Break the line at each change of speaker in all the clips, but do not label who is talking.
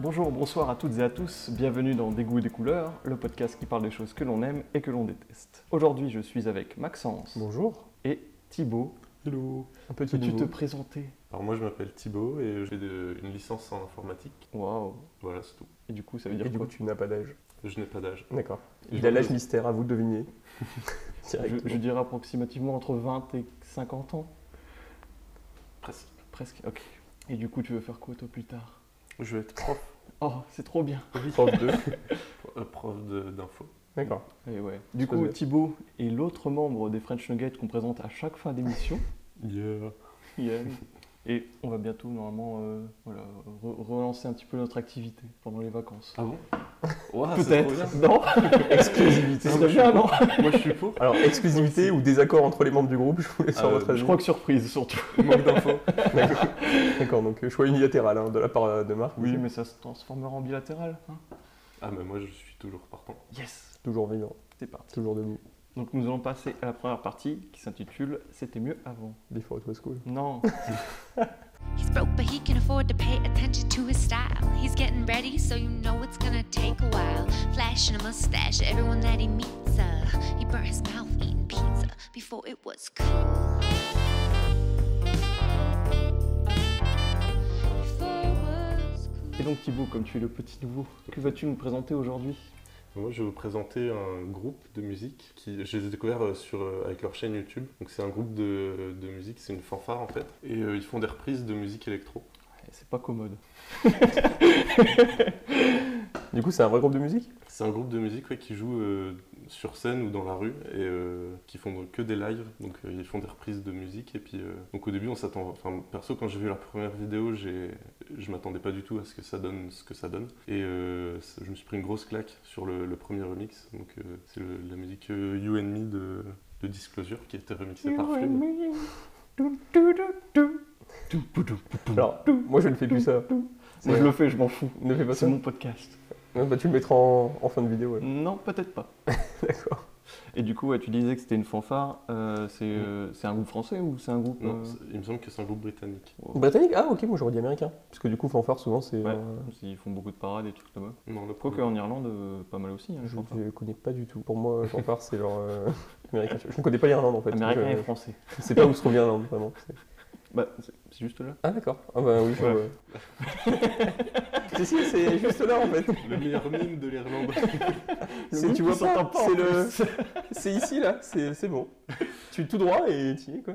Bonjour, bonsoir à toutes et à tous, bienvenue dans Des goûts et des couleurs, le podcast qui parle des choses que l'on aime et que l'on déteste. Aujourd'hui, je suis avec Maxence
Bonjour.
et Thibaut.
Hello.
Un petit tu te
nouveau.
présenter
Alors moi je m'appelle Thibaut et j'ai de- une licence en informatique.
Waouh
Voilà, c'est tout.
Et du coup, ça veut dire
Et du
quoi
coup, tu n'as pas d'âge.
Je n'ai pas d'âge.
D'accord.
Et
Il
je-
a l'âge mystère, à vous de deviner.
je,
Directement.
je dirais approximativement entre 20 et 50 ans,
Presque.
presque. Ok. Et du coup, tu veux faire quoi toi plus tard
Je vais être prof.
Oh, c'est trop bien
Prof deux.
euh, prof de- d'info.
D'accord.
Et ouais. Du
Ça
coup,
va.
Thibaut est l'autre membre des French Nuggets qu'on présente à chaque fin d'émission.
Yeah.
Yann. Et on va bientôt, normalement, euh, voilà, re- relancer un petit peu notre activité pendant les vacances.
Ah bon Ouah, c'est trop bien.
Peut-être. Non
Exclusivité.
C'est serait
Non, mais
bien, non
Moi je suis pour.
Alors, exclusivité ou désaccord entre les membres du groupe, je vous laisse
Ah,
en
euh,
votre avis.
Je crois que surprise, surtout.
Manque d'infos.
D'accord, donc euh, choix unilatéral hein, de la part euh, de Marc.
Oui, mais ça se transformera en bilatéral. hein.
Ah mais moi je suis toujours partant.
yes
Toujours vivant,
C'est parti.
toujours debout.
Donc nous allons passer à la première partie qui s'intitule « C'était mieux avant
Before it was cool. ».
Non,
He's broke, but he can afford to pay attention to his style. He's getting ready, so you know it's gonna take a while. Flashing a mustache at everyone that he meets. Uh, he burnt his mouth eating pizza before it was cool. Before it was cool.
et donc Thibaut, comme tu es le petit nouveau, que vas-tu nous présenter aujourd'hui
Moi je vais vous présenter un groupe de musique qui je les ai découverts euh, sur, euh, avec leur chaîne YouTube. Donc c'est un groupe de, de musique, c'est une fanfare en fait. Et euh, ils font des reprises de musique électro.
Eh, C'est pas commode.
Du coup, c'est un vrai groupe de musique
C'est un groupe de musique ouais, qui joue euh, sur scène ou dans la rue et euh, qui font donc que des lives. Donc euh, ils font des reprises de musique et puis euh, donc au début on s'attend. Enfin perso quand j'ai vu leur première vidéo, j'ai je m'attendais pas du tout à ce que ça donne ce que ça donne et euh, ça- je me suis pris une grosse claque sur le, le premier remix. Donc euh, c'est le- la musique euh, You and Me de, de Disclosure qui a été remixée par Flume.
Alors, moi je ne fais plus ça.
Moi, je le fais, je m'en fous.
Ne fais pas
C'est
ça.
mon podcast.
Non, bah, tu le mettras en, en fin de vidéo. ouais.
Non, peut-être pas.
D'accord.
Et du coup, ouais, tu disais que c'était une fanfare. euh, c'est euh, c'est un groupe français ou c'est un groupe.
Non,
euh,
c'est- il me semble que c'est un groupe britannique.
Britannique Ah, ok, moi j'aurais dit américain. Parce que du coup, fanfare souvent c'est.
Ouais,
euh,
ils font beaucoup de parades et trucs là-bas.
Non, le
Quoique
premier.
en Irlande, euh, pas mal aussi. hein, je
Je
crois pas.
ne connais pas du tout. Pour moi, fanfare, c'est genre euh, américain. Je ne connais pas euh, l'Irlande en fait.
Américain et
Je-
français.
je sais pas où se trouve l'Irlande vraiment.
Bah, c'est c'est juste là.
Ah d'accord. Ah bah oui. je
Ouais.
vois. si si, c'est juste là en fait.
le meilleur mime de l'Irlande.
C'est-
mec
tu
qui
vois pas,
s'entend en
c'est le-
plus.
C'est ici là. C'est c'est bon. Tu es tout droit et tu y es quoi.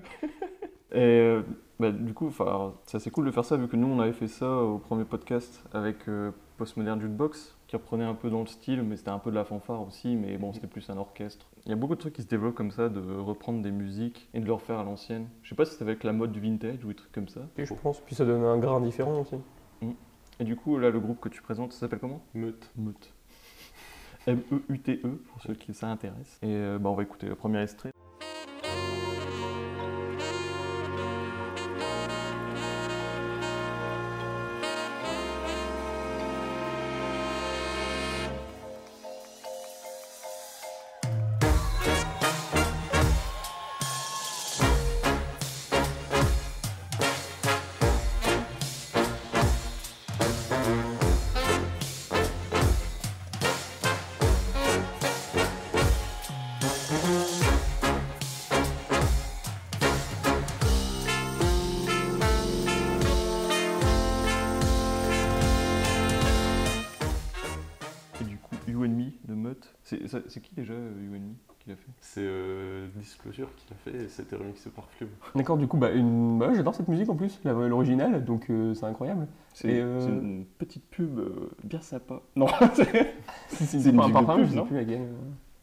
Et euh, bah, du coup, enfin, ça c'est cool de faire ça vu que nous on avait fait ça au premier podcast avec euh, Postmodern Jukebox qui reprenait un peu dans le style, mais c'était un peu de la fanfare aussi, mais bon, c'était plus un orchestre. Il y a beaucoup de trucs qui se développent comme ça, de reprendre des musiques et de le refaire à l'ancienne. Je sais pas si c'est avec la mode du vintage ou des trucs comme ça.
Et je pense. Puis ça donne un grain différent aussi.
Et du coup, là, le groupe que tu présentes, ça s'appelle comment E
Meute.
Meute. M-E-U-T-E, pour ceux qui ça intéresse. Et euh, bah, on va écouter le premier extrait. Et du coup, You and Me de Meute. C'est ça- c'est qui déjà, euh, You and Me, qui l'a fait
C'est euh, Disclosure qui l'a fait et c'était remixé par Flume.
D'accord. Du coup, bah, une... bah, j'adore cette musique en plus, la- l'originale. Donc euh, c'est incroyable.
C'est
Et, euh,
c'est une petite pub euh, bien sympa. Non, c'est
C'est
pas
pas
un
un
parfum,
parfum, je
non
sais plus laquelle. euh.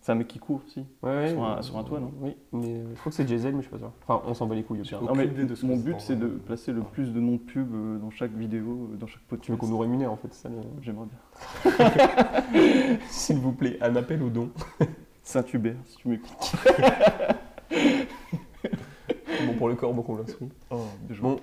c'est un mec qui court aussi.
Ouais, ouais,
Sur un-
euh,
sur un toit, non
Oui, mais euh, je crois que c'est Diesel, mais je suis pas sûr. Enfin, on s'en bat les couilles. au pire.
Aucune
Non, mais
idée de ce que
mon
c'est,
but
en
c'est de
vrai.
placer le plus de noms de pub euh, dans chaque vidéo, euh, dans chaque podcast.
Tu veux qu'on nous rémunère en fait, c'est ça le-
J'aimerais bien.
S'il vous plaît, un appel au don.
Saint-Hubert, si tu m'écoutes.
Bon, pour le corps, bon, qu'on l'inscrit.
Oh, bien joué.
Bon,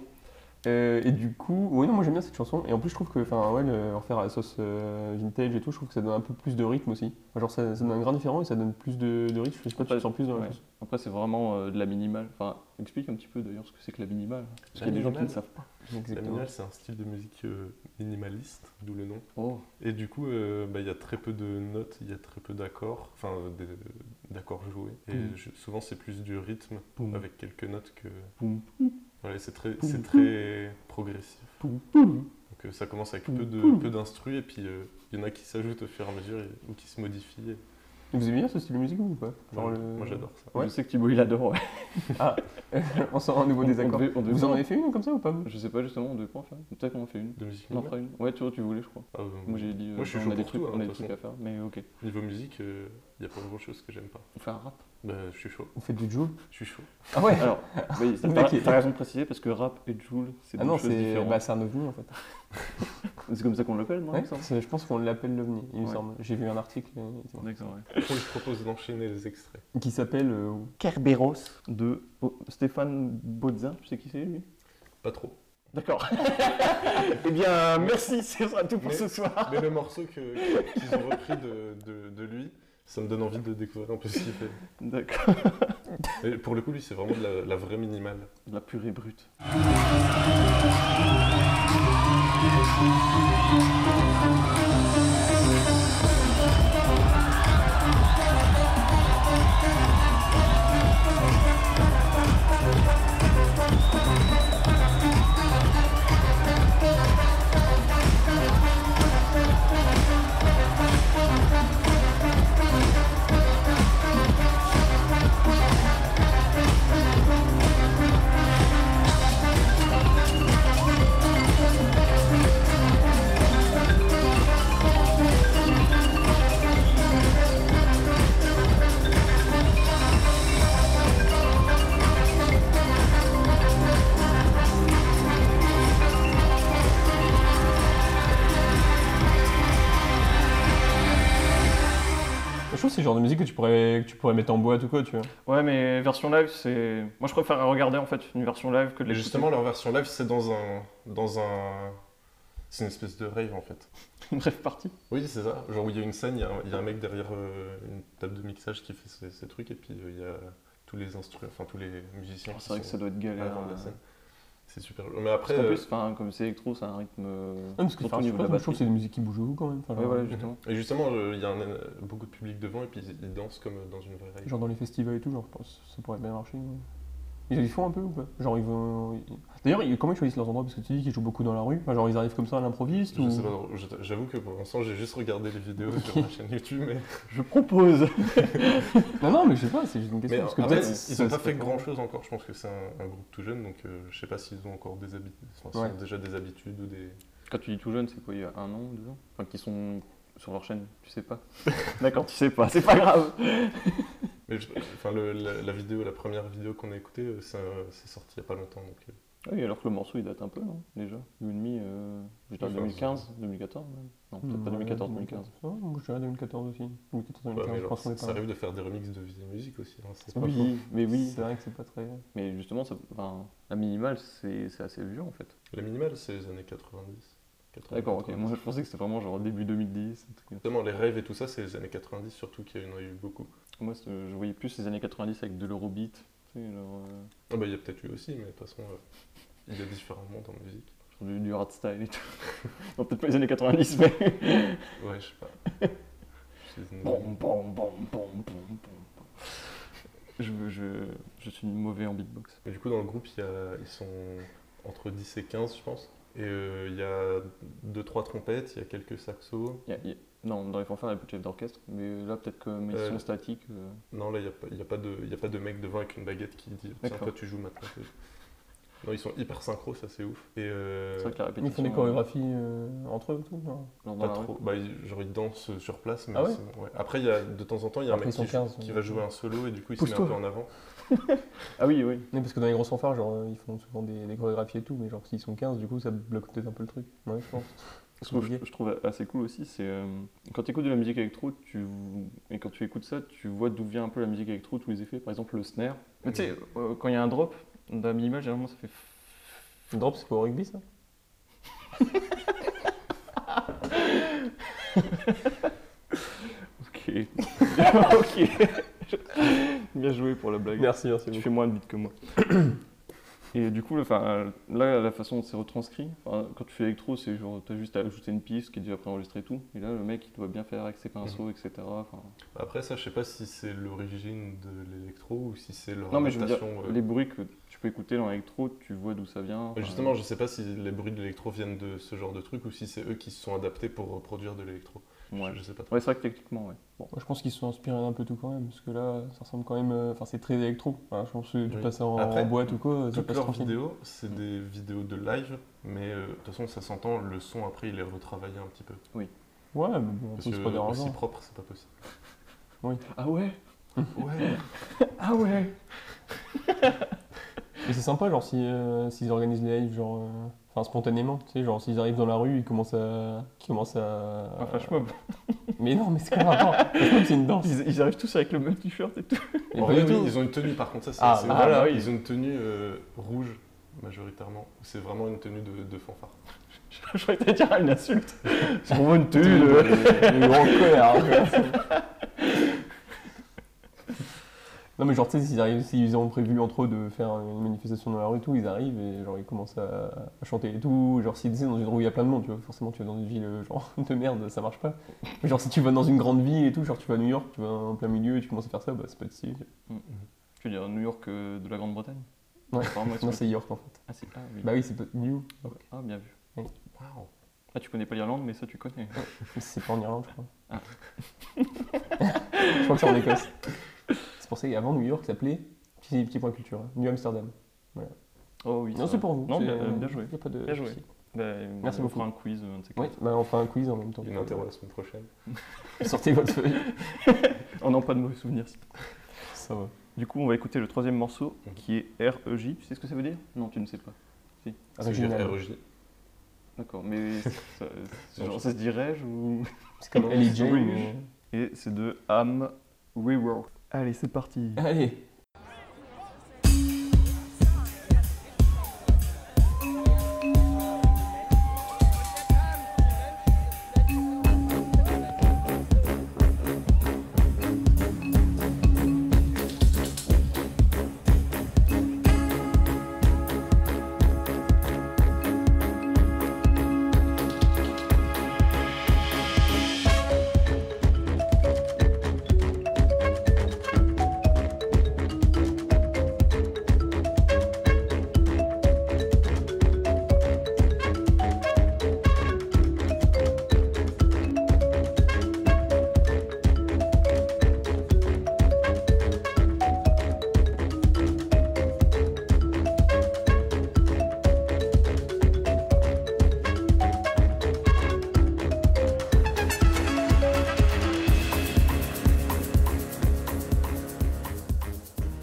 Euh, et du coup, ouais, non, moi j'aime bien cette chanson. Et en plus, je trouve que, enfin, ouais, le refaire à la sauce euh, vintage et tout, je trouve que ça donne un peu plus de rythme aussi. Enfin, genre, ça, ça donne un grain différent et ça donne plus de, de rythme. Je sais pas, tu
Ouais.
le sens plus dans la
Ouais.
chose.
Après, c'est vraiment euh, de la minimale. Enfin, explique un petit peu d'ailleurs ce que c'est que la minimale. Parce qu'il y a
La
des gens qui ne
minimale
savent pas.
La
Exactement.
minimale, c'est un style de musique euh, minimaliste, d'où le nom.
Oh,
Et du coup, euh, bah, il y a très peu de notes, il y a très peu d'accords, enfin euh, des- d'accords joués. Et
Mm.
je- souvent, c'est plus du rythme
Poum,
avec quelques notes que.
boum.
Voilà, et c'est très, c'est très progressif.
poum, poum.
Donc euh, ça commence avec
Poum,
peu de
poum.
peu d'instru et puis euh, il y en a qui s'ajoutent au fur et à mesure et- ou qui se modifient. et-
Et Vous aimez bien ce style de musique vous, ou pas Genre
Moi,
le-
moi, j'adore ça.
Ouais.
Je sais que Thibaut il adore. ouais.
on sent un nouveau
On- on
désaccord.
devait- on devait
Vous en
pas-
avez fait une comme ça ou pas vous
Je sais pas justement, on devait pas en faire une. Peut-être qu'on en fait une.
De musique
On en
minimale
fera une. Ouais, tu vois, tu voulais, je crois.
Ah, euh,
Moi j'ai dit, euh,
Moi, je suis
on
chaud
a des
pour
trucs,
tout, hein,
on a des
de toute
trucs à faire, mais ok.
Niveau musique, il n'y a pas grand chose que j'aime pas.
On fait un rap.
Bah, je suis chaud.
Vous faites du Joule
Je suis chaud.
Ah ouais
Alors, oui,
Le
t'as
mec
t'as-
est-
t'as raison de préciser parce que rap et Joule, c'est
Ah
deux
non,
choses
c'est
différentes.
bah, c'est un ovni en fait.
C'est comme ça qu'on l'appelle, non
Ouais,
il me semble
c'est- je pense qu'on l'appelle l'ovni, il me
Ouais.
semble. J'ai vu un article euh,
D'accord, ouais.
On lui propose d'enchaîner les extraits.
qui s'appelle euh,
Kerberos de Bo- Stéphane Bodzin, tu sais qui c'est lui
Pas trop.
D'accord. eh bien, merci, c'est ça tout pour
Mais-
ce soir.
Mais le morceau que- qu'ils ont repris de, de- de lui, ça me donne envie de découvrir un peu ce qu'il fait.
D'accord.
Et pour le coup, lui, c'est vraiment de la, la vraie minimale.
La purée brute.
Je trouve que c'est le genre de musique que tu pourrais, que tu pourrais mettre en boîte ou quoi, tu vois.
Ouais, mais version live, c'est. Moi, je préfère regarder en fait une version live que de
Mais
l'écouter.
justement, leur version live, c'est dans un. Dans un... C'est une espèce de rave en fait.
une rêve partie.
Oui, c'est ça. Genre où il y a une scène, il y, a un- il y a un mec derrière euh, une table de mixage qui fait ses, ses trucs et puis euh, il y a tous les instruments, enfin tous les musiciens.
Oh,
qui
Ah, C'est vrai que
sont
ça doit être galère.
avant de la
euh,
scène. Ah, C'est super. Mais
Parce
après,
qu'en
euh,
plus, enfin, comme c'est électro, c'est un rythme. euh,
Non, Ah, parce que
surtout
enfin,
au
je, sais
niveau de
pas,
la
moi, je trouve que
batterie.
c'est des musiques qui bougent beaucoup quand même. Enfin,
Ouais,
genre,
voilà, justement.
Et justement, euh, il y a un, euh, beaucoup de public devant et puis ils ils dansent comme euh, dans une vraie rave.
genre dans les festivals et tout, genre, je pense que ça pourrait bien marcher. ouais. Ils ils font un peu ou pas Genre ils vont. ils- D'ailleurs, ils- comment ils choisissent leurs endroits Parce que tu dis qu'ils jouent beaucoup dans la rue. Enfin, genre ils arrivent comme ça à l'improviste
Je
ou.
sais pas, je- j'avoue que pour l'instant j'ai juste regardé les vidéos sur ma chaîne YouTube, mais,
Je propose.
Non, non, mais je sais pas, c'est juste une question.
mais
parce que
après,
peut-être
ils
ça
n'ont pas
se
fait grand chose encore. Je pense que c'est un, un groupe tout jeune, donc euh, je sais pas s'ils ont encore des habitudes, enfin, s'ils
Ouais.
ont déjà des habitudes ou des.
Quand tu dis tout jeune, c'est quoi, il y a un an, deux ans Enfin, qui sont sur leur chaîne, tu sais pas. D'accord, tu sais pas, c'est pas grave.
Mais je- enfin, le- la, la vidéo, la première vidéo qu'on a écoutée, euh, ça, euh, c'est sorti il y a pas longtemps. Donc, euh,
Ah Oui, alors que le morceau il date un peu, non Déjà. Une et demi, euh, je dirais
Ouais,
2015, 2014 même. Non, peut-être pas
Ouais,
2014, 2015.
Ah, moi, je dirais 2014 aussi. 2014,
ouais,
2015,
mais
je
genre,
pense qu'on est
ça
pas.
arrive de faire des remixes de vieilles musiques aussi. hein, c'est pas faux.
Oui, mais oui.
C'est vrai que c'est pas très.
Mais justement, ça, enfin, la minimale, c'est c'est assez vieux en fait.
La minimale, c'est les années 90. 80,
D'accord, ok.
90.
Moi, je pensais que c'était vraiment genre début 2010. un truc comme ça.
Justement, les rêves et tout ça, c'est les années 90 surtout qu'il y en a eu beaucoup.
Moi, c'est- je voyais plus les années 90 avec de l'eurobeat. Tu sais, genre, euh,
Ah bah il y a peut-être eu aussi, mais de toute façon, euh, il y a différents mondes en musique.
genre du, du hardstyle et tout. non, peut-être pas les années 90, mais.
Ouais, je sais pas. Je suis
bon,
désolé.
bon, bon, bon, bon, bon, bon. Je, je, je suis mauvais en beatbox.
Mais du coup, dans le groupe, il y a- ils sont entre 10 et 15, je pense. Et euh, il y a 2-3 trompettes, il y a quelques saxos.
Y a- y a- Non, dans les fanfares, il n'y a plus de chef d'orchestre, mais là, peut-être que mes
Euh,
sons statiques. euh,
Non, là, il n'y a, pas- il y a, pas de- il y a pas de mec devant avec une baguette qui dit Tiens,
D'accord.
toi, tu joues maintenant. Non, ils sont hyper synchro, ça, c'est ouf. Et euh,
C'est vrai que la
Ils
répétition.
font des chorégraphies euh, entre eux et tout. non
euh,
pas
dans la rue.
trop. Bah, ils- genre, ils dansent sur place. Mais
Ah ouais
c'est- Après, il y a, de temps en temps, il y a un
Après,
mec
ils sont
qui,
15,
qui
donc.
euh,
va jouer un solo et du coup, il se met un
Pousse-toi.
peu en avant.
Ah oui, oui.
Mais parce que dans les grosses fanfares, genre, euh, ils font souvent des, des chorégraphies et tout, mais genre s'ils sont 15, du coup, ça bloque peut-être un peu le truc. Ouais, je pense.
Ce que je, je trouve assez cool aussi, c'est euh, quand tu écoutes de la musique électro, tu, et quand tu écoutes ça, tu vois d'où vient un peu la musique électro, tous les effets, par exemple le snare. Mais tu sais, euh, quand il y a un drop, d'un minimal, généralement ça fait.
Drop, c'est pas au rugby ça
Ok. ok. Bien joué pour la blague.
Merci, merci
Tu
beaucoup.
fais moins de vite que moi. Et du coup, enfin, euh, là, la façon dont c'est retranscrit, enfin, quand tu fais électro, c'est genre, t'as juste à ajouter une piste qui est déjà préenregistrée et tout. Et là, le mec, il doit bien faire avec ses pinceaux, etc. Enfin,
Après, ça, je sais pas si c'est l'origine de l'électro ou si c'est leur
Non, mais je veux dire,
adaptation, euh,
les bruits que tu peux écouter dans l'électro, tu vois d'où ça vient. enfin,
Justement, je sais pas si les bruits de l'électro viennent de ce genre de truc ou si c'est eux qui se sont adaptés pour reproduire de l'électro.
Ouais,
Je, je sais pas trop.
Ouais, c'est vrai que techniquement, ouais. Bon.
Moi, je pense qu'ils se sont inspirés un peu tout quand même, parce que là, ça ressemble quand même. euh, Enfin, c'est très électro. Voilà, je pense que tu
Oui.
passes en,
Après,
en boîte ou quoi, ça
Toutes
passe
leurs
tranquille.
vidéos, c'est des vidéos de live, mais euh, de toute façon, ça s'entend, le son après, il est retravaillé un petit peu.
Ouais, mais bon, en
Parce
plus, c'est pas
que aussi
dérangeant.
propre, c'est pas possible.
Ah ouais
Ouais,
Ah ouais
hein. Mais c'est sympa, genre, si, euh, s'ils organisent les lives, genre. euh, Enfin, spontanément, tu sais, genre, s'ils arrivent dans la rue, ils commencent à. Ils commencent à.
Ah,
Un flash mob.
Mais non, mais c'est quoi le rapport Flash mob, c'est une danse.
Ils, ils arrivent tous avec le même t-shirt et tout.
Mais
En
pas
vrai,
du
oui,
tout.
ils ont une tenue, par contre, ça, c'est.
Ah,
c'est
ah,
voilà,
bah oui.
Ils ont une tenue euh, rouge, majoritairement. C'est vraiment une tenue de, de fanfare.
Je croyais que t'allais dire une insulte. C'est vraiment une tenue. de-
Le grand connard. Non mais genre tu sais s'ils arrivent, s'ils ont prévu entre eux de faire une manifestation dans la rue et tout, ils arrivent et genre ils commencent à, à chanter et tout, genre si tu sais, dans une rue il y a plein de monde, tu vois, forcément tu vas dans une ville euh, genre de merde, ça marche pas. Mais genre si tu vas dans une grande ville et tout, genre tu vas à New York, tu vas en plein milieu et tu commences à faire ça, bah c'est pas de stylé. tu
Tu veux dire New York euh, de la Grande-Bretagne
Ouais.
Enfin, moi,
vois. Non c'est York en fait.
Ah, c'est- ah oui.
Bah oui c'est pas New York,
Ah, bien vu.
Waouh
Ah, tu connais pas l'Irlande, mais ça, tu connais.
c'est pas en Irlande je crois.
Ah.
je crois que c'est en Écosse. C'est pour ça qu'avant New York s'appelait, petit, petit point culture, hein, New Amsterdam.
Oh oui.
Non,
ça
c'est
va.
pour vous.
Non,
c'est- euh,
bien, bien joué.
Y a pas de...
Bien joué. euh, Bah,
Merci
on
beaucoup.
fera un quiz, euh, un de ces
Oui,
quatre.
bah on fait un quiz en même temps.
Une interro la semaine prochaine.
Sortez votre feuille.
Oh non, pas de mauvais souvenirs.
Ça va.
Du coup, on va écouter le troisième morceau
Mhm.
qui est REJ. Tu sais ce que ça veut dire Non, tu ne sais pas.
C'est
Original.
RJ.
D'accord, mais ça, c'est genre, ça se dirait ou...
C'est comme Ellie Jane.
Oui.
mais-
Et c'est de Am Rework. Allez, c'est parti.
Allez.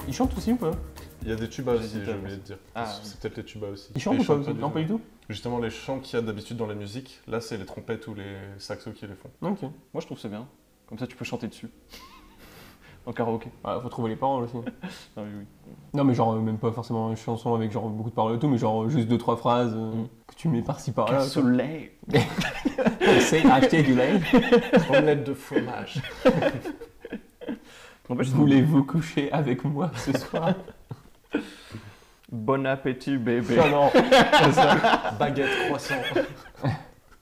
Il chante aussi ou pas
Il y a des tubas
J'ai
aussi,
dit
j'ai
ça,
oublié de dire.
Ah,
c'est c'est peut-être les tubas aussi.
Il chante
Mais
ou
ils
pas,
chantent
aussi Non,
tout.
pas du tout.
Justement, les chants qu'il y a d'habitude dans la musique, là, c'est les trompettes ou les saxos qui les font.
Ok.
Moi, je trouve ça bien. Comme ça, tu peux chanter dessus. en karaoké.
Ah, faut trouver les paroles aussi.
Ah oui, oui.
Non, mais genre, euh, même pas forcément une chanson avec genre beaucoup de paroles et tout, mais genre euh, juste deux, trois phrases euh,
Mm.
que tu mets par-ci par-là. quoi.
soleil
Conseil, acheter du lait.
Omelette de fromage.
En fait, je voulais.
Voulez-vous coucher avec moi ce soir
Bon appétit, bébé.
Ah non, c'est ça.
Baguette croissant.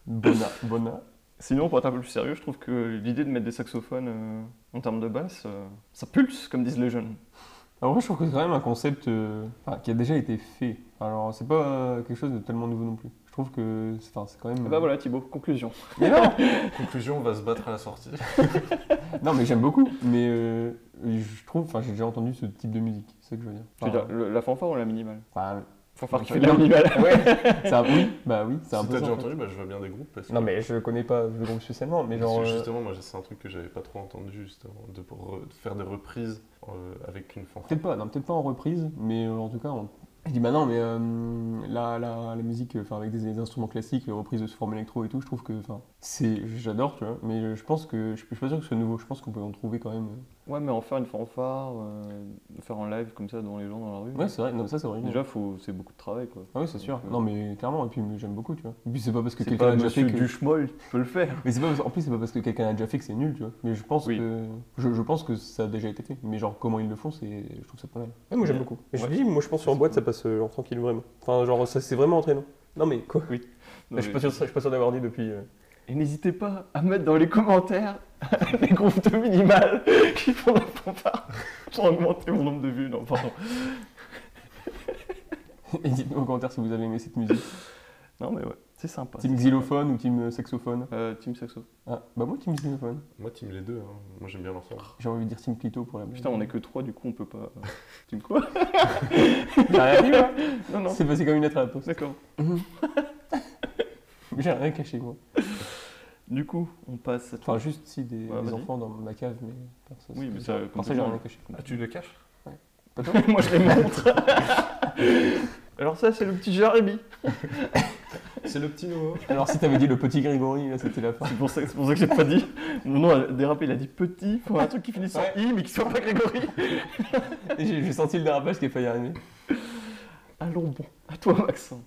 Bona, Bona.
Sinon, pour être un peu plus sérieux, je trouve que l'idée de mettre des saxophones euh, en termes de basse, euh, ça pulse, comme disent les jeunes.
Alors moi je trouve que c'est quand même un concept euh, enfin, qui a déjà été fait. Alors c'est pas euh, quelque chose de tellement nouveau non plus. Je trouve que c'est enfin, c'est quand même...
Et bah voilà, Thibaut, conclusion.
Mais non
Conclusion, on va se battre à la sortie.
euh, Non mais j'aime beaucoup, mais euh, je trouve, enfin j'ai déjà entendu ce type de musique, c'est ça que je veux dire.
Tu veux
Enfin,
dire, le- la fanfare ou la minimale
enfin,
Fanfare qui fait de la minimale.
c'est un- Oui, bah oui, c'est un
si
peu
t'as
ça,
déjà
en fait.
entendu, bah, je vois bien des groupes. Parce que
Non mais je connais pas le groupe spécialement, mais genre...
Parce que
euh,
justement, moi, c'est un truc que j'avais pas trop entendu, justement, de pour, euh, de faire des reprises euh, avec une fanfare.
Peut-être pas, non peut-être pas en reprise, mais euh, en tout cas en, Je dis bah non, mais euh, la, la, la musique, euh, enfin avec des, des instruments classiques, euh, reprise de forme électro et tout, je trouve que, enfin, c'est, j'adore, tu vois. Mais je pense que, je, suis- je suis pas sûr que ce soit nouveau. Je pense qu'on peut en trouver quand même.
Ouais, mais en faire une fanfare, euh, faire un live comme ça devant les gens dans la rue.
Ouais, c'est vrai. Non, mais ça c'est original.
Déjà, faut... c'est beaucoup de travail quoi.
Ah oui, c'est sûr.
Donc, euh,
Non, mais clairement. Et puis j'aime beaucoup, tu vois. Et puis c'est pas parce que
C'est
quelqu'un
pas
a déjà fait
Monsieur
que.
Duchemol, tu peux le faire.
Mais c'est pas parce- en plus c'est pas parce que quelqu'un a déjà fait que c'est nul, tu vois. Mais je pense
Oui.
que je, je pense que ça a déjà été fait. Mais genre comment ils le font, c'est je trouve ça pas mal.
Ouais, moi j'aime
Ouais.
beaucoup. Mais je
Ouais.
te dis, moi je pense qu'en
C'est
boîte
cool.
ça passe euh, genre tranquille vraiment. Enfin, genre ça c'est vraiment entraînant. Non mais quoi
Non,
Je suis
mais-
pas sûr, je suis pas sûr d'avoir dit depuis. euh,
Et n'hésitez pas à mettre dans les commentaires les groupes de minimal qui font la fanfare pour augmenter mon nombre de vues. Non, pardon.
Et dites-nous en commentaire si vous avez aimé cette musique.
Non, mais ouais, c'est sympa.
team xylophone ou team euh, saxophone
Euh, team Saxo.
Ah bah moi team xylophone.
Moi, team les deux, hein. moi j'aime bien l'ensemble.
J'ai envie de dire team clito pour la blague.
Putain, on est que trois, du coup, on peut pas. euh, Team quoi
J'ai rien dit,
hein.
moi.
Non, non.
C'est passé comme une lettre à la poste.
D'accord.
J'ai rien caché moi.
Du coup, on passe à toi.
Enfin juste si des,
Ouais,
des
vas-y.
enfants dans ma cave, mais perso.
Oui,
c'est-
mais ça,
Par ça j'ai rien caché.
Ah, tu le caches
Pas toi
Moi, je les montre. Alors, ça, c'est le petit Jérémy.
C'est le petit Noah.
Alors si t'avais dit le petit Grégory, là c'était la fin.
C'est pour ça, c'est pour ça que j'ai pas dit. Mon nom a dérapé, il a dit petit. Faut un truc qui finisse
Ouais.
en i, mais qui soit pas Grégory.
Et J'ai j'ai senti le dérapage qui est failli arriver.
Allons bon. À toi, Maxence.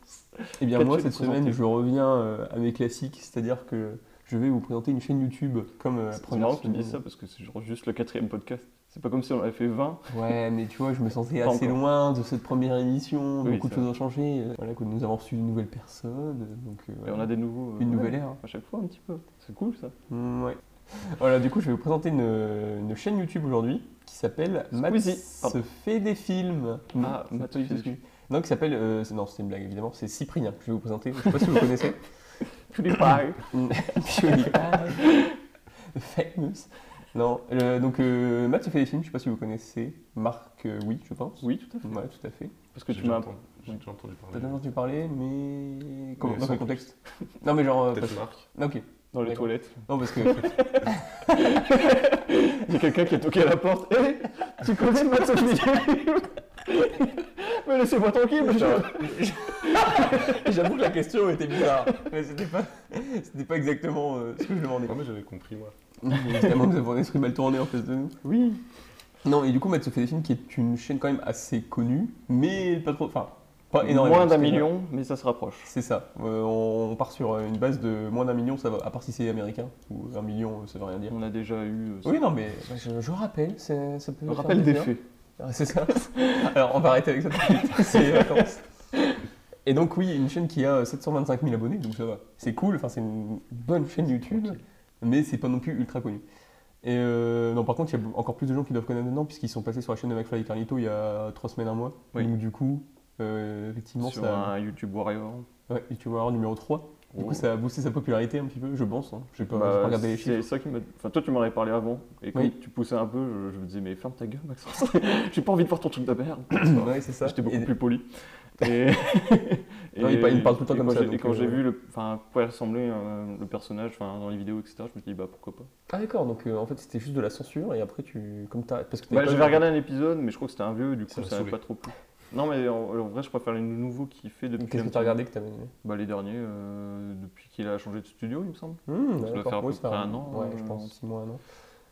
Eh bien
Peut-être
moi
tu peux
cette
te
semaine je reviens euh, à mes classiques, c'est-à-dire que je vais vous présenter une chaîne YouTube comme euh, la
C'est
première
marrant que tu
semaine.
dises ça parce que c'est genre juste le quatrième podcast. C'est pas comme si on avait fait 20.
Ouais mais tu vois je me sentais
Pas
assez
encore.
loin de cette première émission,
Oui,
beaucoup de
c'est
choses ont changé. euh, Voilà que nous avons reçu une nouvelle personne, euh, donc euh,
Et on a des nouveaux. euh,
une nouvelle
ouais,
ère.
À chaque fois, un petit peu. C'est cool ça.
Mm, ouais. Voilà du coup je vais vous présenter une, une chaîne YouTube aujourd'hui qui s'appelle Matt
Squeezie,
se
pardon.
fait des films.
Ah,
ça
Matt
fait
se fait
des
des
films. Non qui s'appelle, euh, c'est- non c'est une blague évidemment, c'est Cyprien que je vais vous présenter, je sais pas si vous connaissez.
Tous les pareils.
PewDiePie. Famous. Non, euh, donc euh, Matt se fait des films, je sais pas si vous connaissez. Marc, euh, oui, je pense.
Oui, tout à fait.
Ouais, tout à fait.
Parce que
J'ai
tu
déjà
m'as.
entendu, j'ai
ouais.
déjà entendu
T'as
parler.
déjà entendu parler, mais. Comment
Mais
Dans
sans
quel contexte Non, mais genre. euh,
Peut-être
parce-
Marc.
Ok.
Dans les
D'accord.
toilettes.
Non, parce que.
Il y a quelqu'un qui a toqué à la porte. Hé Tu connais Matt se fait des films Mais laissez-moi tranquille, putain.
J'avoue que la question était bizarre. Mais c'était pas, c'était pas exactement euh, ce que je demandais.
Non, mais j'avais compris, Ah, moi.
Évidemment, nous avons un esprit mal tourné en face de nous.
Oui.
Non, et du coup, Matt se fait des films qui est une chaîne quand même assez connue, mais pas trop. Enfin, pas énormément.
Moins d'un
parce que-
million, mais ça se rapproche.
C'est ça. Euh, on, on part sur euh, une base de moins d'un million, ça va, à part si c'est américain, ou un million, euh, ça veut rien dire.
On a déjà eu. euh, ça.
Oui, non, mais bah, je, je rappelle, c'est- ça peut.
Le
faire
rappel des
plaisir.
faits.
Ah, c'est ça. Alors, on va arrêter avec ça tout de suite. C'est les vacances. Et donc, oui, une chaîne qui a euh, 725 000 abonnés, donc ça va. C'est cool, enfin, c'est une bonne chaîne YouTube, mais c'est pas non plus ultra connu. Et euh, non, par contre, il y a encore plus de gens qui doivent connaître maintenant, puisqu'ils sont passés sur la chaîne de McFly et Carlito il y a 3 semaines, un mois.
Oui.
Donc, du coup, euh, effectivement,
Sur
ça.
un YouTube Warrior.
Ouais, YouTuber numéro 3. Du coup, ça a boosté sa popularité un petit peu, je pense. Hein. Je sais pas, j'ai pas
Oh. Bah,
regardé les chiffres.
c'est ça qui m'a. Enfin, toi, tu m'en avais parlé avant, et quand
Oui.
tu poussais un peu, je, je me disais, mais ferme ta gueule, Maxence. J'ai pas envie de voir ton truc de merde.
Ouais, c'est ça.
J'étais beaucoup
Et-
plus poli. Et...
Non, il pa- il me parle tout le temps
et
comme
quand
ça,
j'ai-
donc,
Et quand
euh,
j'ai vu le, enfin, à quoi ressemblait euh, le personnage, enfin, dans les vidéos, etc., je me suis dit, bah pourquoi pas.
Ah, d'accord, donc euh, en fait, c'était juste de la censure et après, tu. Comme t'as. Parce que t'avais
Bah,
pas-
j'avais regardé un épisode, mais je crois que c'était un vieux, du
Ça
coup,
m'a
ça m'a
saoulé.
pas trop plu. Non, mais en, en vrai, je préfère les nouveaux qu'il fait depuis.
Qu'est-ce
un
que
petit
t'as regardé que t'avais.
moment. Bah, les derniers, euh, depuis qu'il a changé de studio, il me semble.
Hum,
doit
d'accord.
Hmm, faire à
Oui,
peu près un an,
Ouais,
euh,
je pense, 6 mois, un an.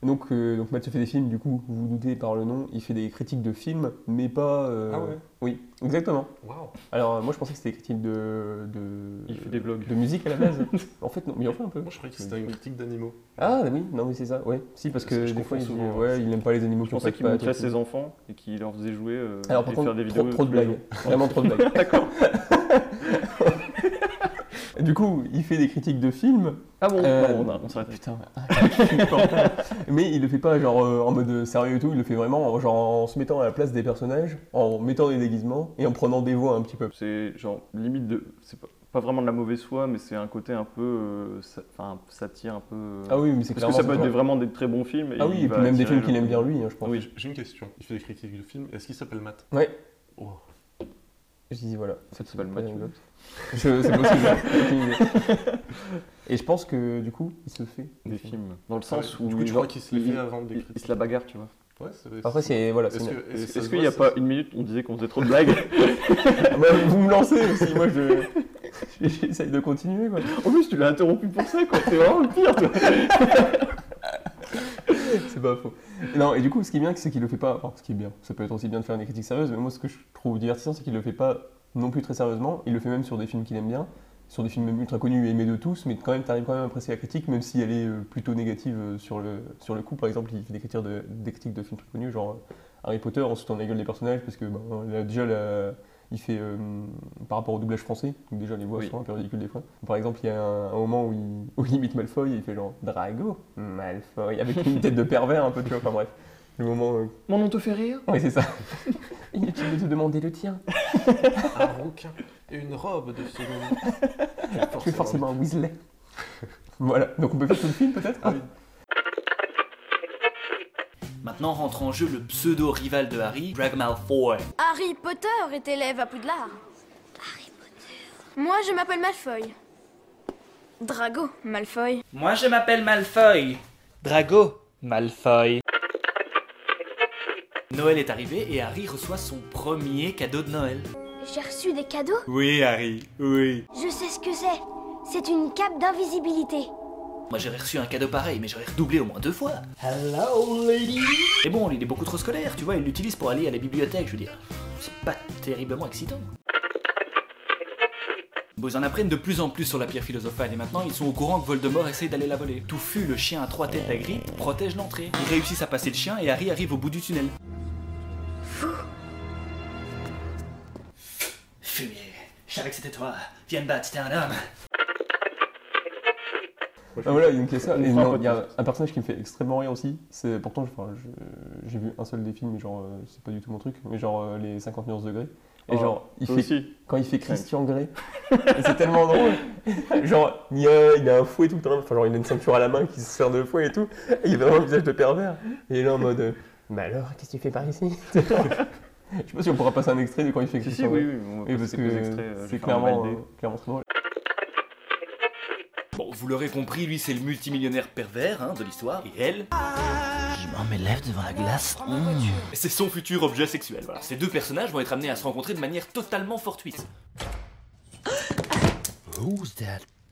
Et Donc, euh, donc Mathieu fait des films, du coup, vous vous doutez par le nom, il fait des critiques de films, mais pas. euh,
Ah ouais
Oui, exactement.
Waouh
Alors, euh, moi, je pensais que c'était des critiques de, de.
Il fait des vlogs.
De musique à la base. en fait, non, mais il en fait un peu.
Moi, je croyais que c'était une critique d'animaux.
Ah oui, non mais c'est ça, ouais. Si parce que
Je
des fois
confonds
il, dit,
souvent, ouais.
ouais, il aime pas les animaux
hein. Je
qui ont
pensais
pas
qu'il
de pattes
montrait
et tout.
ses enfants et qu'il leur faisait jouer euh,
Alors par
et
contre,
faire des
trop,
vidéos.
trop de
tous les
blagues, vraiment trop de blagues. D'accord. du coup, il fait des critiques de films.
Ah bon,
Euh,
non, on, a- on s'arrête.
Putain. mais il le fait pas genre euh, en mode sérieux et tout, il le fait vraiment en- genre en se mettant à la place des personnages, en mettant des déguisements et en prenant des voix un petit peu.
C'est genre limite de. C'est pas, pas vraiment de la mauvaise foi, mais c'est un côté un peu. euh, sa- Enfin, satire un peu. euh,
Ah oui, mais c'est
Parce que
clairement
ça peut être des-
ça.
vraiment des très bons films.
Ah oui,
il
et
va
puis même des
attirer le-
films qu'il aime bien lui, hein, je pense.
Oui.
J'ai une question. Il fait des critiques de films. Est-ce qu'il s'appelle Matt
Ouais.
Oh.
Je dis voilà.
Ça s'appelle Mathieu.
Je- C'est possible. aucune idée. Et je pense que du coup, il se fait.
Des films. Dans le
Ah ouais.
sens où.
Du coup, tu
genre,
crois qu'il se les
il-
fait avant des
il, il
critiques
se la bagarre, tu vois.
Ouais, c'est vrai.
Après, c'est. Voilà, c'est
Est-ce
une-
que- est-ce que
Est-ce
ça
qu'il
se
n'y a
voit,
pas une minute où on disait qu'on faisait trop de blagues
Ah, moi, vous me lancez aussi, moi je. J'essaye de continuer quoi.
En plus, tu l'as interrompu pour ça, quoi. T'es vraiment le pire, toi.
C'est pas faux. Et non, et du coup, ce qui est bien, c'est qu'il le fait pas. Enfin, ce qui est bien, ça peut être aussi bien de faire des critiques sérieuses, mais moi, ce que je trouve divertissant, c'est qu'il le fait pas non plus très sérieusement. Il le fait même sur des films qu'il aime bien, sur des films même ultra connus et aimés de tous, mais quand même, t'arrives quand même à apprécier la critique, même si elle est euh, plutôt négative euh, sur le, sur le coup. Par exemple, il fait des critiques de, des critiques de films très connus, genre euh, Harry Potter, en sautant la gueule des personnages, parce que ben, là, déjà, la- il fait euh, par rapport au doublage français, donc déjà les voix
Oui.
sont un peu ridicules des fois. Par exemple, il y a un, un moment où il, où il imite Malfoy et il fait genre Drago, Malfoy, avec une tête de pervers un peu, tu vois, enfin bref. Le moment. euh,
Mon nom te fait rire
Oui, c'est ça. Inutile de te demander le tien.
Un rouquin et une robe de seconde.
Tu es forcément un Weasley. voilà, donc on peut faire tout le film peut-être
Maintenant rentre en jeu le pseudo-rival de Harry, Drag Malfoy.
Harry Potter est élève à Poudlard. Harry Potter. Moi, je m'appelle Malfoy. Drago Malfoy.
Moi je m'appelle Malfoy. Drago Malfoy. Noël est arrivé et Harry reçoit son premier cadeau de Noël.
J'ai reçu des cadeaux
Oui Harry, oui.
Je sais ce que c'est. C'est une cape d'invisibilité.
Moi j'aurais reçu un cadeau pareil, mais j'aurais redoublé au moins deux fois. Hello lady Et bon, il est beaucoup trop scolaire, tu vois, il l'utilise pour aller à la bibliothèque, je veux dire. C'est pas terriblement excitant. Bon, ils en apprennent de plus en plus sur la pierre philosophale et maintenant ils sont au courant que Voldemort essaye d'aller la voler. Touffu, le chien à trois têtes d'Agrippe, protège l'entrée. Ils réussissent à passer le chien et Harry arrive au bout du tunnel. Fou Fumier, je savais que c'était toi. Viens me battre, c'était un homme.
Ah voilà, donc il y a ça. Et
fera
non,
pas
il y a un personnage qui me fait extrêmement rire aussi. C'est pourtant, je- enfin, je- j'ai vu un seul des films, mais genre, euh, c'est pas du tout mon truc. Mais genre, euh, les 50 nuances degrés. Et
Oh,
genre, il
Toi
fait,
aussi.
quand il fait Christian Grey, et c'est tellement drôle. Genre, il y a, il a un fouet tout le temps. Enfin, genre, il a une ceinture à la main qui se sert de fouet et tout. Et il a vraiment le visage de pervers. Et il est là en mode, euh, mais alors, qu'est-ce que tu fais par ici Je sais pas si on pourra passer un extrait de quand il fait
Si, si,
Christian
oui,
Grey.
oui. on va
Oui,
passer
parce
quelques
que
extraits, euh, je vais
c'est
faire un
clairement,
Noël
euh, clairement très drôle.
Bon, vous l'aurez compris, lui c'est le multimillionnaire pervers hein, de l'histoire, et elle. Je m'en m'élève devant la glace. C'est son futur objet sexuel. Voilà. Ces deux personnages vont être amenés à se rencontrer de manière totalement fortuite.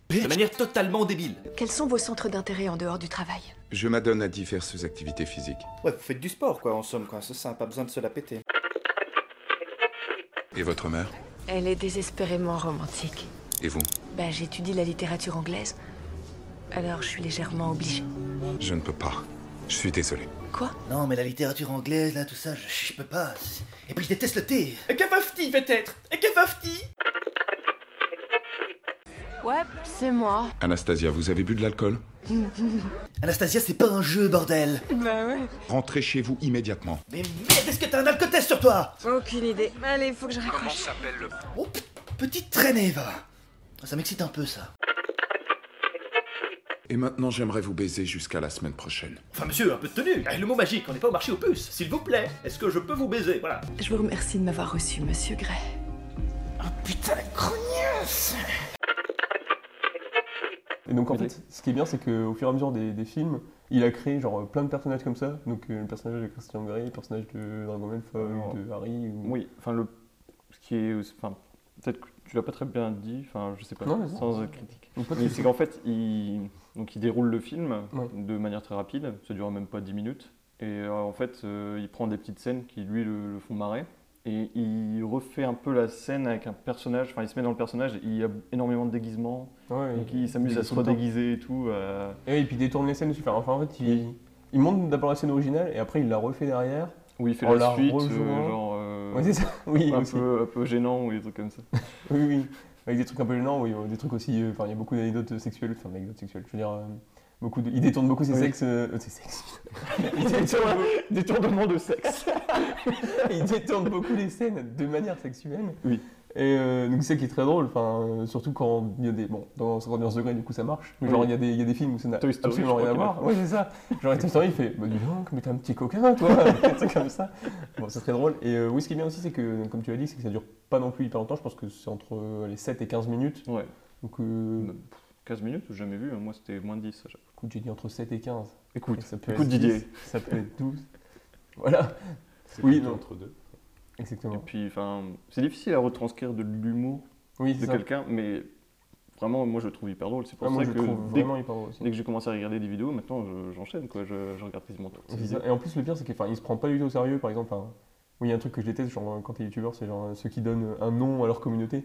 De manière totalement débile.
Quels sont vos centres d'intérêt en dehors du travail
Je m'adonne à diverses activités physiques.
Ouais, vous faites du sport, quoi, en somme, quoi. C'est ça, pas besoin de se la péter.
Et votre mère
Elle est désespérément romantique.
Et vous
Bah, j'étudie la littérature anglaise. Alors, je suis légèrement obligée.
Je ne peux pas. Je suis désolé.
Quoi
Non, mais la littérature anglaise, là, tout ça, je, je peux pas. Et puis je déteste le thé.
Cafafti peut-être Cafafti
Ouais, c'est moi.
Anastasia, vous avez bu de l'alcool
Anastasia, c'est pas un jeu, bordel.
Bah ouais.
Rentrez chez vous immédiatement.
Mais merde, est-ce que t'as un alcotest sur toi
Aucune idée. Allez, faut que je raccroche.
s'appelle le...
Oh, p- petite traînée, va. Ça m'excite un peu, ça.
Et maintenant, j'aimerais vous baiser jusqu'à la semaine prochaine.
Enfin monsieur, un peu de tenue Et le mot magique, on n'est pas au marché aux puces, s'il vous plaît Est-ce que je peux vous baiser Voilà.
Je vous remercie de m'avoir reçu, monsieur Gray.
Et donc en fait, ce qui est bien, c'est qu'au fur et à mesure des, des films, il a créé genre plein de personnages comme ça. Donc euh, le personnage de Christian Grey, le personnage de Dragon Malfoy,
Alors,
de Harry. Ou...
Oui, enfin, le... ce qui est. Enfin, peut-être que tu l'as pas très bien dit, enfin, je sais pas,
Non, mais non.
sans euh, critique.
Ou pas de
Mais
soucis.
c'est qu'en fait, il... Donc, il déroule le film
Ouais.
de manière très rapide, ça dure même pas 10 minutes. Et euh, en fait, euh, il prend des petites scènes qui, lui, le, le font marrer. Et il refait un peu la scène avec un personnage, enfin, il se met dans le personnage, il y a énormément de déguisements.
Ouais,
Donc,
il-
il s'amuse
il
à se
tout le temps.
redéguiser et tout. euh,
Et, puis il détourne les scènes aussi. Enfin, enfin, en fait, il,
Oui.
il monte d'abord la scène originale et après il la refait derrière.
où il fait
En
la
la
suite, euh,
rejouant.
genre. euh,
Ouais, c'est ça. Oui,
un
aussi.
peu, un peu gênant ou des trucs comme ça.
Oui, oui. Avec des trucs un peu gênants, oui. euh, Des trucs aussi. euh, Enfin, il y a beaucoup d'anecdotes sexuelles. Enfin, d'anecdotes sexuelles, je veux dire. euh, beaucoup de... Il détourne beaucoup ses
Oui.
sexes. euh, euh, ses sexes. il, détourne,
Détournement de sexe.
il détourne beaucoup les scènes de manière sexuelle.
Oui.
Et euh, donc c'est ça qui est très drôle, enfin, euh, surtout quand il y a des... Bon, dans 51 degrés, du coup, ça marche. Mais Genre,
Oui.
il y, a des- il y a des films où ça n'a
Toy Story,
absolument
je
rien
crois
à
qu'il
voir.
l'a
Ouais, c'est ça. Genre, et Toy Story, il fait, bah dis donc, mais t'es un petit coquin, toi, un truc comme ça. Bon, c'est très drôle. Et euh, oui, ce qui est bien aussi, c'est que, donc, comme tu l'as dit, c'est que ça dure pas non plus hyper longtemps. Je pense que c'est entre euh, les 7 et 15 minutes.
Ouais.
Donc, euh,
Non. 15 minutes, j'ai jamais vu, hein. moi c'était moins de 10 à chaque fois.
écoute, j'ai dit entre 7 et 15.
Écoute,
ça peut
écoute
être
Didier.
10, ça peut être 12. Voilà.
C'est
Oui,
plutôt
non.
entre deux.
Exactement.
Et puis, enfin, c'est difficile à retranscrire de l'humour
Oui,
de
c'est ça.
quelqu'un, mais vraiment, moi, je le trouve hyper drôle. C'est pour
Ah, moi,
ça
je
que
le trouve
dès,
vraiment hyper drôle aussi.
dès que j'ai commencé à regarder des vidéos, maintenant, je- j'enchaîne, quoi. Je, je regarde quasiment tout.
C'est ça. Et en plus, le pire, c'est qu'il se prend pas du tout au sérieux. Par exemple, hein, oui, il y a un truc que je déteste, genre quand t'es youtubeur, c'est genre euh, ceux qui donnent un nom à leur communauté.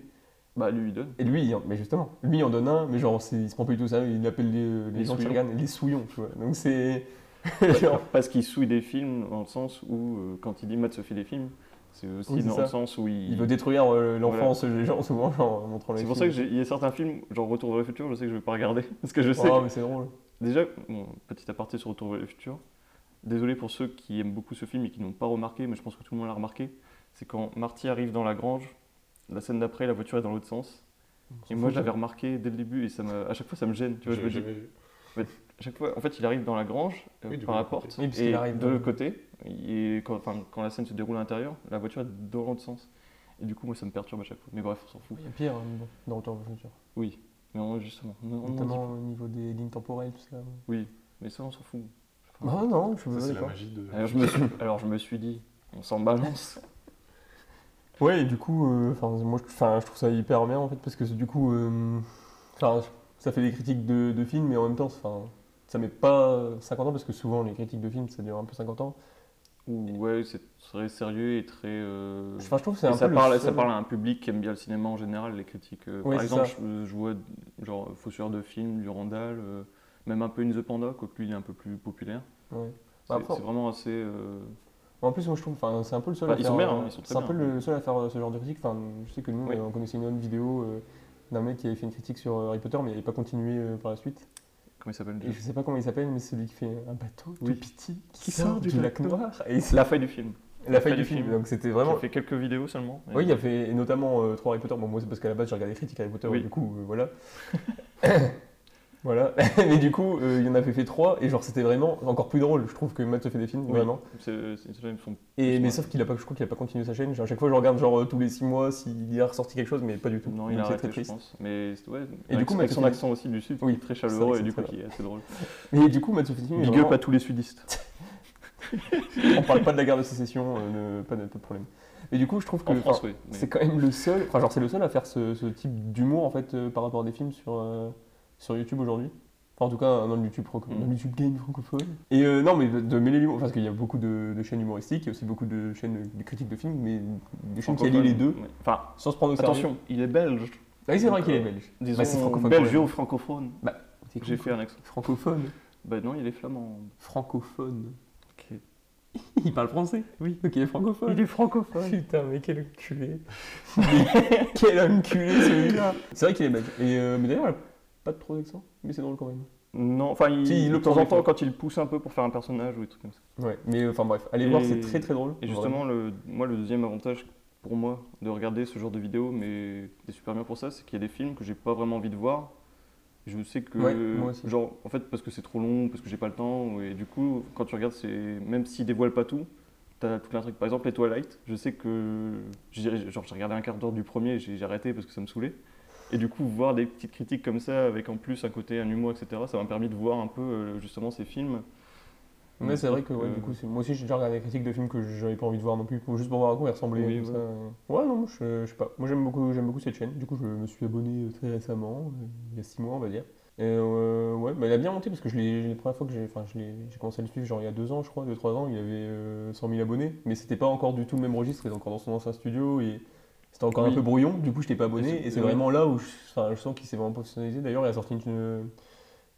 Bah, lui, il donne.
Et lui, il en- mais justement, lui, il en donne un, mais genre, c'est- il se prend pas du tout au sérieux. Il appelle les, les
Les
gens qui
souillons.
regardent les souillons, tu vois. Donc c'est.
Alors, Parce qu'il souille des films, dans le sens où, euh, quand il dit Matt se fait des films, c'est aussi
Oui, c'est
dans
ça.
le sens où il.
Il veut détruire euh, l'enfance
Voilà.
des gens, souvent, genre, en montrant les
C'est pour ça
films.
que j'ai- il y a certains films, genre Retour vers le futur, je sais que je vais pas regarder. Parce que je sais.
Oh,
que-
mais c'est drôle.
Déjà, bon, petit aparté sur Retour vers le futur. Désolé pour ceux qui aiment beaucoup ce film et qui n'ont pas remarqué, mais je pense que tout le monde l'a remarqué. C'est quand Marty arrive dans la grange, la scène d'après, la voiture est dans l'autre sens.
s'en
Et moi,
fout,
je l'avais
ça.
remarqué dès le début et ça me- à chaque fois, ça me gêne. Tu vois, je me
J'avais
dis.
jamais vu.
mais à chaque fois, en fait, il arrive dans la grange euh,
Oui, du
par
bon
la
côté.
porte
Oui, puisqu'il
et
arrive
de
dans-
l'autre côté. Et quand, enfin, quand la scène se déroule à l'intérieur, la voiture est dans l'autre sens. Et du coup, moi, ça me perturbe à chaque fois. Mais bref, on s'en fout.
Il y a pire euh, dans Retour vers le futur.
Oui, mais on, justement, on- on en dit
Notamment
pas.
au niveau des lignes temporelles, tout ça.
Oui, mais ça, on s'en fout.
Ah non, je suis
Ça, c'est la
d'accord.
magie de.
Alors je, me suis, alors, je me suis dit, on s'en balance.
Ouais, et du coup, euh, 'fin, moi je, 'fin, je trouve ça hyper bien en fait, parce que c'est du coup, euh, 'fin, ça fait des critiques de, de films, mais en même temps, 'fin, ça met pas 50 ans, parce que souvent les critiques de films, ça dure un peu 50 ans.
Ou, ouais, c'est très sérieux et très. euh,
Enfin, je trouve que c'est
et
un
ça
peu le
parle,
seul-
ça parle à un public qui aime bien le cinéma en général, les critiques. euh,
Ouais,
par
c'est
exemple,
ça.
je, je vois genre Fossoyeur de films, Durandal, euh, même un peu In the Panda, quoique lui il est un peu plus populaire.
Ouais.
C'est
Bah, après-
c'est vraiment assez. euh,
En plus, moi je trouve, 'fin, c'est un peu le seul
Bah,
à
ils
faire.
sont bien,
euh,
hein, ils sont très
C'est un peu
bien.
le seul à faire euh, ce genre de critique. 'Fin, je sais que nous,
Oui.
on connaissait une autre vidéo euh, d'un mec qui avait fait une critique sur euh, Harry Potter, mais il n'avait pas continué euh, par la suite.
comment il s'appelle
Et
déjà
je sais pas comment il s'appelle, mais c'est lui qui fait un bateau
Oui.
tout petit qui sort du lac noir. Et c'est-
La faille du film.
La faille du film, donc c'était vraiment-
J'ai fait quelques vidéos seulement. mais-
Oui, il y avait et notamment euh, trois Harry Potter. Bon, moi, c'est parce qu'à la base, j'ai regardé les critiques Harry Potter,
Oui.
et du coup, euh, voilà. voilà. Mais du coup, euh, il y en avait fait trois, et genre, c'était vraiment encore plus drôle. Je trouve que Matt se fait des films,
Oui,
vraiment.
c'est- c'est- ceux-là, ils me font-
Et,
ils
mais
sont-
sauf qu'il a pas, je crois qu'il a pas continué sa chaîne. Genre, à chaque fois, je regarde genre euh, tous les six mois s'il y a ressorti quelque chose, mais pas du tout.
Non, il
Donc,
a
c'est
arrêté,
très
je
triste.
pense. Mais c'est- ouais,
Et du
avec-
coup,
avec son
Mathieu-
accent aussi du sud, qui
Oui,
est très
c'est vrai
chaleureux
que
et du
c'est
coup
très-
qui est assez drôle.
Mais du coup, Matt se fait des films, il est
Big
vraiment-
up à tous les sudistes.
on parle pas de la guerre de sécession, euh, ne- pas, de, pas de problème. Mais du coup, je trouve que
En France,
enfin,
oui, mais-
c'est quand même le seul, enfin genre c'est le seul à faire ce, ce type d'humour en fait euh, par rapport à des films sur euh, sur YouTube aujourd'hui. Enfin, en tout cas, un homme YouTube, franco-
Mm.
un YouTube game francophone. Et euh, non, mais de, de mêler l'humour, parce qu'il y a beaucoup de, de chaînes humoristiques, il y a aussi beaucoup de chaînes de critiques de films, mais des chaînes qui allient les deux,
Ouais. Enfin,
sans se prendre au sérieux.
attention, il est belge.
Ah oui, c'est vrai
Donc,
qu'il est
euh,
belge.
Disons
Bah, c'est francophone.
belge
pour
ou francophone.
le- Bah, c'est
J'ai fait un accent.
francophone.
Bah non, il est flamand.
Francophone.
Ok.
Il parle français Oui. Donc il est francophone.
Il est francophone.
Putain, mais quel enculé. Mais quel enculé celui-là. C'est vrai qu'il est belge. Et euh, mais d'ailleurs, il a pas trop d'accent, mais c'est drôle quand même.
Non, enfin, il,
Si, il le
de temps
prend
en
des
temps,
fois.
quand il pousse un peu pour faire un personnage ou des trucs comme ça.
Ouais, mais euh, enfin bref, allez
Et-
voir, c'est très très drôle.
Et justement, le, moi, le deuxième avantage pour moi de regarder ce genre de vidéos, mais c'est super bien pour ça, c'est qu'il y a des films que j'ai pas vraiment envie de voir. Je sais que,
Ouais, moi aussi.
genre, en fait, parce que c'est trop long, parce que j'ai pas le temps, et du coup, quand tu regardes, c'est même s'ils dévoilent pas tout, t'as toute l'intrigue. Par exemple, les Twilight, je sais que, j'ai- genre, j'ai regardé un quart d'heure du premier, j'ai j'ai arrêté parce que ça me saoulait. Et du coup, voir des petites critiques comme ça, avec en plus un côté, un humour, etc., ça m'a permis de voir un peu euh, justement ces films.
Mais c'est vrai que ouais,
Euh,
du coup, c'est- moi aussi j'ai déjà regardé des critiques de films que j'avais pas envie de voir non plus, pour- juste pour voir à quoi ils ressemblaient.
Oui,
comme ça. Ouais, non, je, je sais pas. Moi j'aime beaucoup, j'aime beaucoup cette chaîne. Du coup, je me suis abonné euh, très récemment, euh, il y a 6 mois on va dire. Et euh, ouais, bah, il a bien monté parce que je l'ai, la première fois que j'ai, enfin, je l'ai- j'ai commencé à le suivre, genre il y a 2 ans, je crois, 2-3 ans, il avait euh, 100 000 abonnés, mais c'était pas encore du tout le même registre, il était encore dans son ancien studio et c'était encore un
Oui.
peu brouillon, du coup je t'ai pas
Et
abonné, et
c'est-
c'est,
oui.
vraiment là où je, enfin, je sens qu'il s'est vraiment professionnalisé. D'ailleurs, il a sorti une,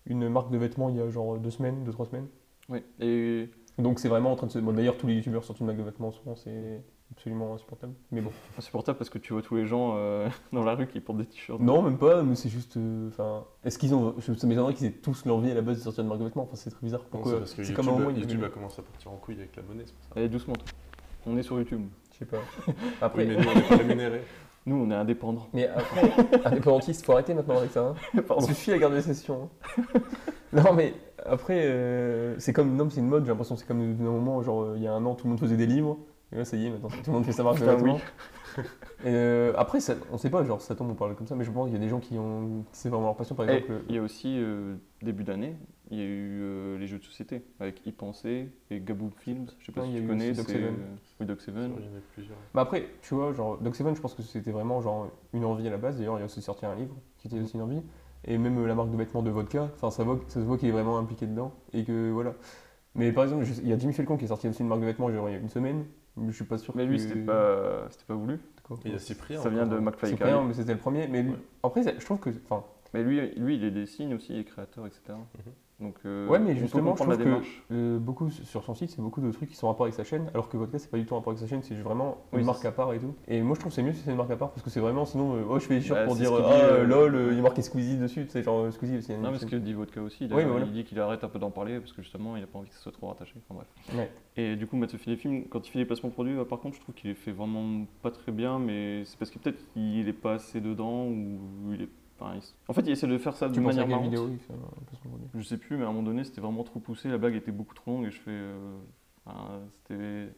une marque de vêtements il y a genre 2 semaines, 2-3 semaines.
Oui. Et
Donc c'est vraiment en train de se. Bon, d'ailleurs, tous les youtubeurs sortent une marque de vêtements en ce moment, c'est absolument insupportable. Mais bon.
insupportable parce que tu vois tous les gens euh, dans la rue qui portent des t-shirts.
Non, même pas, mais c'est juste. euh, Enfin. Est-ce qu'ils ont. je- Ça m'étonnerait qu'ils aient tous l'envie à la base de sortir une marque de vêtements. Enfin, c'est très bizarre.
Non,
Pourquoi
c'est parce que
C'est
YouTube,
comme un moment. ils-
YouTube a commencé à partir en couille avec l'abonné, c'est pour ça.
Allez, doucement, toi. On est sur YouTube.
Je sais pas.
Oui,
Après.
mais nous, on est pas rémunérés.
Nous, on est indépendants.
Mais après, indépendantiste, faut arrêter maintenant avec ça. Hein.
Pardon.
Parce que je suis la garde des sessions. hein. non, mais après, euh, c'est comme. Non, mais c'est une mode, j'ai l'impression que c'est comme d'un moment, genre, euh, il y a un an, tout le monde faisait des livres. Et là, ça y est, maintenant, tout le monde fait sa marque de
Ah
Putain, oui.
vêtements. Et, euh, après, ça, on sait pas, genre, ça tombe, on parle comme ça, mais je pense qu'il y a des gens qui ont. C'est vraiment leur passion, par
Et
exemple.
il y a aussi, euh, début d'année, il y a eu euh, les jeux de société avec Y Penser et Gaboom Films. Je sais pas
Ouais,
si
Ah, il y a
tu
eu
connais.
aussi Doc
c'est,
Seven.
euh, Oui, Doc Seven.
Il y en a plusieurs.
Bah après, tu vois, genre, Doc Seven, je pense que c'était vraiment genre une envie à la base. D'ailleurs, il a aussi sorti un livre qui était aussi une envie. Et même euh, la marque de vêtements de Vodka, enfin, ça, voit- ça se voit qu'il est vraiment impliqué dedans. Et que voilà. Mais par exemple, je- il y a Jimmy Falcon qui est sorti aussi une marque de vêtements, genre il y a une semaine. Je suis pas sûr
Mais lui, c'était pas, c'était pas voulu.
Il y a Cyprien
Ça vient de McFly et
Cyprien,
Carly.
mais c'était le premier. Mais lui- après, ça- je trouve que. Enfin,
Mais lui, lui, il est dessine aussi, il est créateur, etc. Donc, euh,
Mhm. ouais, mais
on peut
justement, je
comprendre la
trouve que
démarche.
euh, beaucoup sur son site, c'est beaucoup de trucs qui sont en rapport avec sa chaîne, alors que Vodka, c'est pas du tout en rapport avec sa chaîne, c'est vraiment une
Oui,
marque à part et tout. Et moi, je trouve que c'est mieux si c'est une marque à part, parce que c'est vraiment, sinon, euh, oh, je fais des shirts
Bah,
pour
c'est
dire,
ce qu'il
ah,
dit,
euh,
euh,
lol, euh, il y a marqué Squeezie dessus, tu sais, genre euh, Squeezie aussi.
Non, mais ce que dit Vodka aussi, il, a-
Oui, mais voilà.
il dit qu'il arrête un peu d'en parler parce que justement, il n'a pas envie que ce soit trop rattaché. Enfin bref.
Ouais.
Et du coup, Mathieu fait des films, quand il fait des placements produits, euh, par contre, je trouve qu'il les fait vraiment pas très bien, mais c'est parce que peut-être il est pas assez dedans ou il est. enfin, il s- En fait, il essaie de faire ça de
Tu penses à
manière
quelle
marrante.
vidéo il fait un placement produit
Je sais plus, mais à un moment donné, c'était vraiment trop poussé, la blague était beaucoup trop longue et je fais. euh, enfin, c'était.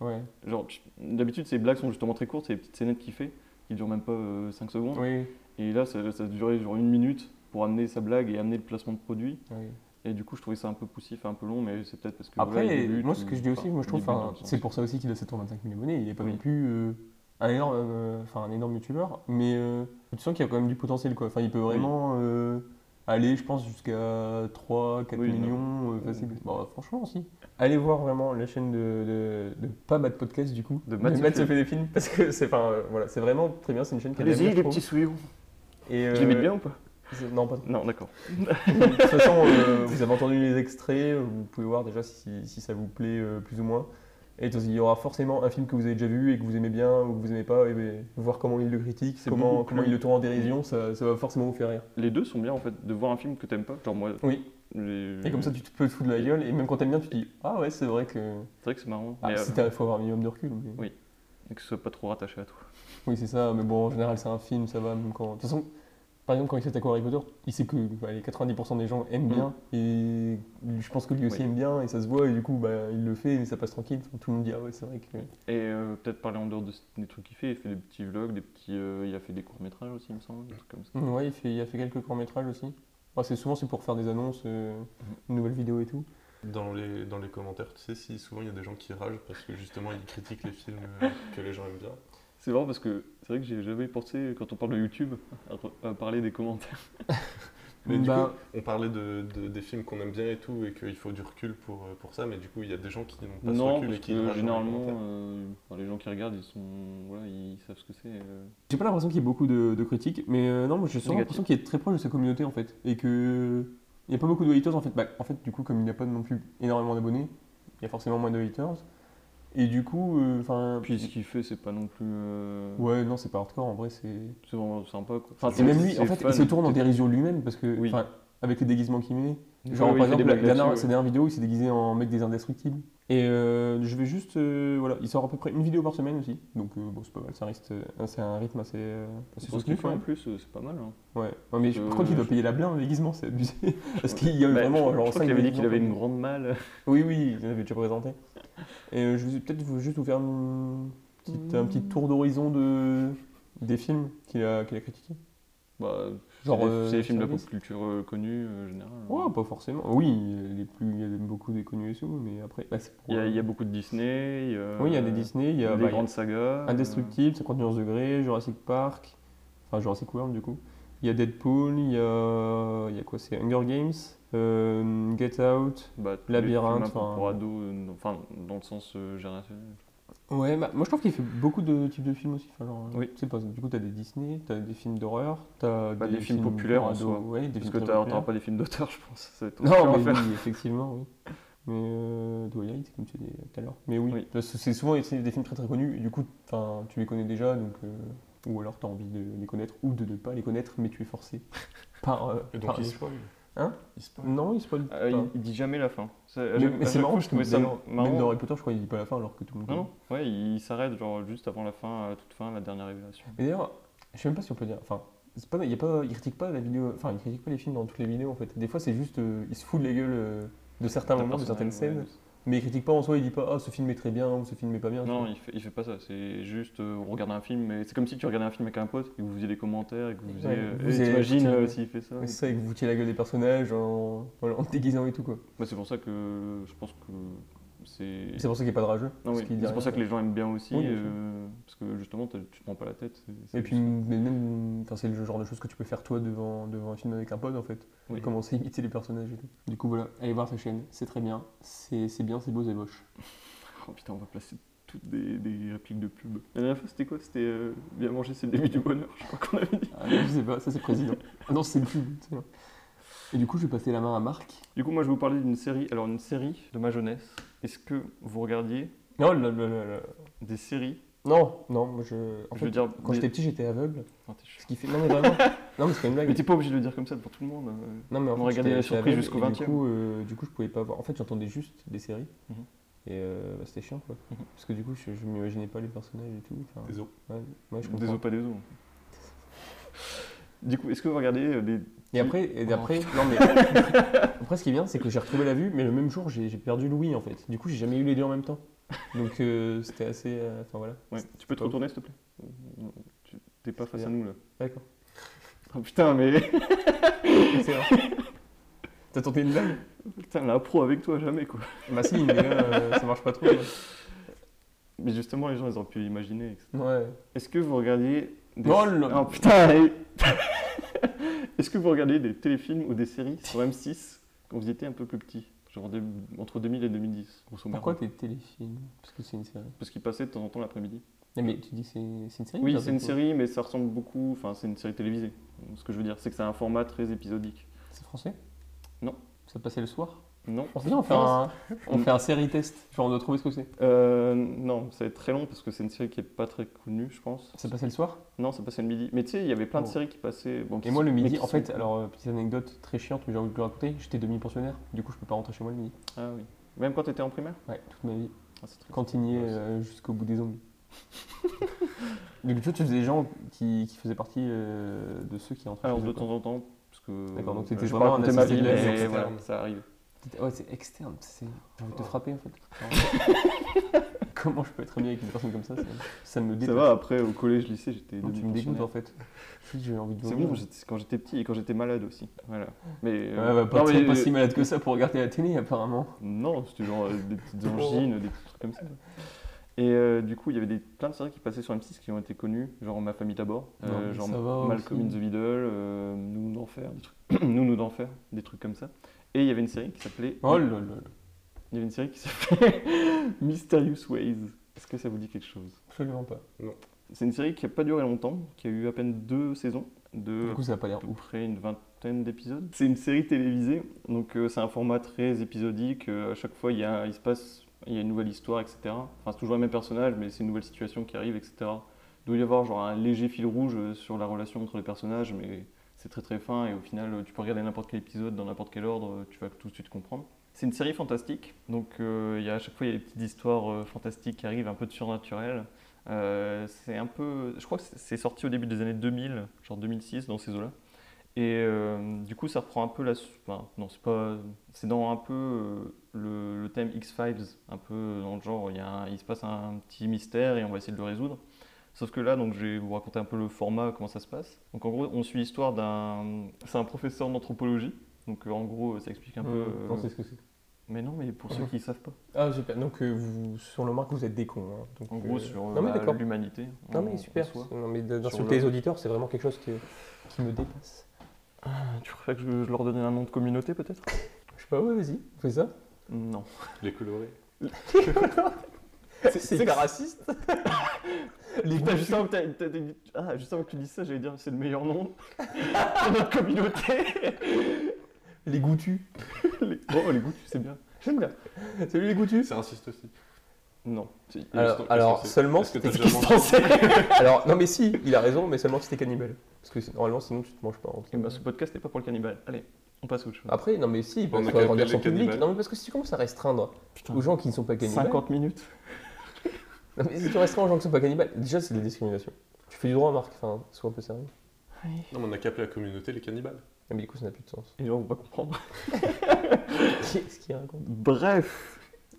Ouais.
Genre, tu- d'habitude, ces blagues sont justement très courtes, c'est les petites scénettes qu'il fait, qui durent même pas 5 secondes.
Oui.
Et là, ça, ça durait genre une minute pour amener sa blague et amener le placement de produit.
Oui.
Et du coup, je trouvais ça un peu poussif, un peu long, mais c'est peut-être parce que.
Après,
voilà, il débute
moi, ce que
ou-
je dis aussi,
euh, enfin,
moi, je trouve,
il débute
enfin,
dans le sens.
c'est pour ça aussi qu'il a 725 000 abonnés. Il est pas non plus euh, un énorme, euh, enfin, un énorme youtubeur, mais euh, tu sens qu'il y a quand même du potentiel, quoi. Enfin, il peut vraiment euh, aller, je pense, jusqu'à 3, 4
Oui,
millions, euh, facile. Bah, franchement, aussi. Allez voir vraiment la chaîne de, de, de- pas Matt Podcast, du coup.
De Matt se
Matt se
fait-
fait des films, parce que c'est, enfin, euh, voilà, c'est vraiment très bien. C'est une chaîne qui a de
Allez-y,
l'avenir,
les
je trouve.
petits souillons.
Et, euh,
Je les mets bien ou pas
c'est- Non, pas trop.
Non, d'accord.
de toute façon, euh, vous avez entendu les extraits, vous pouvez voir déjà si, si ça vous plaît euh, plus ou moins. Et donc, il y aura forcément un film que vous avez déjà vu et que vous aimez bien ou que vous aimez pas, et ben, voir comment il le critique,
C'est
comment,
beaucoup
comment
plus-
il le tourne en dérision, ça, ça va forcément vous faire rire.
Les deux sont bien en fait, de voir un film que t'aimes pas. Genre moi.
Oui.
j'ai-
Et comme ça, tu te peux te foutre de la gueule, et même quand t'aimes bien, tu te dis Ah ouais, c'est vrai que.
C'est vrai que c'est marrant.
Ah,
mais,
si
euh,
t'as- faut avoir un minimum de recul. mais-
Oui. Et que ce soit pas trop rattaché à toi.
Oui, c'est ça, mais bon, en général, c'est un film, ça va, même quand. De toute façon, par exemple, quand il s'attaque à Harry Potter, il sait que bah, les 90% des gens aiment bien, et je pense que lui aussi
Oui.
aime bien, et ça se voit, et du coup, bah, il le fait, et ça passe tranquille. Enfin, tout le monde dit, ah ouais, c'est vrai que.
Et euh, peut-être parler en dehors de, ce- des trucs qu'il fait. Il fait des petits vlogs, des petits. euh, il a fait des courts métrages aussi, il me semble, des trucs comme ça.
Mm, Ouais, il, fait, il a fait quelques courts-métrages aussi. Enfin, c'est souvent c'est pour faire des annonces, euh, nouvelles vidéos et tout.
Dans les, dans les commentaires, tu sais, si souvent il y a des gens qui ragent parce que justement ils critiquent les films euh, que les gens aiment bien.
C'est marrant parce que c'est vrai que j'ai jamais pensé, quand on parle de YouTube, à re- à, parler des commentaires.
Mais du
Bah-
coup, on parlait de, de- des films qu'on aime bien et tout, et qu'il faut du recul pour, euh, pour ça, mais du coup, il y a des gens qui n'ont pas ce
non,
recul
parce
et qui
que
ragent dans les
généralement,
commentaires.
euh, enfin, les gens qui regardent, ils sont, voilà, ils savent ce que c'est. euh.
J'ai pas l'impression qu'il y ait beaucoup de, de critiques, mais euh, non, moi j'ai souvent
Négatif.
l'impression qu'il est très proche de sa communauté en fait. Et que. Il n'y a pas beaucoup de haters en fait. Bah, en fait, du coup, comme il n'y a pas non plus énormément d'abonnés, il y a forcément moins de haters. Et du coup, euh, enfin.
Puis ce qu'il fait, c'est pas non plus. euh,
Ouais, non, c'est pas hardcore, en vrai, c'est.
C'est vraiment sympa quoi.
Enfin, c'est même lui, en fait,
fun.
il se tourne en dérision lui-même, parce que.
Oui.
enfin, Avec les déguisements qu'il met.
Oui,
Genre,
oui, il
par
fait des
exemple, la
blagues
dernière,
là-dessus,
sa
ouais.
dernière vidéo, il s'est déguisé en mec des indestructibles. Et euh, je vais juste. euh, voilà, il sort à peu près une vidéo par semaine aussi. Donc, euh, bon, c'est pas mal, ça reste, euh, c'est un rythme assez. euh, assez
Pour ce qu'il
soutenu,
fait
quand
en
même.
plus, euh, c'est pas mal. hein.
Ouais, non, mais je,
Euh,
par contre, il doit
je-
payer la blinde en déguisement, c'est abusé. Parce qu'il y a
Bah, je
vraiment.
crois-
genre,
je crois
cinq
qu'il avait dit qu'il
déguisements.
avait une grande malle.
Oui, oui, il l'avait déjà présenté. Et euh, je vais peut-être vous- juste vous faire une petite- un petit tour d'horizon de, des films qu'il a, qu'il a critiqués.
Bah,
Genre,
c'est des,
euh,
c'est des films de la pop
service.
culture euh, connue euh, général.
Ouais, bah, pas forcément. Oui, les plus, il y a beaucoup des connus et tout, mais après. bah, c'est pour-
Il y, a, il y a beaucoup de Disney. il y a-
Oui, il y a des Disney, il y
des
a. bah, il y a
grandes sagas. euh,
Indestructible, 50 nuances degrés, Jurassic Park, enfin Jurassic World du coup. Il y a Deadpool, il y a, il y a quoi C'est Hunger Games, euh, Get Out.
bah, tous les
Labyrinthe,
films un peu
enfin-
pour ados, euh, dans- enfin dans le sens euh, générationnel.
Ouais, bah, moi je trouve qu'il fait beaucoup de types de films aussi. Enfin, genre,
Oui.
c'est pas, du coup, t'as des Disney, t'as des films d'horreur, t'as
Bah, des, films, populaires
pour
en
ados,
soi.
ouais, des
Parce
films
que
très
t'as-
populaires.
t'auras pas des films d'auteur, je pense. Ça va être autre
Non,
chose
mais
à faire.
oui, effectivement, oui. Mais euh, Twilight, comme tu dis tout à l'heure. Mais oui,
Oui.
parce que c'est souvent des des films très très connus, et du coup, enfin, tu les connais déjà, donc, euh, ou alors tu as envie de les connaître, ou de ne pas les connaître, mais tu es forcé par. euh,
Et donc,
par
ils
les-
spoilent.
Hein
Ils spoilent.
Non, il spoil.
Euh,
pas.
il, il dit jamais la fin. Ça, à chaque-
Mais- mais
à
c'est
chaque
marrant,
fois,
parce
je
que
trouvais ça
d'ailleurs,
marrant.
même dans Harry Potter, je crois qu'il dit pas la fin, alors que tout le monde.
Non,
connaît.
non, Mm. ouais, il il s'arrête genre juste avant la fin, à la toute fin, la dernière révélation.
Mais d'ailleurs, je sais même pas si on peut dire. Enfin, c'est pas, il y a pas, il critique pas la vidéo. Enfin, il critique pas les films dans toutes les vidéos en fait. Des fois, c'est juste, euh, il se fout de la gueule euh, de certains
Certains
moments, de certaines
personnages,
scènes.
ouais,
Mais il critique pas en soi, il dit pas ah ce film est très bien ou ce film est pas bien. tu
Non,
vois.
il fait, il fait pas ça. C'est juste, euh, on regarde un film, mais c'est comme si tu regardais un film avec un pote et que vous faisiez des commentaires et que vous faisiez.
Ouais,
euh,
vous
Eh,
avez-
t'imagines
tiens,
euh, s'il fait ça
ouais, C'est ça, et que vous foutiez la gueule des personnages en, voilà, en te déguisant et tout quoi.
Bah, c'est pour ça que je pense que c'est.
C'est pour ça qu'il y a pas de rageux,
Non,
parce
oui.
qu'il dit
C'est pour
rien.
ça que les gens aiment bien aussi,
Oui, bien sûr.
euh, parce que justement, t'as- tu te prends pas la tête. c'est- c'est
Et puis mais même, enfin, c'est le genre de choses que tu peux faire toi devant, devant un film avec un pote en fait.
Oui.
Commencer à imiter les personnages et tout. Du coup voilà, allez voir sa chaîne, c'est très bien, c'est c'est bien, c'est beau, c'est moche.
Oh putain, on va placer toutes des, des répliques de pub. La dernière fois, c'était quoi C'était euh, bien manger, c'est le début du bonheur, je crois qu'on avait dit.
Ah, je sais pas, ça c'est président. Ah non, c'est le pub. c'est vrai. Et du coup, je vais passer la main à Marc.
Du coup, moi, je vais vous parler d'une série, alors une série de ma jeunesse. Est-ce que vous regardiez
Non, le,
des séries
Non, non, moi je. En
Je
fait,
veux dire,
quand
mais-
j'étais petit, j'étais aveugle.
Enfin, t'es chiant.
Ce qui fait. Non, mais vraiment. non, mais c'est pas une blague.
Mais t'es pas obligé de le dire comme ça devant tout le monde. euh.
Non, mais en
on
fait,
regardait
j'étais-
la
j'étais
surprise
aveugle,
jusqu'au
et
20
Du coup, euh, du coup, je pouvais pas voir. En fait, j'entendais juste des séries.
Mhm.
Et euh, bah, c'était chiant, quoi. Parce que du coup, je, je m'imaginais pas les personnages et tout. Enfin,
Désolé.
ouais, ouais, je
Des
comprends.
os, pas des os. hein. Du coup, est-ce que vous regardez euh, des.
Et après, et
Oh,
après,
putain.
non mais après, ce qui est bien, c'est que j'ai retrouvé la vue, mais le même jour, j'ai j'ai perdu Louis en fait. Du coup, j'ai jamais eu les deux en même temps. Donc euh, c'était assez, euh, enfin voilà.
Ouais, Tu peux te
pas ouf.
retourner, s'il te plaît Non, tu- T'es pas face à nous, là.
D'accord.
Oh putain, mais.
Excellent. hein. T'as tenté une blague
Putain, la pro avec toi, jamais, quoi.
Bah si, mais là, euh, ça marche pas trop. quoi.
Mais justement, les gens, ils auraient pu imaginer. etc.
Ouais.
Est-ce que vous regardiez. Des...
Oh là
Ah, putain et- Est-ce que vous regardiez des téléfilms ou des séries sur M6 quand vous étiez un peu plus petit Genre des- entre 2000 et 2010, grosso modo.
Pourquoi t'es téléfilm Parce que c'est une série.
Parce qu'ils passaient de temps en temps l'après-midi.
Non mais tu dis que c'est c'est une série
Oui,
ou
c'est une
pas
série, mais ça ressemble beaucoup. Enfin, c'est une série télévisée. Ce que je veux dire, c'est que c'est un format très épisodique.
C'est français
Non.
Ça passait le soir
Non.
On fait, on fait un, on fait un série test. Genre on doit trouver ce que c'est.
Euh, non, ça va être très long parce que c'est une série qui est pas très connue, je pense.
Ça passait le soir
Non, ça passait le midi. Mais tu sais, il y avait plein de
Oh.
séries qui passaient. bon, qui
Et moi le
sont- mais
midi,
qui
en
sont-
fait, alors euh, petite anecdote très chiante, mais j'ai envie de le raconter, j'étais demi-pensionnaire, du coup je peux pas rentrer chez moi le midi.
Ah oui. Même quand t'étais en primaire
Ouais, toute ma vie.
Ah, c'est triste.
Cantinier euh, jusqu'au bout des ongles. Donc tu vois, tu faisais des gens qui, qui faisaient partie euh, de ceux qui rentraient
Alors,
chez
de
eux, quoi.
temps en temps, parce que.
D'accord, donc
euh,
t'étais
je
vraiment
racontais
un
ma
assisté
vie,
de la
mais
vie,
voilà,
externe.
ça arrive.
T'étais- Ouais, c'est externe, c'est- j'ai
Oh.
envie de te frapper en fait. Comment je peux être ami avec une personne comme ça Ça, ça me
Ça
déteste.
va, après, au collège, lycée, j'étais.
Non, tu me hein. dégoûtes
demi-pensionnaire.
en fait. Je dis, J'ai envie de
C'est
vomir.
bon, j'étais- quand j'étais petit et quand j'étais malade aussi. Voilà. Mais.
Ouais,
euh,
bah, pas,
non,
très-
mais-
pas si malade que ça pour regarder la télé apparemment.
Non, c'était genre euh, des petites angines, des petits trucs comme ça. Et euh, du coup, il y avait des, plein de séries qui passaient sur M6 qui ont été connues, genre Ma famille d'abord, euh,
Non, mais
genre
ça va
Malcolm
aussi.
in the Middle, euh, Nous d'enfer, des trucs, Nous nous d'enfer, des trucs comme ça. Et il y avait une série qui s'appelait
Oh là là là.
Il y avait une série qui s'appelait Mysterious Ways. Est-ce que ça vous dit quelque chose
Absolument pas.
C'est une série qui a pas duré longtemps, qui a eu à peine deux saisons de
Du coup ça a pas l'air
à peu près une vingtaine d'épisodes. C'est une série télévisée, donc euh, c'est un format très épisodique. euh, à chaque fois, il, y a, il se passe, il y a une nouvelle histoire, etc. Enfin, c'est toujours le même personnage, mais c'est une nouvelle situation qui arrive, etc. Il doit y avoir genre un léger fil rouge euh, sur la relation entre les personnages, mais c'est très très fin et au final, euh, tu peux regarder n'importe quel épisode dans n'importe quel ordre, euh, tu vas tout de suite comprendre. C'est une série fantastique, donc euh, il y a, à chaque fois il y a des petites histoires euh, fantastiques qui arrivent, un peu de surnaturel. Euh, c'est un peu, je crois que c'est- c'est sorti au début des années 2000, genre 2006 dans ces eaux-là. Et euh, du coup, ça reprend un peu la. sou- enfin, non, c'est pas. C'est dans un peu euh, le, le thème X-Files, un peu dans le genre, il, y a un- il se passe un petit mystère et on va essayer de le résoudre. Sauf que là, donc, je vais vous raconter un peu le format, comment ça se passe. Donc, en gros, on suit l'histoire d'un. C'est un professeur d'anthropologie. Donc, euh, en gros, ça explique un peu. euh,
Mmh, Non, c'est ce que c'est.
Mais non, mais pour ceux qui ne savent pas.
Ah, super. Donc, euh, vous, sur le marque, vous êtes des cons. hein. Donc,
En gros,
euh,
sur
Non, mais
euh,
d'accord.
l'humanité.
Non,
en-
mais super.
en soi.
Non, mais
Sur
d'insulter
le-
les auditeurs, c'est vraiment quelque chose qui, qui me dépasse.
Tu préfères que je, je leur donne un nom de communauté, peut-être
Je sais pas, ouais, vas-y, on fait ça.
Non.
Les colorés.
C'est raciste.
Les Putain, juste avant que t'as- t'as- t'as- ah, juste avant que tu dises ça, j'allais dire c'est le meilleur nom de notre communauté.
Les goûtus.
Les- Oh, les goûtus, c'est bien. J'aime bien.
Salut les goûtus.
C'est raciste aussi.
Non. Ah,
C'est-
Alors,
Est-ce que-
alors
est-ce que c'est-
seulement
Est-ce que
si
t'as
t'es
déjà mangé
Alors, non, mais si, il a raison, mais seulement si t'es cannibale. Parce que c'est- normalement, sinon, tu te manges pas. en fait.
Et bah, ce podcast n'est pas pour le cannibale. Allez, on passe à autre chose.
Après, non, mais si, il faut
On a qu'à
agrandir
appeler
son
les
public.
cannibales.
Non, mais parce que si tu commences à restreindre
Putain.
aux gens qui ne sont pas cannibales.
50 minutes.
Non, mais si tu restreins aux gens qui ne sont pas cannibales, déjà, c'est de la discrimination. Tu fais du droit, Marc. Enfin, sois un peu sérieux.
Non, mais on a qu'à appeler la communauté les cannibales.
Non, mais du coup, ça n'a plus de sens.
Et les gens vont pas comprendre.
Qu'est-ce qu'il raconte
Bref.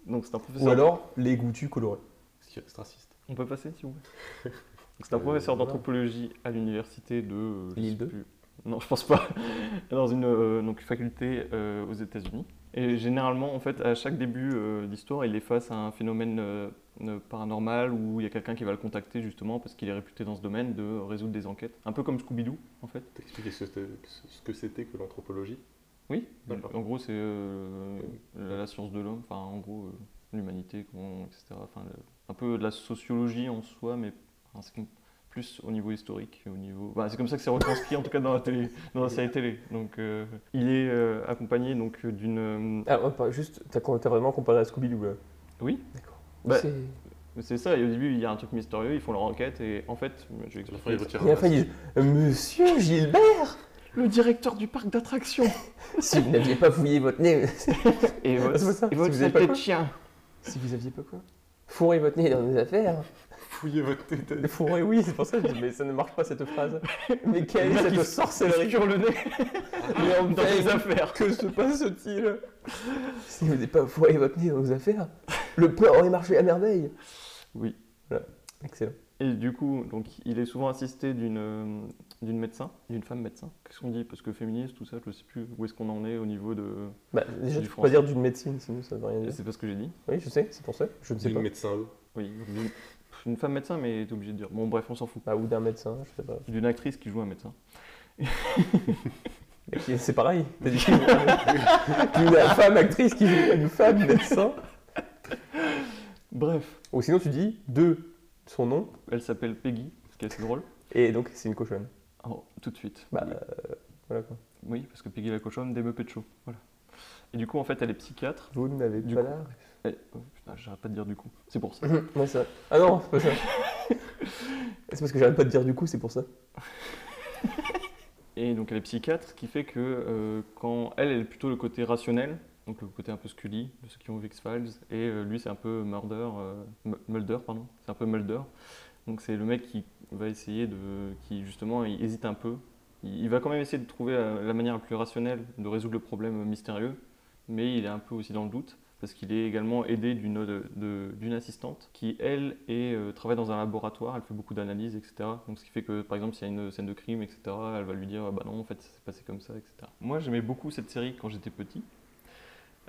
Donc c'est un professeur.
Ou alors les goûtus colorés.
Parce qu'il reste raciste.
On peut passer si vous voulez. Donc, C'est un professeur d'anthropologie à l'université de. euh, je sais plus. Non, je pense pas. Dans une euh, donc, faculté euh, aux États-Unis. Et généralement, en fait, à chaque début euh, d'histoire, il est face à un phénomène euh, euh, paranormal où il y a quelqu'un qui va le contacter justement parce qu'il est réputé dans ce domaine de résoudre des enquêtes. Un peu comme Scooby-Doo, en fait.
T'expliques ce que c'était- ce que c'était que l'anthropologie
Oui,
D'accord.
en gros, c'est euh, la, la science de l'homme, enfin, en gros, euh, l'humanité, comment- etc. Enfin, le- un peu de la sociologie en soi, mais enfin, c'est com- plus au niveau historique et au niveau. Bah, c'est comme ça que c'est retranscrit, en tout cas, dans la, télé, dans la série télé. Donc, euh, il est euh, accompagné donc, d'une. euh,
Ah, ouais, pas- juste, t'as t'as vraiment comparé à Scooby-Doo là.
Oui.
D'accord.
bah,
C'est-
c'est ça, et au début, il y a un truc mystérieux, ils font leur enquête, et en fait, je vais
fois,
expliquer.
ils retirent
Et après, il dit Monsieur Gilbert
Le directeur du parc d'attractions
Si vous n'aviez pas fouillé votre nez.
Et
Ah, c'est pas ça.
votre, et votre
vous aviez pas
saleté
quoi
de chien
Si vous aviez pas quoi Fourrez votre nez dans nos affaires.
Fouillez votre tête.
Fourrez, oui, c'est pour ça que je dis Mais ça ne marche pas cette phrase. Mais quelle est
Le mec, il
cette
se-
sorcellerie
sur le nez
Mais en
dans les
fait,
affaires.
Que se passe-t-il Si vous n'avez pas fourré votre nez dans vos affaires, le plan aurait marché à merveille.
Oui.
Voilà, excellent.
Et du coup, donc, il est souvent assisté d'une euh, d'une médecin, d'une femme médecin. Qu'est-ce qu'on dit Parce que féministe, tout ça, je sais plus où est-ce qu'on en est au niveau de.
Bah, déjà,
du
tu peux pas
français.
dire d'une médecine, sinon ça veut rien dire.
C'est pas ce que j'ai dit.
Oui, je sais, c'est pour ça. Je ne sais pas.
Une médecin, eux.
Oui, d'une- pff, une femme médecin, mais t'es obligé de dire. Bon, bref, on s'en fout.
Bah, ou d'un médecin, je sais pas.
D'une actrice qui joue un médecin.
Mais qui- C'est pareil. T'as dit une femme actrice qui joue une femme médecin.
Bref,
Ou sinon, tu dis de son nom,
elle s'appelle Peggy, ce qui est assez drôle.
et donc c'est une cochonne.
Oh, tout de suite.
Bah, euh, voilà quoi.
Oui, parce que Peggy la cochonne, des meupets de chaud. Voilà. Et du coup, en fait, elle est psychiatre.
Vous n'avez
Du
pas
coup-
l'air.
Elle- oh, putain, j'arrête pas de dire du coup. C'est pour ça.
Ouais, ça. Ah non, c'est pas ça. c'est parce que j'arrête pas de dire du coup, c'est pour ça.
Et donc elle est psychiatre, ce qui fait que euh, quand elle, elle est plutôt le côté rationnel, donc le côté un peu Scully, de ceux qui ont vu X-Files, et euh, lui c'est un peu Murder, euh, M- Mulder, pardon, c'est un peu Mulder. Donc c'est le mec qui va essayer de, qui justement il hésite un peu. Il, il va quand même essayer de trouver euh, la manière la plus rationnelle de résoudre le problème mystérieux, mais il est un peu aussi dans le doute parce qu'il est également aidé d'une de- de- d'une assistante qui, elle, est, euh, travaille dans un laboratoire, elle fait beaucoup d'analyses, etc. Donc, ce qui fait que, par exemple, s'il y a une scène de crime, etc., elle va lui dire Ah Bah non, en fait, ça s'est passé comme ça, etc. Moi, j'aimais beaucoup cette série quand j'étais petit.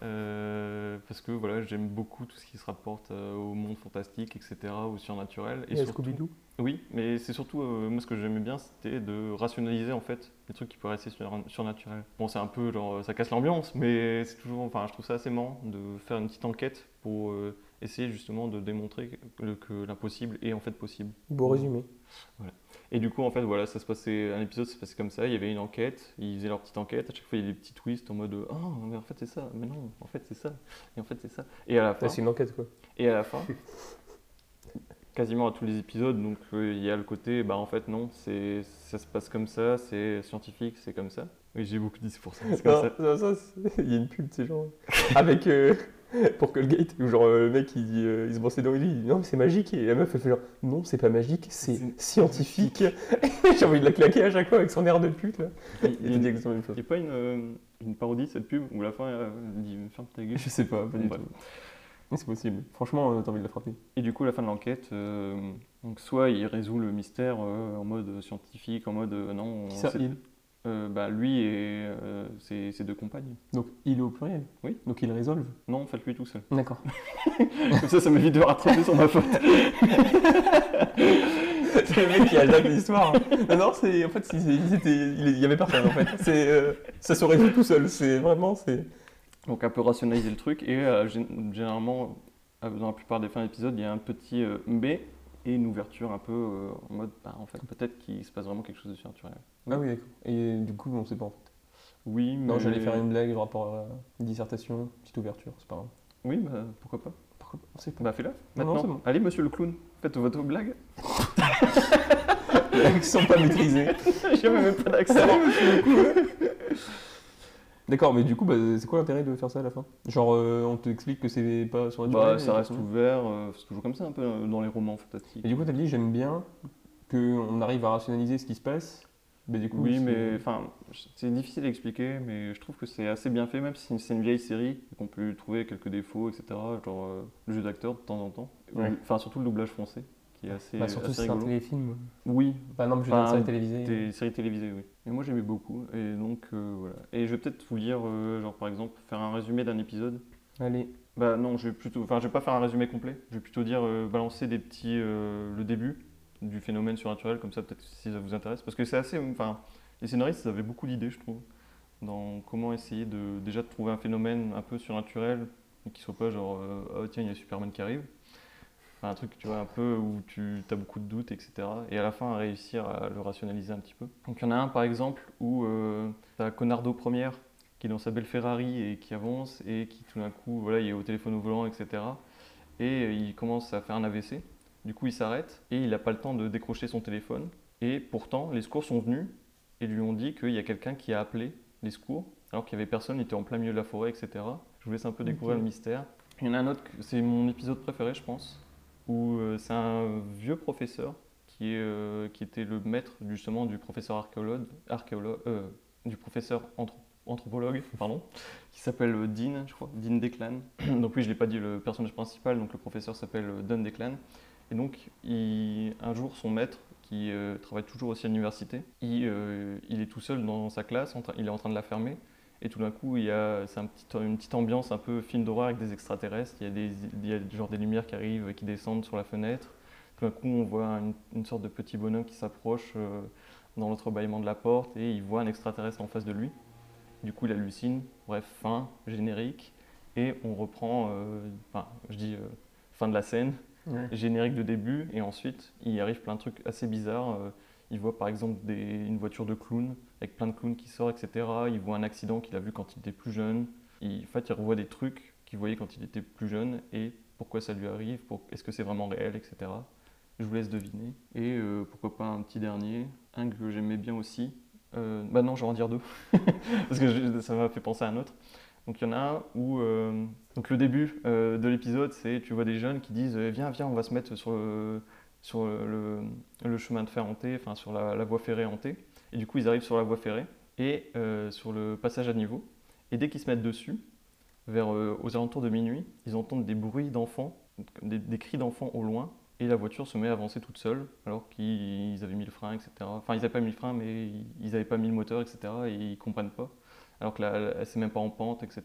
euh, parce que voilà, j'aime beaucoup tout ce qui se rapporte euh, au monde fantastique, etc., au surnaturel.
Et à Scooby-Doo
Oui, mais c'est surtout, euh, moi ce que j'aimais bien, c'était de rationaliser en fait les trucs qui pouvaient rester sur- surnaturels. Bon, c'est un peu genre, euh, ça casse l'ambiance, mais c'est toujours, enfin, je trouve ça assez marrant de faire une petite enquête pour euh, essayer justement de démontrer que, le- que l'impossible est en fait possible.
Beau résumé.
Et du coup, en fait, voilà, ça se passait, un épisode se passait comme ça, il y avait une enquête, ils faisaient leur petite enquête, à chaque fois il y avait des petits twists en mode, ah, mais en fait c'est ça, mais non, en fait c'est ça, et en fait c'est ça. Et à la fin.
Ouais, c'est une enquête quoi.
Et à la fin, quasiment à tous les épisodes, donc euh, il y a le côté, bah en fait non, c'est ça se passe comme ça, c'est scientifique, c'est comme ça. Oui, j'ai beaucoup dit c'est pour ça. c'est comme
Non,
ça.
non, ça, c'est- il y a une pub, c'est genre. Avec. euh, pour Colgate, où genre euh, le mec il, dit, euh, il se brosse les dents, il dit non, mais c'est magique. Et la meuf elle fait genre non, c'est pas magique, c'est scientifique. J'ai envie de la claquer à chaque fois avec son air de pute là.
Il
Il
y a,
dit
une-
exactement la même chose.
il y a pas une, euh, une parodie de cette pub où à la fin euh, elle dit ferme ta gueule.
Je sais pas, pas du
Bref.
tout. Mais c'est possible. Franchement, euh, t'as envie de la frapper.
Et du coup, à la fin de l'enquête, euh, donc soit il résout le mystère euh, en mode scientifique, en mode euh, non.
Qui
on
ça
sait-
il
Euh, Bah lui et euh, ses, ses deux compagnes.
Donc il est au pluriel.
Oui.
Donc il résolve.
Non, faites-lui tout seul.
D'accord.
Comme ça, ça m'évite de rattraper sur ma faute.
c'est le mec qui a l'âme l'histoire. hein. Non, non, c'est en fait, c'est- c'est- ils étaient- il y avait personne en fait. C'est euh, ça se résout tout seul. C'est vraiment c'est.
Donc un peu rationaliser le truc et euh, gé- généralement euh, dans la plupart des fins d'épisode il y a un petit euh, MB et une ouverture un peu euh, en mode bah, en fait peut-être qu'il se passe vraiment quelque chose de surnaturel.
Ah oui, d'accord. Et du coup, on sait pas en fait.
Oui mais
Non, j'allais faire une blague par rapport à la dissertation, petite ouverture, c'est pas grave.
Oui bah pourquoi pas.
Par contre, on sait pas.
Bah fais-la
Non, non,
maintenant.
c'est bon.
Allez monsieur le clown, faites votre blague.
Les blagues sont pas maîtrisées.
J'avais même pas d'accent.
D'accord, mais du coup, bah, c'est quoi l'intérêt de faire ça à la fin Genre, euh, on t'explique que c'est pas sur la
bah ça reste ouvert, euh, c'est toujours comme ça un peu euh, dans les romans
Et
fantastiques.
du coup, t'as dit, j'aime bien qu'on arrive à rationaliser ce qui se passe, Mais du coup,
oui,
c'est-
mais enfin, c'est difficile à expliquer, mais je trouve que c'est assez bien fait, même si c'est une vieille série et qu'on peut lui trouver quelques défauts, etc. Genre euh, le jeu d'acteur de temps en temps,
Ouais.
enfin surtout le doublage français, qui est assez,
Bah, surtout
assez
si c'est un
rigolo.
téléfilm.
Oui.
Bah non, mais je veux dire,
Enfin,
série télévisée.
Des séries télévisées, oui. Et moi j'aimais beaucoup, et donc euh, voilà. Et je vais peut-être vous lire, euh, genre par exemple, faire un résumé d'un épisode.
Allez.
Bah non, je vais plutôt, enfin je vais pas faire un résumé complet. Je vais plutôt dire euh, balancer des petits, euh, le début du phénomène surnaturel, comme ça peut-être si ça vous intéresse, parce que c'est assez, enfin les scénaristes ils avaient beaucoup d'idées, je trouve, dans comment essayer de déjà de trouver un phénomène un peu surnaturel et qui soit pas genre euh, oh tiens il y a Superman qui arrive. Enfin, un truc, tu vois, un peu où tu as beaucoup de doutes, etc. Et à la fin, à réussir à le rationaliser un petit peu. Donc, il y en a un, par exemple, où tu as Conardo première qui est dans sa belle Ferrari et qui avance et qui, tout d'un coup, voilà, il est au téléphone au volant, etc. Et euh, il commence à faire un AVC. Du coup, il s'arrête et il n'a pas le temps de décrocher son téléphone. Et pourtant, les secours sont venus et lui ont dit qu'il y a quelqu'un qui a appelé les secours alors qu'il n'y avait personne, il était en plein milieu de la forêt, etc. Je vous laisse un peu découvrir
Ok.
le mystère. Il y en a un autre, que- c'est mon épisode préféré, je pense, où euh, c'est un vieux professeur qui, est, euh, qui était le maître justement du professeur archéologue, archéologue euh, du professeur anthro- anthropologue, pardon, qui s'appelle euh, Dean, je crois, Dean Declan. donc oui, je l'ai pas dit le personnage principal, donc le professeur s'appelle euh, Don Declan. Et donc, il- un jour, son maître, qui euh, travaille toujours aussi à l'université, il, euh, il est tout seul dans sa classe, en train- il est en train de la fermer. Et tout d'un coup, il y a c'est un petit- une petite ambiance un peu film d'horreur avec des extraterrestres. Il y a, des, il y a genre des lumières qui arrivent, et qui descendent sur la fenêtre. Tout d'un coup, on voit une, une sorte de petit bonhomme qui s'approche euh, dans l'entrebâillement de la porte et il voit un extraterrestre en face de lui. Du coup, il hallucine. Bref, fin, générique. Et on reprend, euh, enfin, je dis euh, fin de la scène,
Ouais.
générique de début. Et ensuite, il arrive plein de trucs assez bizarres. Euh, il voit par exemple des- une voiture de clown avec plein de clowns qui sort, etc. Il voit un accident qu'il a vu quand il était plus jeune. Il, en fait, il revoit des trucs qu'il voyait quand il était plus jeune et pourquoi ça lui arrive, pour- est-ce que c'est vraiment réel, etc. Je vous laisse deviner. Et euh, pourquoi pas un petit dernier, un que j'aimais bien aussi. Euh, bah non, je vais en dire deux, parce que je- ça m'a fait penser à un autre. Donc il y en a un où euh, donc le début euh, de l'épisode, c'est tu vois des jeunes qui disent eh, viens viens on va se mettre sur le, sur le, le chemin de fer hanté, enfin sur la, la voie ferrée hantée. Et du coup ils arrivent sur la voie ferrée et euh, sur le passage à niveau. Et dès qu'ils se mettent dessus, vers euh, aux alentours de minuit, ils entendent des bruits d'enfants, comme des, des cris d'enfants au loin. Et la voiture se met à avancer toute seule, alors qu'ils avaient mis le frein, etc. Enfin, ils n'avaient pas mis le frein, mais ils n'avaient pas mis le moteur, etc. Et ils comprennent pas alors que la, la- elle s'est même pas en pente, etc.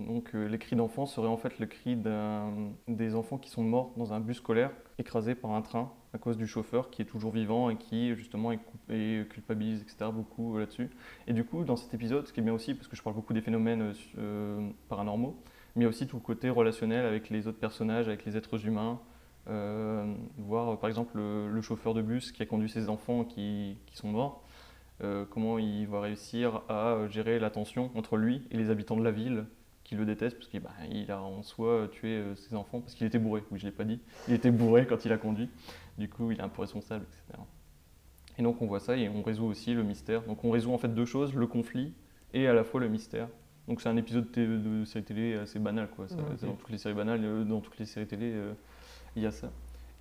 Donc euh, les cris d'enfants seraient en fait le cri d'un- des enfants qui sont morts dans un bus scolaire écrasé par un train à cause du chauffeur qui est toujours vivant et qui justement est, coup- est culpabilise, etc. beaucoup euh, là-dessus. Et du coup, dans cet épisode, ce qui est bien aussi, parce que je parle beaucoup des phénomènes euh, su- euh, paranormaux, mais il y a aussi tout le côté relationnel avec les autres personnages, avec les êtres humains. Euh, voir euh, par exemple le, le chauffeur de bus qui a conduit ses enfants qui, qui sont morts, euh, comment il va réussir à euh, gérer la tension entre lui et les habitants de la ville qui le détestent parce qu'il bah, il a en soi euh, tué euh, ses enfants parce qu'il était bourré, oui je l'ai pas dit, il était bourré quand il a conduit, du coup il est un peu responsable, etc. Et donc on voit ça et on résout aussi le mystère. Donc on résout en fait deux choses, le conflit et à la fois le mystère. Donc c'est un épisode té- de série télé assez banal quoi. Ça-
Ouais, ok.
Dans toutes les séries banales, euh, dans toutes les séries télé, euh, il y a ça.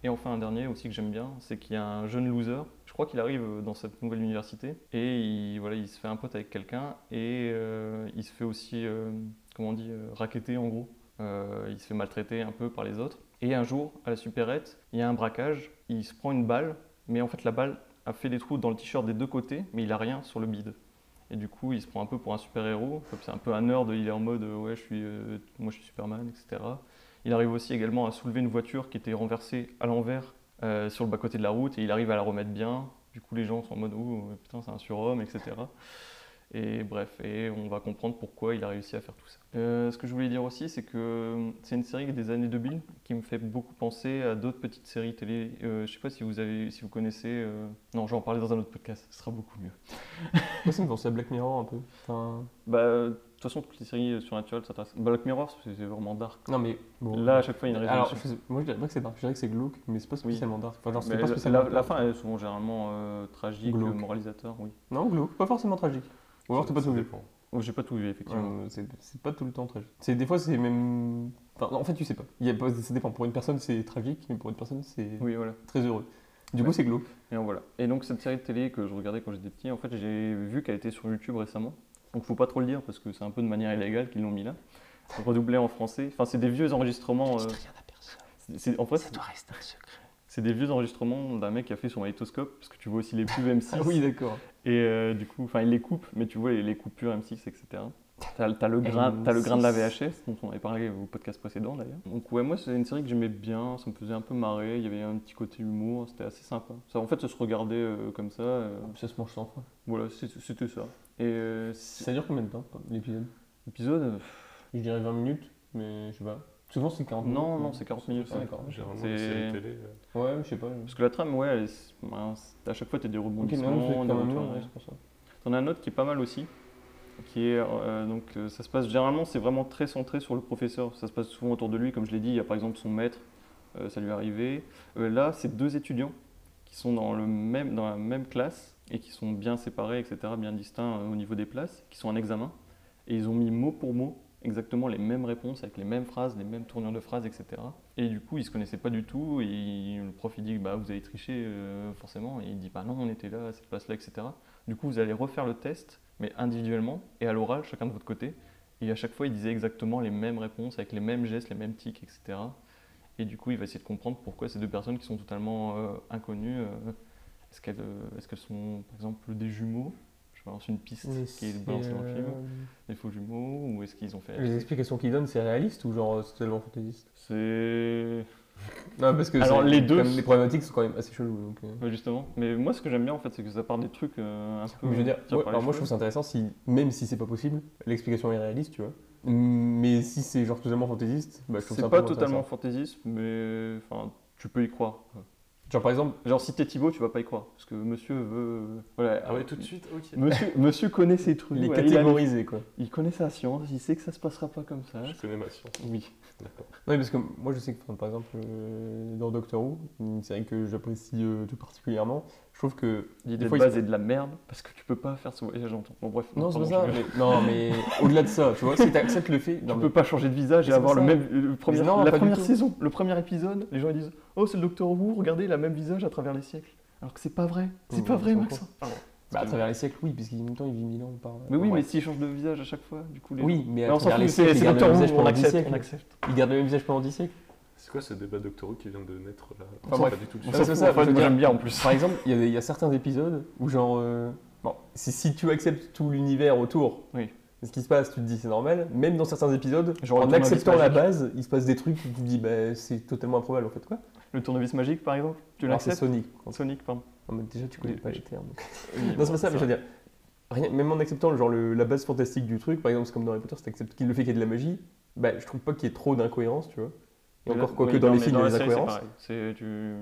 Et enfin un dernier aussi que j'aime bien, c'est qu'il y a un jeune loser. Je crois qu'il arrive euh, dans cette nouvelle université et il, voilà, il se fait un pote avec quelqu'un et euh, il se fait aussi, euh, comment on dit, euh, racketter en gros. Euh, il se fait maltraiter un peu par les autres. Et un jour, à la supérette, il y a un braquage, il se prend une balle, mais en fait la balle a fait des trous dans le t-shirt des deux côtés, mais il a rien sur le bide. Et du coup, il se prend un peu pour un super-héros, comme c'est un peu un nerd, il est en mode euh, ouais, je suis, euh, moi je suis Superman, etc. Il arrive aussi également à soulever une voiture qui était renversée à l'envers euh, sur le bas-côté de la route et il arrive à la remettre bien. Du coup, les gens sont en mode oh putain, c'est un surhomme, etc. Et bref, et on va comprendre pourquoi il a réussi à faire tout ça. Euh, ce que je voulais dire aussi, c'est que euh, c'est une série des années 2000 qui me fait beaucoup penser à d'autres petites séries télé. Euh, je sais pas si vous avez, si vous connaissez. euh, Non, j'en parlais dans un autre podcast. Ce sera beaucoup mieux.
Moi, ça me pensait à Black Mirror un peu. Enfin,
Bah, euh, de toute façon, toutes les séries euh, surnaturelles s'intéressent. Black Mirror, c'est c'est vraiment dark.
Non, mais bon.
Là, à chaque fois, il y a une
Alors,
résolution.
je sais- moi, je dirais pas que c'est dark, je dirais que c'est glauque, mais c'est pas spécialement dark. Enfin, genre, c'est
Mais
pas
la-
spécialement.
la, la fin elle est souvent généralement euh, tragique,
Glauque.
moralisateur, oui.
Non, glauque, pas forcément tragique. Ou alors,
Ça-
t'as pas
ça
tout vu.
dépend. Oh, J'ai pas tout vu, effectivement.
Ouais, c'est- c'est pas tout le temps tragique. C'est des fois c'est même. Enfin, en fait, tu sais pas. Il y a pas- Ça dépend. Pour une personne, c'est tragique, mais pour une personne, c'est
Oui, voilà.
très heureux. Du coup, c'est glauque.
Et donc, voilà. Et donc cette série de télé que je regardais quand j'étais petit, en fait, j'ai vu qu'elle était sur YouTube récemment. Donc faut pas trop le dire parce que c'est un peu de manière illégale qu'ils l'ont mis là, redoublé en français. Enfin, c'est des vieux enregistrements. euh, c'est- c'est- en vrai, ça doit rester un secret. C'est des vieux enregistrements d'un mec qui a fait son magnétoscope parce que tu vois aussi les pubs M6.
Ah oui, d'accord.
Et euh, du coup, enfin, il les coupe, mais tu vois les, les coupures M6, etc. T'as t'as le grain, t'as le grain de la VHS dont on avait parlé au podcast précédent d'ailleurs. Donc ouais, moi c'est une série que j'aimais bien, ça me faisait un peu marrer, il y avait un petit côté humour, c'était assez sympa. Ça, en fait, ça se regardait euh, comme ça.
Ça se mange sans fois.
Voilà, c'est- c'était ça. Et euh, c'est-
Ça dure combien de temps, l'épisode
L'épisode euh,
Je dirais 20 minutes, mais je sais pas. Souvent, c'est 40 minutes.
Non, non, c'est 40 minutes.
Ah, D'accord.
Généralement,
C'est-
les séries télé. euh,
Ouais, je sais pas.
Parce que la trame, ouais, elle est- ben, c'est- à chaque fois, t'as des rebondissements.
non, c'est quand
des
même
retours
long,
en
ouais,
arrière.
c'est pour ça.
T'en as un autre qui est pas mal aussi. Qui est, euh, donc, euh, ça se passe généralement, c'est vraiment très centré sur le professeur. Ça se passe souvent autour de lui, comme je l'ai dit. Il y a par exemple son maître, euh, ça lui est arrivé. Euh, là, c'est deux étudiants qui sont dans, le même, dans la même classe et qui sont bien séparés, etc., bien distincts euh, au niveau des places, qui sont en examen. Et ils ont mis mot pour mot exactement les mêmes réponses, avec les mêmes phrases, les mêmes tournures de phrases, etc. Et du coup, ils se connaissaient pas du tout. Et il- le prof, il dit bah, Vous avez triché, euh, forcément. Et il dit bah, Non, on était là, à cette place-là, etc. Du coup, vous allez refaire le test, mais individuellement et à l'oral, chacun de votre côté. Et à chaque fois, il disait exactement les mêmes réponses, avec les mêmes gestes, les mêmes tics, etc. Et du coup, il va essayer de comprendre pourquoi ces deux personnes qui sont totalement euh, inconnues, euh, est-ce qu'elles euh, est-ce qu'elles sont, par exemple, des jumeaux Je balance une piste
Oui,
qui est
c'est,
balancée dans le film.
euh,
Des faux jumeaux Ou est-ce qu'ils ont fait...
Les explications qu'il donne, c'est réaliste ou genre euh, c'est tellement fantaisiste
C'est.
Non, parce que
Alors,
c'est-
les
quand
deux-
même, les problématiques sont quand même assez cheloues. Donc, euh.
Ouais, justement. Mais moi, ce que j'aime bien, en fait, c'est que ça part des trucs euh, un peu...
Mais je veux dire,
tirés
ouais,
par les
alors moi je
cheveux.
trouve ça intéressant si, même si c'est pas possible, l'explication est réaliste, tu vois. Mais si c'est genre totalement fantaisiste, bah, je trouve ça
C'est
un peu
pas
moins
totalement
intéressant.
fantaisiste, mais enfin, tu peux y croire.
Genre par exemple,
genre si t'es Thibaut, tu vas pas y croire parce que Monsieur veut. euh, Voilà.
Ah ouais, tout de suite, ok.
Monsieur, monsieur connaît ses trucs.
Il est
voilà, il a-
catégorisé, quoi.
Il connaît sa science. Il sait que ça se passera pas comme ça.
Je connais ma science.
Oui.
D'accord.
Oui, parce que moi je sais que enfin, par exemple euh, dans Doctor Who, une série que j'apprécie euh, tout particulièrement, je trouve que.
L'idée
des
de
fois,
base
ils-
est de la merde parce que tu peux pas faire ce voyage en temps. Bon bref.
Non, c'est pas
pardon,
ça.
je
Mais,
rigole.
non, mais au-delà de ça, tu vois, si t'acceptes le fait.
Tu peux pas changer de visage et avoir le même. le premier- la première saison, le premier épisode, les gens ils disent Oh, c'est le Docteur Who, regardez, il a le même visage à travers les siècles. Alors que c'est pas vrai. C'est pas vrai, Max.
Bah, à travers les siècles, oui, puisqu'en même temps il vit mille ans par.
Mais oui,
Ouais.
mais s'il change de visage à chaque fois, du coup les.
Oui, mais à
on s'en
travers
fout,
les
c'est
siècles,
c'est
il garde le
Doctor
même
Who,
visage
on
pendant 10
accepte, on
siècles.
accepte.
Il garde le même visage pendant 10 siècles.
C'est quoi ce débat doctoraux qui vient de naître là
Enfin,
C'est
bref,
pas du tout le
on
sujet.
s'en fout, en fait, je veux dire,
bien en plus.
Par exemple, il y a des- il y, a certains épisodes où, genre, euh, bon, si, si tu acceptes tout l'univers autour, de ce qui se passe, tu te dis c'est normal. Même dans certains épisodes,
Genre le
en
tournevis
acceptant la
magique.
base, il se passe des trucs où tu te dis bah, c'est totalement improbable en fait, quoi.
Le tournevis magique, par exemple Tu
Alors, c'est
l'acceptes
Sonic.
Sonic, pardon.
Non, mais déjà, tu connais
Oui,
pas
oui.
les termes. donc.
Oui,
non,
bon,
c'est pas ça,
c'est
mais je veux dire, rien- même en acceptant genre, le- la base fantastique du truc, par exemple, c'est comme dans Harry Potter, si t'acceptes qu'il le fait qu'il y ait de la magie, bah, je trouve pas qu'il y ait trop d'incohérences, tu vois. Et encore quoi
Oui,
que dans
non,
les
mais
films, il y a
la
des
série, c'est
incohérences.
pareil. C'est tu.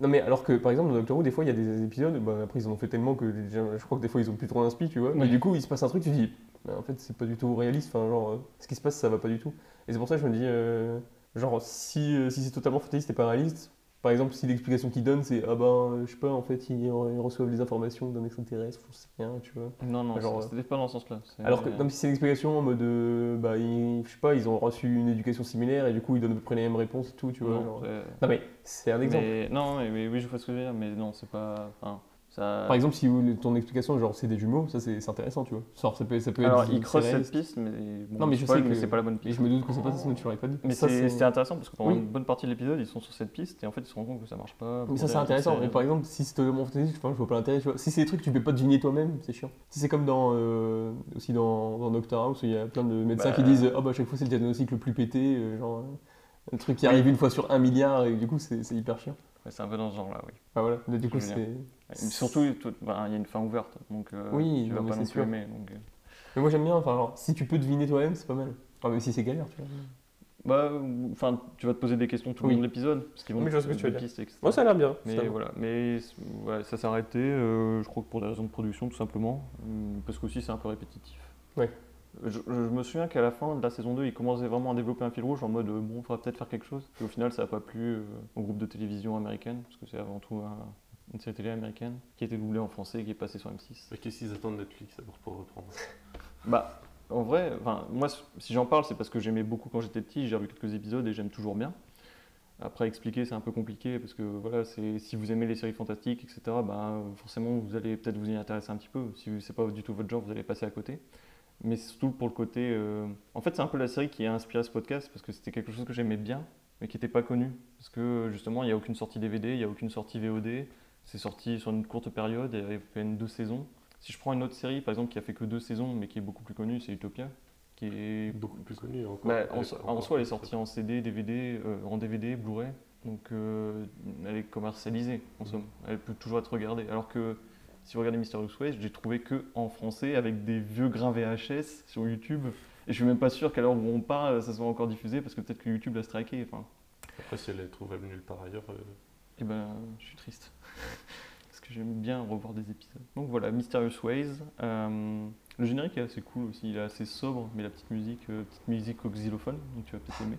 Non mais alors que par exemple dans Doctor Who des fois il y a des épisodes, bah, après ils en ont fait tellement que les gens- je crois que des fois ils ont plus trop d'inspi tu vois, mais
Ouais.
du coup il se passe un truc tu te dis bah, en fait c'est pas du tout réaliste, enfin genre euh, ce qui se passe ça va pas du tout. Et c'est pour ça que je me dis euh, genre si, euh, si c'est totalement fantaisiste et pas réaliste, par exemple si l'explication qu'ils donnent c'est ah ben euh, je sais pas en fait ils, re- ils reçoivent les informations d'un extraterrestre, je sais rien tu vois.
Non, non,
Enfin, genre,
c'est- c'était pas dans ce sens-là. c'est-
alors que, non, mais si c'est une explication en mode, euh, bah, ils- je sais pas, ils ont reçu une éducation similaire et du coup ils donnent à peu près les mêmes réponses et tout, tu vois.
Non,
genre.
c'est-
Non, mais c'est un exemple.
Mais- Non, mais, mais oui, je vois ce que je veux dire, mais non, c'est pas. enfin, ça...
Par exemple, si vous- ton explication, genre c'est des jumeaux, ça c'est c'est intéressant, tu vois. Genre, ça peut, ça peut
Alors,
être.
il creuse
c'est
cette piste, mais bon,
non, mais je sais
spoil,
que
mais c'est pas la bonne piste.
Et je me doute que c'est pas ça, sinon tu l'aurais pas dit.
Mais
Ça,
c'est- c'était intéressant parce que pendant
Oui.
une bonne partie de l'épisode, ils sont sur cette piste et en fait, ils se rendent compte que ça marche pas.
Mais
pour
ça
des
c'est intéressant.
raisons,
Mais par exemple, si c'est totalement fantasy, je, pense, je vois pas l'intérêt, tu vois. Si c'est des trucs que tu peux pas deviner toi-même, c'est chiant. Si c'est comme dans. euh, aussi dans, dans Doctor House où il y a plein de médecins
Bah.
qui disent Oh bah, à chaque fois c'est le diagnostic le plus pété, euh, genre. euh, un truc qui arrive une fois sur un milliard et du coup c'est c'est hyper chiant.
Ouais, c'est un peu dans ce genre-là, oui.
Enfin voilà, mais du
Je
coup
veux dire.
c'est.
Ouais, mais Surtout, toi, ben, il y a une fin ouverte, donc euh,
Oui,
tu
non,
vas
mais
pas
c'est
non plus
sûr.
aimer. donc, euh.
Mais moi j'aime bien, enfin genre, si tu peux deviner toi-même, c'est pas mal. Enfin, même si c'est galère, tu vois.
Bah, ou- enfin, tu vas te poser des questions tout le
Oui.
long de l'épisode, parce qu'ils vont
Oui,
te
je vois ce que
poser
tu veux
des
dire.
pistes, etc.
Moi, ça a l'air bien,
Mais
finalement.
voilà, mais c'est- ouais, ça s'est arrêté, euh, je crois que pour des raisons de production, tout simplement, hum, parce qu'aussi c'est un peu répétitif.
Ouais.
Je, je- je me souviens qu'à la fin de la saison 2, ils commençaient vraiment à développer un fil rouge en mode euh, bon, il faudra peut-être faire quelque chose. Et au final, ça n'a pas plu euh, au groupe de télévision américaine, parce que c'est avant tout un- une série télé américaine qui a été doublée en français et qui est passée sur M6.
Mais Qu'est-ce qu'ils attendent de Netflix d'abord pour reprendre
Bah, en vrai, enfin, moi, si j'en parle, c'est parce que j'aimais beaucoup quand j'étais petit, j'ai revu quelques épisodes et j'aime toujours bien. Après, expliquer, c'est un peu compliqué parce que voilà, c'est si vous aimez les séries fantastiques, etc., ben, forcément, vous allez peut-être vous y intéresser un petit peu. Si c'est pas du tout votre genre, vous allez passer à côté. Mais surtout pour le côté. euh, En fait, c'est un peu la série qui a inspiré ce podcast parce que c'était quelque chose que j'aimais bien, mais qui n'était pas connu. Parce que justement, il n'y a aucune sortie DVD, il n'y a aucune sortie VOD. C'est sorti sur une courte période, il y avait à peine deux saisons. Si je prends une autre série, par exemple, qui a fait que deux saisons, mais qui est beaucoup plus connue, c'est Utopia. Qui est...
Beaucoup plus connue encore.
Bah, en,
Elle est
so-
encore
en soi, elle est
plus
sortie en CD, DVD, euh, en DVD, Blu-ray. Donc, euh, elle est commercialisée, en somme. Elle peut toujours être regardée. Alors que si vous regardez Mysterious Waste, j'ai trouvé que en français, avec des vieux grains VHS sur YouTube. Et je suis même pas sûr qu'à l'heure où on parle, ça soit encore diffusé, parce que peut-être que YouTube l'a striké. Enfin,
Après, si elle est trouvable nulle part ailleurs. euh,
et ben, je suis triste. Parce que j'aime bien revoir des épisodes. Donc voilà, Mysterious Ways. Euh, le générique est assez cool aussi, il est assez sobre, mais la petite musique, euh, petite musique au xylophone, donc tu vas peut-être aimer.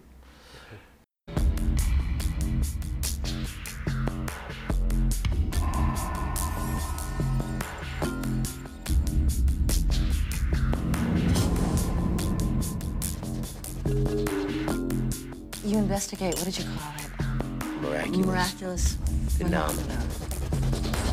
You investigate, what did you call it?
Miraculous.
Miraculous.
Phenomena.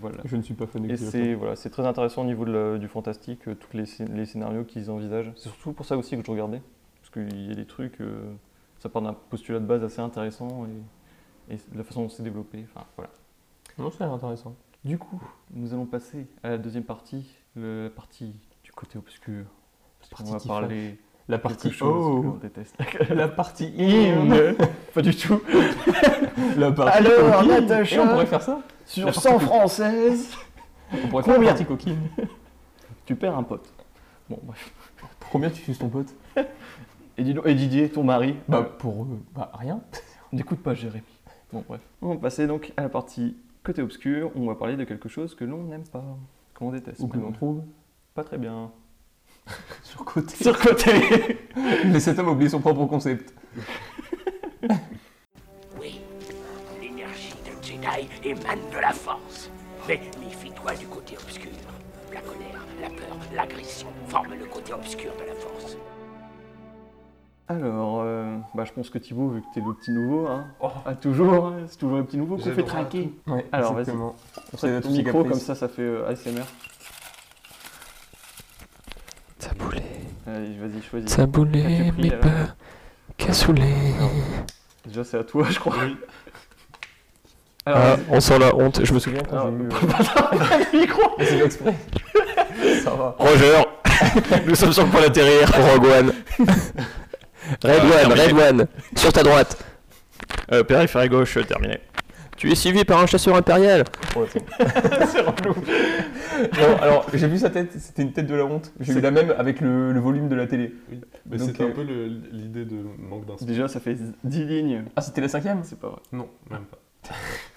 Voilà.
Je ne suis pas fan de
Et
Xylophone.
c'est voilà, c'est très intéressant au niveau de la- du fantastique, euh, tous les, scén- les scénarios qu'ils envisagent. C'est surtout pour ça aussi que je regardais, parce qu'il y a des trucs, euh, ça part d'un postulat de base assez intéressant et, et la façon dont c'est développé. Enfin voilà.
Non, ça a l'air intéressant.
Du coup, nous allons passer à la deuxième partie, le- la partie du côté obscur.
partie
On va
qui
parler
fâche. La
quelque
partie
chose
oh.
que l'on déteste.
La partie in.
Pas du tout.
La partie
Alors,
coquine.
Natacha,
Eh, on pourrait faire ça
sur
La partie
100
coquine.
françaises,
On pourrait faire la
combien
partie coquine.
Tu perds un pote. Bon, bref.
Combien tu suces ton pote
Et, dis donc- et Didier, ton mari
Bah, pour eux, bah, rien.
N'écoute pas Jérémy. Bon, bref. On va passer donc à la partie côté obscur. On va parler de quelque chose que l'on n'aime pas, qu'on déteste.
Ou que
même.
l'on trouve
Pas très bien.
Surcoté.
Surcoté.
Mais cet homme a oublié son propre concept.
Oui, l'énergie de Jedi émane de la force. Mais méfie-toi du côté obscur. La colère, la peur, l'agression forment le côté obscur de la force.
Alors, euh, bah, je pense que Thibaut, vu que t'es le petit nouveau, hein, ah, toujours, hein, c'est toujours le petit nouveau
Oh. J'ai
qu'on
le
fait
droit à
traquer.
tout. Ouais,
Alors, vas-y.
exactement.
On
C'est
fait
notre
ton
petit
micro,
caprice.
comme ça, ça fait euh, ASMR. Taboulé. Allez, vas-y, choisis. As-tu pris, alors
cassoulet.
Déjà, c'est à toi, je crois.
Ah, on sent la honte. Je me souviens quand
Ah,
j'ai eu. euh,
le micro
Mais c'est fait exprès. ça va.
Roger Nous sommes sur le point d'atterrir. Rogue One. Red
Ah,
One,
terminé.
Red One. Sur ta droite.
Euh, périphérie gauche, euh, terminé.
Tu es suivi par un chasseur impérial.
c'est relou. Non, alors, j'ai vu sa tête, c'était une tête de la honte. J'ai eu la même avec le, le volume de la télé.
Mais
Donc,
c'était
euh,
un peu le- l'idée de manque d'inspiration.
Déjà, ça fait 10 lignes.
Ah, c'était la cinquième
C'est pas vrai.
Non, même pas.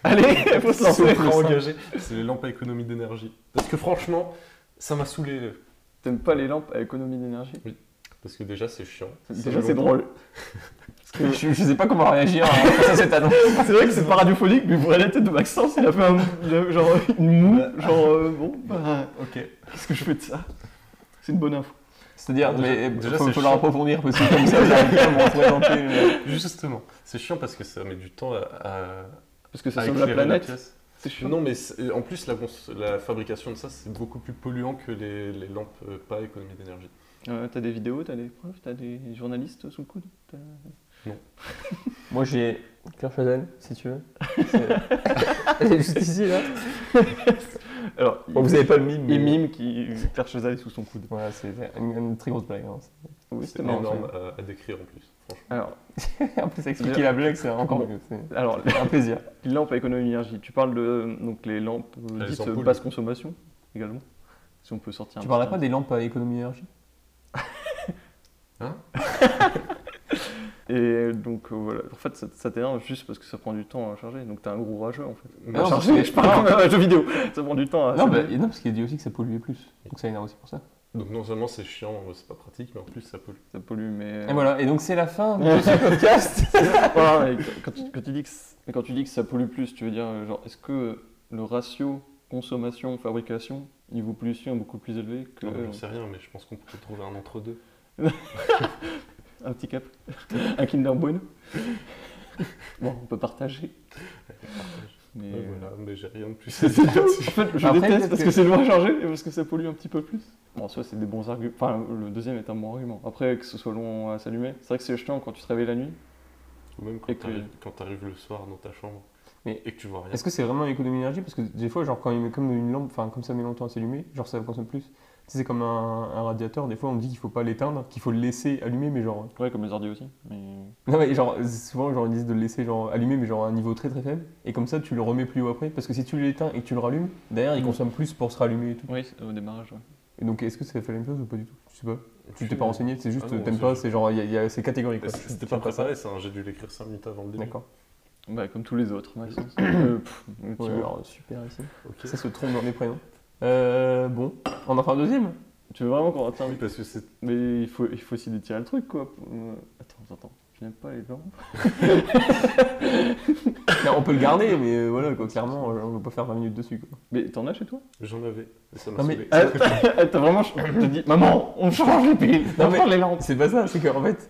Allez, faut se lancer.
C'est plan engagé. C'est les lampes à économie d'énergie. Parce que franchement, ça m'a saoulé.
T'aimes pas les lampes à économie d'énergie
Oui. Parce que déjà, c'est chiant.
Déjà, c'est drôle. Parce
que je, je sais pas comment réagir à- face à cette annonce.
C'est vrai que c'est pas radiophonique, mais vous voyez la tête de Maxence, il a fait un, il a- genre une moue, genre euh, bon, bah,
ok.
Qu'est-ce que je fais de ça C'est une bonne info.
C'est-à-dire, mais euh,
Déjà,
faut,
c'est
faut leur
chiant.
approfondir parce que comme ça, j'arrive pas à me représenter. euh.
Justement, c'est chiant parce que ça met du temps à. à-
Parce que ça
à
sauve la
éclairer
planète.
pièce.
C'est chiant.
Non, mais c'est- en plus, la, cons- la fabrication de ça, c'est beaucoup plus polluant que les, les lampes euh, pas à économie d'énergie.
Euh, t'as des vidéos, t'as des preuves, t'as des journalistes sous le coude t'as-
Moi, j'ai Claire Chazelle, si tu veux. C'est- Elle est juste ici, là.
Alors,
Bon, vous avez pas le mime, mais-
Il mime qui Claire Chazal est sous son coude.
Voilà, c'est une, une très grosse blague. hein.
Oui,
C'est
c'était marrant.
énorme
ça.
à, à décrire en plus. franchement.
Alors,
En plus, expliquer la blague, c'est encore mieux. C'est-
Alors,
c'est un plaisir.
Les lampes à économie d'énergie. Tu parles de euh, donc les lampes euh,
Les
dites
ampoules.
euh, basse consommation également. Si on peut sortir. un
Tu
petit
parlerais
terme.
pas des lampes à économie d'énergie
Hein
Et donc euh, voilà, en fait ça, ça t'énerve juste parce que ça prend du temps à charger, donc t'es un gros rageux en fait.
Ah,
Non,
à
parce
charger,
que-
je parle comme un jeu vidéo, ça prend du temps à
Ah, Non,
charger.
mais- non, parce qu'il dit aussi que ça polluait plus. Donc ça énerve aussi pour ça.
Donc non seulement c'est chiant, euh, c'est pas pratique, mais en plus ça pollue.
Ça pollue, mais... euh,
Et voilà, et donc c'est la fin de ce podcast.
Voilà, mais quand, tu, quand tu dis que, c- mais quand tu dis que ça pollue plus, tu veux dire, euh, genre, est-ce que le ratio consommation-fabrication, niveau pollution est beaucoup plus élevé que...
Non, mais J'en sais rien, mais je pense qu'on pourrait trouver un entre-deux.
un petit cap Un Kinder Bueno Bon, on peut partager. Mais
Ouais,
euh,
voilà, mais j'ai rien de plus à
C'est
dire
tout.
là-dessus.
En fait, je déteste parce que, c'est loin chargé et parce que ça pollue un petit peu plus. Bon, soit c'est des bons arguments. Enfin, le deuxième est un bon argument. Après, que ce soit long à s'allumer, c'est vrai que c'est chiant quand tu te réveilles la nuit.
Ou même
Et
quand
que-
t'arrives quand t'arrives le soir dans ta chambre et que tu vois rien.
Est-ce que c'est vraiment une économie d'énergie Parce que des fois, genre, quand il met comme une lampe, enfin, comme ça met longtemps à s'allumer, genre, ça consomme plus. Tu sais, c'est comme un, un radiateur, des fois, on dit qu'il faut pas l'éteindre, qu'il faut le laisser allumer, mais genre.
Ouais, comme les ordi aussi. Mais...
Non, mais genre, souvent, genre, ils disent de le laisser genre, allumer, mais genre à un niveau très très faible, et comme ça, tu le remets plus haut après. Parce que si tu l'éteins et que tu le rallumes, derrière, il
Mm.
consomme plus pour se rallumer et tout.
Oui, c'est- au démarrage, ouais.
Et donc, est-ce que ça fait la même chose ou pas du tout Je sais pas. Tu t'es
Aucune
pas
idée.
renseigné, c'est juste,
Ah non,
t'aimes
c'est-
pas, c'est genre, il y a- il y, a ces catégories quoi.
Est-ce que C'était
T'aimes
pas
ça.
préparé, ça, hein, j'ai dû l'écrire 5 minutes avant le début.
D'accord.
Bah, comme tous les autres, Maxence. Euh, pff, le petit
Ouais,
mot.
alors, super ici.
Ok.
Ça se trompe dans les prénoms. Euh, bon, on en fait un deuxième
Tu veux vraiment qu'on retienne
parce que c'est.
Mais il faut, il faut aussi détirer le truc, quoi. Euh, Attends, attends, attends. Je n'aime pas les blancs.
Non, on peut le garder, mais euh, voilà, quoi, clairement, euh, on ne peut pas faire 20 minutes dessus. Quoi.
Mais t'en as chez toi
J'en avais. et Ça m'a
Non, mais-
saoulé.
Ah, T'as vraiment. Je te dis, maman, on change les piles,
Non,
on
mais
change les lampes.
C'est pas ça, c'est qu'en fait,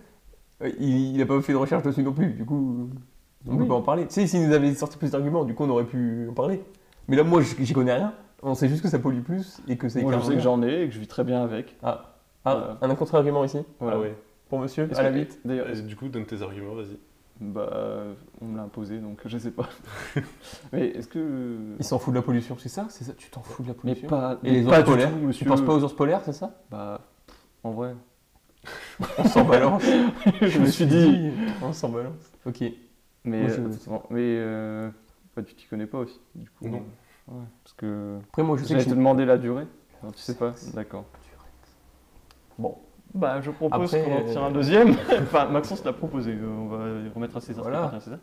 euh, il n'a pas fait de recherche dessus non plus, du coup, on ne
Oui.
peut pas en parler. Tu sais, s'il nous avait sorti plus d'arguments, du coup, on aurait pu en parler. Mais là, moi, j- j'y connais rien. On sait juste que ça pollue plus et que c'est
Moi, je sais que
carrément-
j'en ai et que je vis très bien avec.
Ah, ah un contre-argument ici
Voilà.
Ah ouais.
Pour monsieur,
Est-ce
à la
que-
vite.
D'ailleurs,
Et du coup, donne tes arguments, vas-y.
Bah, euh, on me l'a imposé, donc je sais pas. mais est-ce que.
Il s'en fout de la pollution, c'est ça C'est ça Tu t'en fous de la
Mais
pollution
pas.
Et les
pas
ours
du
polaires
tout,
Tu
monsieur.
penses pas aux ours polaires, c'est ça
Bah, en vrai.
On s'en balance.
je me suis dit.
On s'en balance. Ok.
Mais,
Moi, je-
euh, bon, mais euh, bah, tu t'y connais pas aussi, du coup.
Non.
euh, ouais, parce que.
Après, moi, je sais
J'allais
que
te
j'ai-
demander la durée. Non, tu sais pas D'accord.
Bon.
Bah, je propose
Après,
qu'on en tire
euh,
un deuxième. enfin, Maxence l'a proposé. euh, On va remettre à César. ce qui
Voilà.
appartient à César.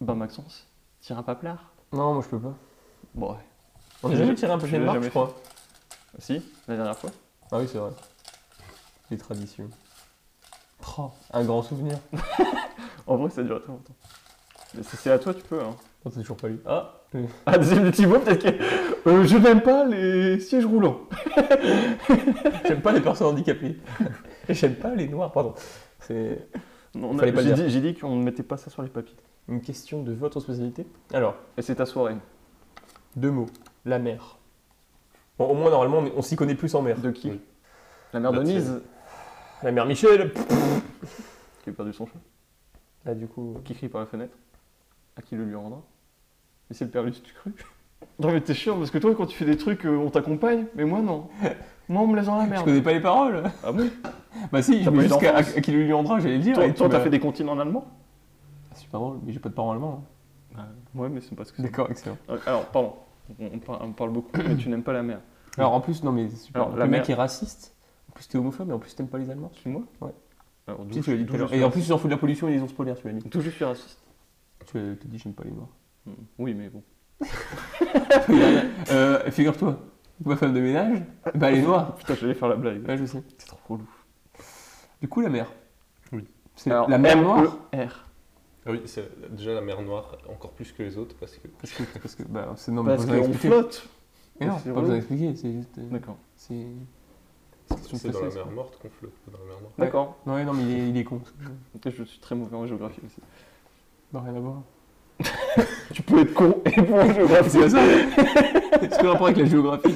Bah, Maxence, tire un paplard.
Non, moi je peux pas.
Bon, ouais.
On
Tu
a
l'as-
jamais tiré un
tu
papier de
l'as
marque,
jamais
je crois.
Si, la dernière fois.
Ah oui, c'est vrai. Les traditions. Oh, un grand souvenir.
En vrai, ça dure très longtemps. Mais si c'est à toi, tu peux. Hein.
Non, c'est toujours pas lui. Ah oui.
Ah, deuxième de Thibaut, peut-être que. Euh, je n'aime pas les sièges roulants.
J'aime pas les personnes handicapées. Et J'aime pas les noirs, pardon. C'est
Non, on a-
Fallait pas le
J'ai
dire.
dit, j'ai dit qu'on ne mettait pas ça sur les papiers.
une question de votre spécialité. Alors,
Et c'est ta soirée.
deux mots. La mer. Bon, au moins, normalement, on, on s'y connaît plus en mer.
De qui
Oui.
La mère
La
de Nise,
La mer Michel pff.
qui a perdu son chat,
Là, du coup.
qui crie par la fenêtre, à qui le lui rendra. Mais c'est le père Luce, tu cru Non, mais t'es chiant, parce que toi, quand tu fais des trucs, euh, on t'accompagne, mais moi, non. Moi, on me laisse dans la
Je
merde.
connais pas les paroles
Ah bon
Bah si,
T'as pas eu
jusqu'à
d'enfance
qui lui rendra, j'allais le dire.
Toi,
et tu
toi, t'as
m'as-
fait des continents en allemand
Ah, C'est pas drôle, mais j'ai pas de parents allemands. hein.
Bah, Ouais, mais c'est pas ce que c'est.
D'accord, excellent.
Alors, pardon, on, on par- on parle beaucoup, mais tu n'aimes pas la mer.
Alors en plus, non mais c'est super.
Alors,
Donc,
la
le mec
mère-
est raciste, en plus t'es homophobe et en plus t'aimes pas les Allemands.
Tu moi
Ouais.
Alors,
Si, tu l'as dit tout à
je
l'heure.
suis
Et en plus,
raciste.
ils s'en foutent de la pollution et des ours polaires, tu l'as dit.
D'où je suis raciste.
Tu as t'as dit, j'aime pas les noirs.
Hmm. Oui, mais bon.
Euh, Figure-toi, ma femme de ménage, bah elle est noire.
Putain, j'allais faire la blague.
Ouais, je sais.
C'est trop relou.
Du coup, la mer.
Oui.
C'est la mer noire
E R.
Ah oui, c'est déjà la mer Noire, encore plus que les autres, parce que.
Parce que, parce que bah, c'est non, mais
Parce
pas besoin
qu'on
d'expliquer.
flotte.
Mais non,
C'est
pas
relou.
besoin d'expliquer, c'est juste. euh,
D'accord.
C'est. question de
C'est dans la
process,
mer
quoi.
morte qu'on flotte, pas dans la mer Noire.
D'accord.
Non, ouais, non, mais il est, il est con. ça.
Je suis très mauvais en géographie aussi.
Non, rien à voir.
Tu peux être con et bon en géographie.
C'est pas ça Est-ce que le rapport avec la géographie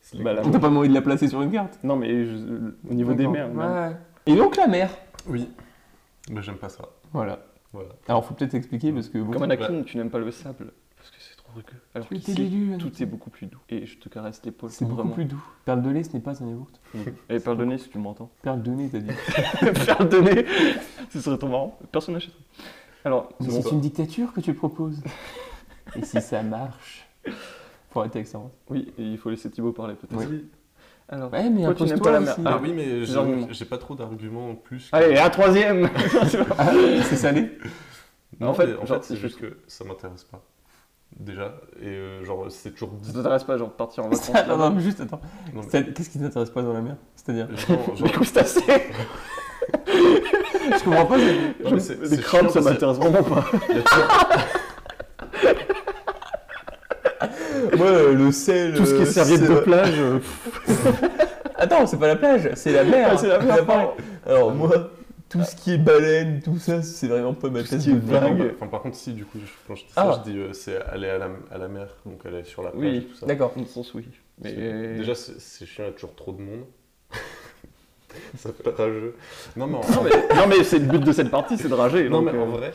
C'est les-
Bah, la-
T'as pas envie de la placer sur une carte
Non, mais je- au niveau des
D'accord.
mers. merde.
Ouais. Et donc la mer
Oui. Bah, j'aime pas ça.
Voilà.
Voilà.
Alors faut peut-être expliquer parce que bon.
Comme Anakin, tu n'aimes pas le sable parce que c'est trop rugueux. Alors
Tu étais
qu'ici,
l'élu, Anakin.
tout est beaucoup plus doux. Et je te caresse l'épaule.
hein, c'est beaucoup
vraiment.
plus doux. Perle de lait, ce n'est pas un yaourt.
Et pardonnez si tu m'entends.
Perle de nez, t'as dit.
pardonnez, ce serait trop marrant. Personne n'achèterait. Alors,
Mais
c'est
c'est
bon.
une dictature que tu proposes. Et si ça marche Faut arrêter avec ça. hein.
Oui, et il faut laisser Thibaut parler peut-être.
Oui.
Alors,
Ouais, mais
toi, tu n'aimes
impose-toi
pas la mer.
aussi.
Ah,
oui, mais j'ai-
Genre-
j'ai pas trop d'arguments en plus.
Allez, et un troisième
Ah, c'est salé
Non,
En fait,
mais en
genre,
fait, c'est
c'est
juste que ça m'intéresse pas. Déjà, et euh, genre, c'est toujours
Ça
dit.
t'intéresse pas, genre, de partir en vacances
non, non,
là-bas
mais juste attends.
Non, mais-
Ça- Qu'est-ce qui t'intéresse pas dans la mer C'est-à-dire
Genre, genre-
Mais écoute, c'est assez
Je comprends pas. c'est-
Non, mais c'est-
Les
c'est
crabes,
chiant
ça
parce que-
m'intéresse vraiment pas.
Il y a toujours-
Moi, euh, le sel.
Tout ce qui est
euh,
serviette
c'est-
de plage, euh,
Attends, c'est pas la plage, c'est la mer.
Ah, c'est la mer,
D'accord. Alors, moi, tout ce qui est baleine, tout ça, c'est vraiment pas ma
Ah. ce
tasse
qui est
de
vague.
vague.
Enfin, par contre, si, du coup, je- quand je dis
Ah.
ça, je dis euh, c'est aller à la, à la mer, donc aller sur la plage et
Oui,
tout ça.
D'accord.
dans le sens oui.
Parce que
Mais euh,
Déjà, c'est c'est chiant, il y a toujours trop de monde. ça fait rageux. Non, mais en,
Non, mais, non, mais c'est le but de cette partie, c'est de rager.
non,
donc,
mais en
euh,
vrai,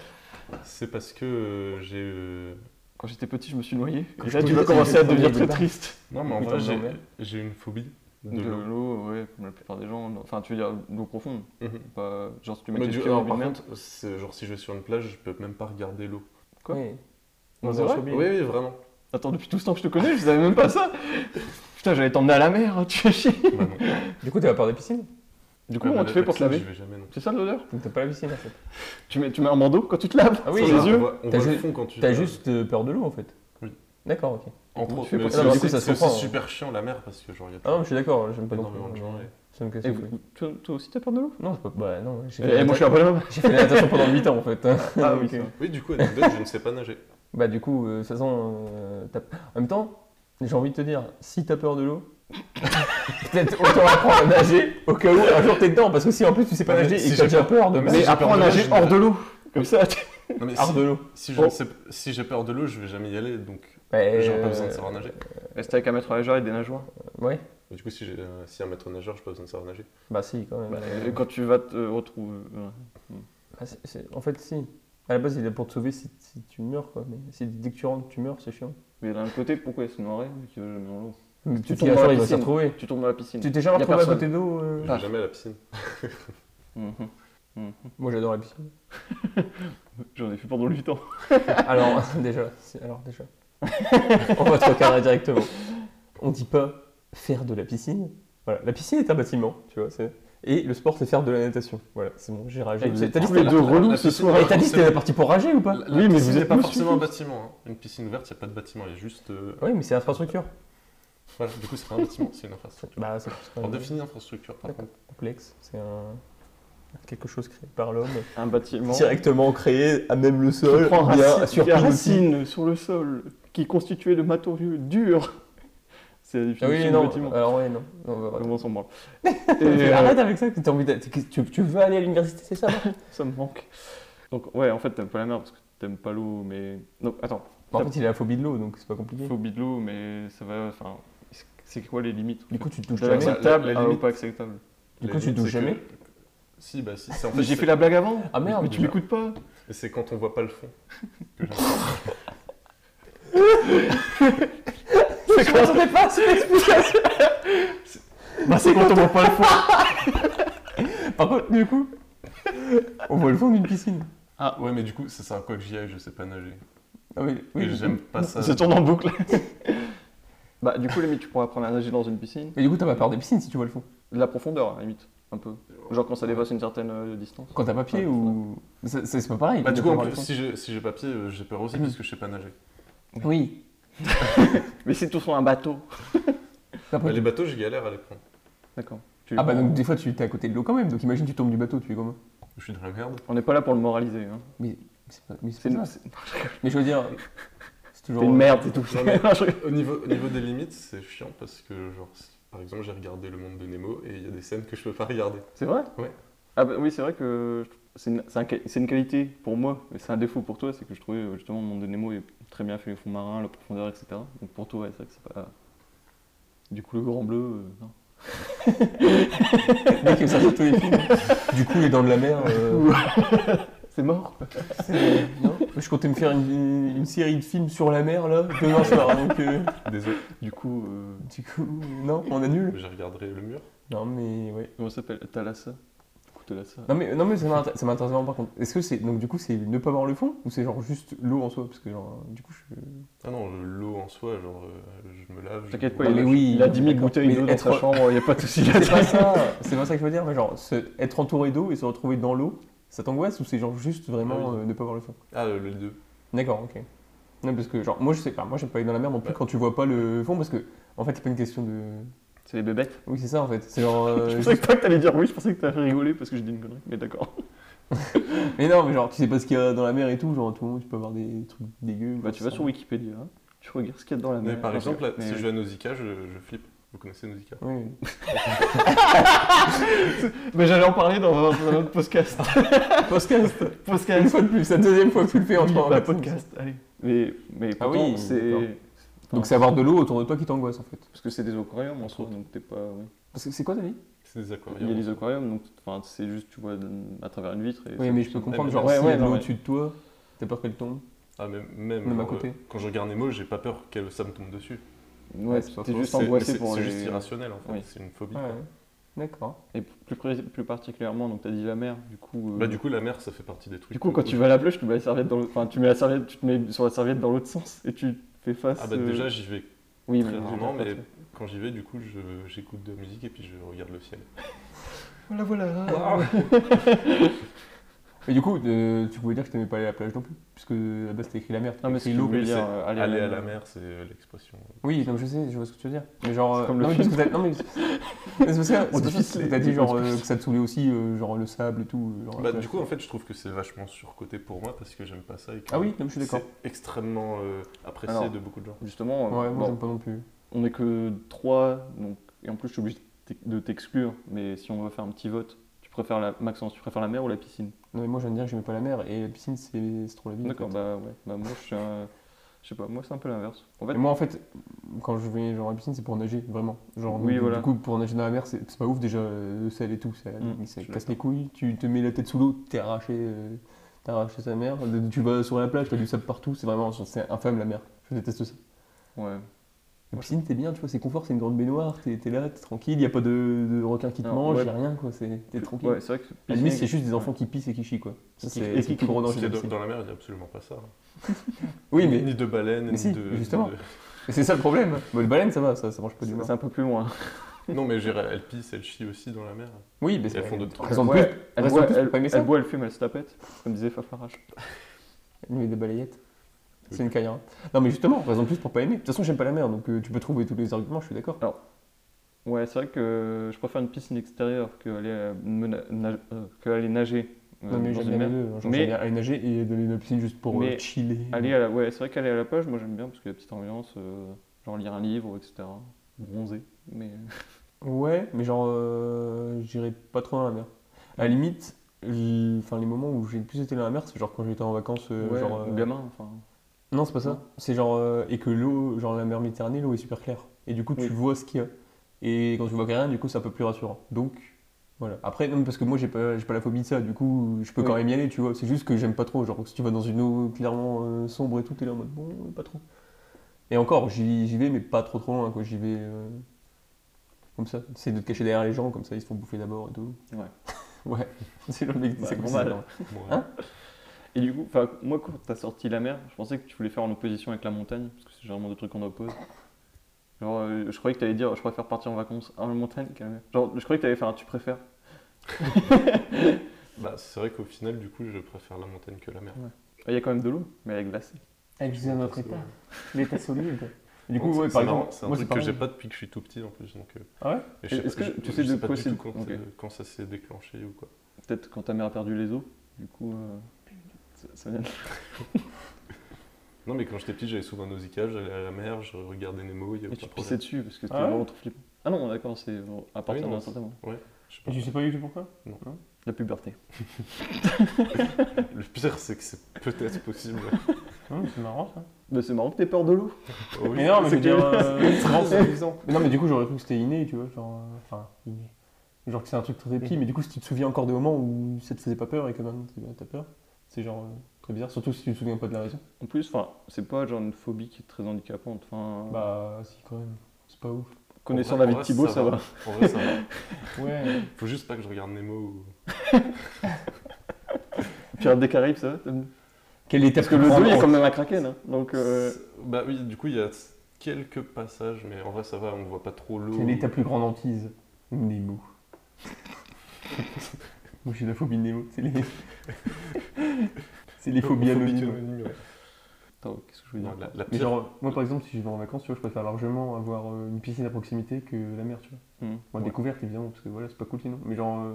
c'est parce que euh, j'ai. euh,
Quand j'étais petit, je me suis noyé.
Quand
Et
je
là, tu
pouvais-
vas commencer à
j'étais
devenir
premier
très
départ.
triste.
Non, mais en
Oui,
vrai,
t'en
j'ai-
as envers.
j'ai une phobie de,
De
l'eau.
l'eau, ouais, comme la plupart des gens. non. Enfin, tu veux dire l'eau profonde.
Mhm.
Pas... Genre, si tu mets
Mais
tes
du-
pieds
alors,
dans une
par
mer.
contre, c'est genre si je vais sur une plage, je peux même pas regarder l'eau.
Quoi
Ouais.
Non,
Dans
c'est
un
vrai
showbiz.
Oui, oui, vraiment.
Attends, depuis tout ce temps que je te connais, je savais même pas ça. Putain, j'allais t'emmener à la mer, hein, tu chies.
Bah non.
Du coup, t'as peur des piscines
Du coup,
Ouais,
comment
mais
tu fais
la
pour te
piscine,
laver
J'y vais jamais, non.
C'est ça l'odeur
Donc, t'as pas la piscine en fait.
tu mets, tu mets un bandeau quand tu te laves
Ah oui,
sur
genre,
les
On
yeux
voit, on
T'as
voit le
ju-
fond quand tu.
T'as
vas-
juste euh, peur de l'eau en fait.
Oui.
D'accord, ok.
Entre autres,
fais
mais
pas-
c'est
Non, Ah, mais
aussi-
du coup, ça se
c'est aussi
comprend, hein.
super chiant la mer parce que genre il y a
Ah non, mais je suis d'accord, j'aime pas non
Énormément de
plus.
gens, ouais.
Ça me casse
Et
le
vous-
couille.
toi, toi aussi, t'as peur de l'eau
Non, c'est pas. Bah non, j'ai fait
Et Eh, moi, je suis
la-
un bonhomme.
j'ai fait la natation pendant 8 ans en fait.
Ah oui,
Donc, euh,
Oui, du coup, anecdote, je ne sais pas nager.
Bah du coup, euh, ça sent. euh, t'as- en même temps, j'ai envie de te dire, si t'as peur de l'eau, peut-être autant apprendre à nager au cas où un jour t'es dedans, parce que si en plus tu sais pas
Ah, mais
nager
si
et que
j'ai
t'as déjà
peur-
peur de
Ah, mais
Mais
si j'ai peur
apprends à
de l'eau,
nager
je
hors
nage.
de l'eau. Comme ça, tu-
Non, mais
art
si,
de l'eau.
si je
Oh.
ne sais p- si j'ai peur de l'eau, je vais jamais y aller, donc
Bah,
j'aurais pas besoin de
euh,
savoir nager.
Reste avec un maître nageur et des nageoires.
Ouais,
euh,
Et Du coup, si j'ai un- si un maître nageur, j'ai pas besoin de savoir nager.
bah si quand même.
Bah, et quand tu vas te retrouver. ouais.
Ah, c'est- c'est- En fait, si. À la base, il est pour te sauver si, si tu meurs, quoi. Mais si, dès que tu rentres, tu meurs, c'est chiant.
Mais d'un côté, pourquoi ils se noieraient vu qu'il va jamais dans l'eau
Mais tu
tombes
t'y
dans la
il va s'y
piscine.
retrouver.
Tu tombes dans la piscine.
Tu t'es
Y
jamais
a
retrouvé à
personne.
côté d'eau euh
Je
Ah.
vais jamais à la piscine.
Mhm. Mhm.
Moi, j'adore la piscine.
J'en ai fait pendant 8 ans.
Alors, déjà, c'est- alors déjà. On va te recarrer directement. On dit pas faire de la piscine. Voilà, la piscine est un bâtiment, tu vois. c'est- Et le sport, c'est faire de la natation. Voilà, c'est bon, j'ai ragé.
Et
Vous
c'est
êtes- T'as dit que
tous les
t'étais-
deux relous
la
ce
piscine.
soir.
Et t'as dit que t'étais parti pour rager ou pas
La- la
Oui, mais
piscine
vous
n'est
êtes
pas
me
forcément un bâtiment. hein. Une piscine ouverte, il n'y a pas de bâtiment, il y a juste. euh,
Oui, mais c'est infrastructure.
Voilà, du coup, c'est pas un bâtiment, c'est une infrastructure.
Bah, c'est c'est
euh,
On
un
définit infrastructure par
D'accord.
contre.
complexe. C'est un... quelque chose créé par l'homme.
Un bâtiment
Directement créé à même le
qui
sol,
prend
bien
racine,
sur
qui a racine sur le sol, qui constituait le matériau dur. C'est la
Ah
définition
oui,
du
non.
bâtiment.
Alors, ouais, non. Non, bah, voilà.
Comment on s'en branle Et,
Mais
euh,
Arrête avec ça, que t'as envie de- que tu, tu veux aller à l'université, c'est ça non
Ça me manque. Donc, ouais, en fait, t'aimes pas la mer parce que t'aimes pas l'eau, mais. Non, attends,
En fait, il a la phobie de l'eau, donc c'est pas compliqué.
phobie de l'eau, mais ça va. Enfin, c'est quoi les limites
Du coup, tu te touches
C'est
jamais. Ah,
ça-
acceptable
la- la
à
limite.
ou pas acceptable
Du
La
coup, tu
limite,
douches
c'est que-
jamais
Si, bah si. c'est- en
Mais j'ai
c'est-
fait la blague avant
Ah merde,
Mais tu m'écoutes pas
Et c'est quand on voit pas le fond. que j'aime.
C'est quoi Je m'attendais pas à cette explication.
Bah, c'est quand on voit pas le fond
Par contre, du coup, on voit le fond d'une piscine.
ouais, mais du coup, ça sert à quoi que j'y aille Je sais pas nager.
Ah oui,
Et
oui.
j'aime pas ça.
Ça tourne en boucle Bah, du coup, limite, tu pourras apprendre à nager dans une piscine.
Mais du coup, t'as pas peur des piscines si tu vois le fond.
De la profondeur, à la limite, un peu. Genre quand ça dépasse une certaine euh, distance.
Quand t'as pas pied
Ouais,
ou. C'est c'est pas pareil.
Bah,
de
du coup, en
voir le
plus,
fond.
si j'ai si j'ai pas pied, euh, j'ai peur aussi
Mhm.
parce que je sais pas nager.
Oui.
Mais c'est tout sur un bateau.
Après,
Bah,
tu-
les bateaux, j'ai galère à les prendre.
D'accord. Tu-
Ah bah donc des fois tu es à côté de l'eau quand même, donc imagine tu tombes du bateau, tu es comment
Je suis dans la merde.
On n'est pas là pour le moraliser. Hein.
Mais c'est pas, mais c'est
C'est
pas
une,
ça.
c'est-
Mais je veux dire, c'est toujours... euh,
c'est une merde, c'est tout.
Non, mais-
Non, je-
Au niveau, au niveau des limites, c'est chiant parce que, genre, si- par exemple, j'ai regardé Le Monde de Nemo et il y a des scènes que je peux pas regarder.
c'est vrai
Ouais.
Ah bah oui, c'est vrai que je- c'est une, c'est un ca- c'est une qualité pour moi, mais c'est un défaut pour toi, c'est que je trouvais euh, justement le monde de Nemo est très bien fait, les fonds marins, la profondeur, etc. Donc pour toi, ouais, c'est vrai que c'est pas... Du coup, le grand bleu, euh, non.
Le mec aime sortir tous les films. Du coup, les dents de la mer... euh,
C'est mort
c'est- non je comptais me faire une, une série de films sur la mer, là, demain soir, donc... euh,
Désolé,
Du coup, euh,
Du coup, non, on annule.
je regarderai le mur.
Non mais, ouais.
comment ça s'appelle Talassa Du coup, Talassa.
Non mais, non, mais ça m'intéresse ça m'intéresse vraiment par contre. Est-ce que c'est... Donc du coup, c'est ne pas voir le fond Ou c'est genre juste l'eau en soi Parce que genre, du coup, je...
Ah non, le- l'eau en soi, genre, euh, je me lave lave. je-
T'inquiète pas, il, a- il a 10 000 bouteilles d'eau dans sa chambre, il n'y a pas de souci
C'est
là-dessus.
pas ça, c'est pas ça que je veux dire, mais genre, se- être entouré d'eau et se retrouver dans l'eau, ça t'angoisse ou c'est genre juste
Ah
vraiment
oui.
euh, ne pas voir le fond
Ah, le, le 2.
D'accord, ok. Non, parce que genre, moi je sais pas, moi j'aime pas aller dans la mer non plus quand tu vois pas le fond, parce que en fait, c'est pas une question de.
C'est les bébêtes
Oui, c'est ça en fait. C'est genre. euh,
je
juste-
pensais pas que t'allais dire oui, je pensais que t'allais rigoler parce que j'ai dit une connerie, mais d'accord.
Mais non, mais genre, tu sais pas ce qu'il y a dans la mer et tout, genre, à tout le monde, tu peux avoir des trucs dégueux.
Bah, tu vas sur Wikipédia, tu regardes ce qu'il y a dans la
Mais
mer.
par exemple, là,
bah, Mais
si
oui.
je vais à Nausicaa, je, je flippe. Vous connaissez Nausicaa
Oui.
Mais j'allais en parler dans un, dans un autre podcast.
podcast
Podcast
Une fois de plus, la deuxième fois que tu le fais en
Oui,
trois
bah,
en fait.
podcast, allez. Mais, mais
Ah
pourtant,
oui, d'accord.
c'est.
Donc, c'est avoir de l'eau autour de toi qui t'angoisse en fait.
Parce que c'est des aquariums, en soi, donc t'es pas. oui.
Parce que c'est quoi ta vie
C'est des
Il y a
aquariums.
des aquariums, donc enfin, c'est juste, tu vois, à travers une vitre. et
Oui,
ça-
mais je peux
ça-
comprendre,
mais-
genre,
ouais,
s'il y
ouais,
a de
non,
l'eau
mais-
au-dessus de toi, t'as peur qu'elle tombe.
Ah, mais même.
Même à
genre,
côté.
euh, quand je regarde Nemo, j'ai pas peur que ça me tombe dessus.
Ouais,
c'est pas
t'es
faux.
juste
C'est-
angoissé
c'est-
pour
C'est
les-
juste irrationnel en fait,
Oui.
c'est une phobie.
Ouais,
quoi.
ouais. D'accord.
Et plus, pré- plus particulièrement, donc t'as dit la mer, du coup. euh,
Bah, du coup, la mer, ça fait partie des trucs.
du coup, quand
que-
tu vas à la plage, tu mets la serviette dans l'autre- enfin, tu mets la serviette, tu te mets sur la serviette dans l'autre sens et tu fais face.
Ah, bah
euh,
déjà, j'y vais
Oui,
très
mais-
rarement, mais
Voilà,
quand j'y vais, du coup, je- j'écoute de la musique et puis je regarde le ciel.
voilà.
Mais Ah. du coup, euh, tu pouvais dire que t'aimais pas aller à la plage non plus, puisque à la base t'as écrit la mer. t'as
Non, mais
écrit
ce que
l'eau.
je voulais
Mais
dire,
c'est-
euh,
aller, à la mer, c'est euh, l'expression.
Oui, non, mais je sais, je vois ce que tu veux dire. Mais genre.
C'est
euh,
comme le
non, mais
film.
parce que t'as- non, mais c'est- mais c'est parce que
On
c'est parce
diffuse
que
les-
t'as dit
les
genre
podcasts.
euh, que ça te saoulait aussi, euh, genre le sable et tout. euh, genre, la
Bah,
plage.
du coup, en fait, je trouve que c'est vachement surcoté pour moi parce que j'aime pas ça. Et que
Ah oui, non, mais je suis d'accord.
C'est extrêmement euh, apprécié
Alors,
de beaucoup de gens.
Justement, euh,
Ouais, moi
bon,
j'aime pas non plus.
on n'est que trois, donc et en plus, je suis obligé de t'ex- de t'exclure. Mais si on veut faire un petit vote, tu préfères la Maxence, tu préfères la mer ou la piscine
Non, mais moi j'aime dire que j'aimais pas la mer et la piscine c'est c'est trop la vie. en
D'accord,
fait.
bah ouais, bah moi, je suis un- je sais pas, moi c'est un peu l'inverse. En fait,
Et moi en fait, quand je vais genre à la piscine, c'est pour nager, vraiment. Genre,
Oui,
du,
voilà.
du coup, pour nager dans la mer, c'est c'est pas ouf déjà, euh, le sel et tout, ça,
Mm,
ça
je suis
casse les couilles, tu te mets la tête sous l'eau, t'es arraché, euh, t'es arraché sa mère, tu vas sur la plage, t'as du sable partout, c'est vraiment c'est infâme la mer, je déteste ça.
ouais.
La piscine, t'es bien, tu vois, c'est confort, c'est une grande baignoire, t'es t'es là, t'es tranquille, y a pas de, de requin qui te
Non,
mange,
ouais.
y a rien, quoi, c'est- t'es tranquille.
Ouais, c'est vrai que
à la limite, c'est
piscine-
juste des enfants qui pissent et qui chient, quoi. Ça,
Qui-
c'est
et
c'est
qui
le plus gros
Parce
danger de
que
la
dans,
piscine.
dans la mer, il n'y a absolument pas ça.
Oui,
Ni-
mais
Ni de baleines,
Mais
ni
si,
de.
justement.
ni
mais c'est ça le problème. Bah, le baleine, ça va, ça, ça mange pas du
C'est
mal.
c'est un peu plus loin.
de- Non, mais je dirais, elles pissent, elles chient aussi dans la mer.
Oui, mais
Et elles font d'autres trucs.
Raison de
Ouais,
plus,
Elle
raison de
boit,
plus pour
elle,
pas aimer
elle
ça.
boit, elle fume, elle se tapette, comme disait Faflarage.
Elle met des balayettes. C'est
Oui.
une caillère. Non, mais justement, raison de plus pour pas aimer. De toute façon, j'aime pas la mer, donc euh, tu peux trouver tous les arguments, je suis d'accord.
Ouais, c'est vrai que je préfère une piscine extérieure que aller, euh, mena- nage- euh, que aller nager euh,
non, mais
dans
j'aime
une
bien les
mer.
deux. hein. Genre, j'aime
Mais-
bien aller nager et aller dans la piscine juste pour euh,
Mais
chiller.
Aller à la... Ouais, c'est vrai qu'aller à la plage, moi j'aime bien parce qu'il y a la petite ambiance, euh, genre lire un livre, etc. Bronzer. Mais
Ouais, mais genre, euh, j'irai pas trop dans la mer. À la limite, l- enfin, les moments où j'ai le plus été dans la mer, c'est genre quand j'étais en vacances, euh,
ouais,
genre. euh,
gamin, enfin.
Non, c'est pas ça. C'est genre. euh, et que l'eau, genre la mer Méditerranée, l'eau est super claire. Et du coup, tu
Oui.
vois ce qu'il y a. Et quand tu vois rien, du coup, c'est un peu plus rassurant. Donc, voilà. Après, non, parce que moi, j'ai pas, j'ai pas la phobie de ça. Du coup, je peux
Oui.
quand même y aller, tu vois. C'est juste que j'aime pas trop. Genre, si tu vas dans une eau clairement euh, sombre et tout, t'es là en mode bon, pas trop. Et encore, j'y j'y vais, mais pas trop trop loin, quoi. J'y vais. euh, comme ça. C'est de te cacher derrière les gens, comme ça, ils se font bouffer d'abord et tout.
Ouais.
ouais. C'est l'objectif.
Bah,
c'est comme
normal.
ça.
Moi,
Hein
Et du coup, 'fin, moi quand t'as sorti la mer, je pensais que tu voulais faire en opposition avec la montagne, parce que c'est généralement deux trucs qu'on oppose. Genre, euh, je croyais que t'allais dire, je préfère partir en vacances en montagne qu'à la mer. Genre, je croyais que t'allais faire un tu préfères.
Bah, c'est vrai qu'au final, du coup, je préfère la montagne que la mer.
Bah, Il y a quand même de l'eau, mais elle est glacée.
Avec
Jusqu'à notre état.
L'état solide. Du
Donc,
coup, ouais,
c'est-
par
c'est marrant,
exemple,
c'est un
moi, c'est
truc que
pareil.
j'ai pas depuis que je suis tout petit en plus. Donc, euh,
Ah ouais
et je sais
Est-ce
pas-
que
je-
tu
je
sais de
pas
quoi
du
c'est-
tout quand,
ok.
c'est- quand ça s'est déclenché ou quoi.
Peut-être quand ta mère a perdu les os, du coup, euh, ça, ça vient de-
Non, mais quand j'étais petit, j'allais souvent aux Nausicaa, j'allais à la mer, je regardais Nemo. Il y
Et
avait aucun
tu
problème.
pissais dessus parce que c'était
Ah ouais
vraiment trop flippant. Ah non, d'accord, c'est à partir
non,
d'un
c'est-
certain moment.
Ouais, je sais
Et
pas.
tu sais pas du tout pourquoi
La puberté.
Le pire, c'est que c'est peut-être possible.
C'est marrant ça.
Mais c'est marrant que t'aies peur de l'eau.
Oh oui.
Mais non, mais je
C'est
veux dire.
que-
euh,
Très amusant.
mais non, mais du coup, j'aurais cru que c'était inné, tu vois. Genre, euh, enfin, inné. Genre que c'est un truc très petit, mais du coup, si tu te souviens encore des moments où ça te faisait pas peur et que maintenant t'as- t'as peur, c'est genre euh, très bizarre, surtout si tu te souviens pas de la raison.
En plus, enfin, c'est pas genre une phobie qui est très handicapante. Enfin,
Bah, si, quand même. C'est pas ouf.
connaissant
En vrai-
la vie
en
de
vrai,
Thibaut, ça, va.
En vrai, ça va.
Ouais.
Faut juste pas que je regarde Nemo ou.
Pirates des Caraïbes, ça va t'aimes
Quelle est
Parce que le 2, il y a quand même un kraken. hein, donc, euh,
Bah oui, du coup, il y a quelques passages, mais en vrai, ça va, on ne voit pas trop l'eau.
Quelle est ta plus grande hantise Nemo. Moi j'ai la phobie de Nemo, c'est les... c'est les phobies
Phobie
anonymes.
anonyme, ouais.
Attends, qu'est-ce que je veux dire
Non, la- la
Mais
pire-
genre, Moi par exemple, si je vais en vacances, tu vois, je préfère largement avoir euh, une piscine à proximité que la mer, tu vois.
Mhm.
Bon,
Ouais.
découverte évidemment, parce que voilà, c'est pas cool sinon. Mais genre, euh,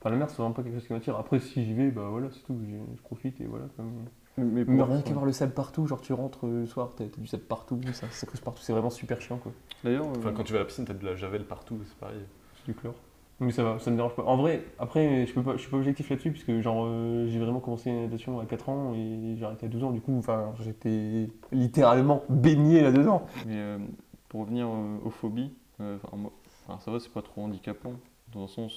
enfin, la mer, c'est vraiment pas quelque chose qui m'attire. Après, si j'y vais, bah voilà, c'est tout, j'y- je profite et voilà. Comme...
Mais,
rien
pour-
qu'avoir le sable partout, genre tu rentres euh, le soir, t'as t'as du sable partout, ça, ça creuse partout, c'est vraiment super chiant quoi.
D'ailleurs, euh,
Enfin, quand tu vas à la piscine, t'as de la javel partout, c'est pareil.
du chlore. Mais ça va, ça me dérange pas. En vrai, après, je peux pas, je suis pas objectif là-dessus puisque genre euh, j'ai vraiment commencé la natation à 4 ans et j'ai arrêté à 12 ans. Du coup, enfin, j'étais littéralement baigné là-dedans.
Mais euh, pour revenir euh, aux phobies, euh, enfin, moi- enfin, ça va, c'est pas trop handicapant, dans le sens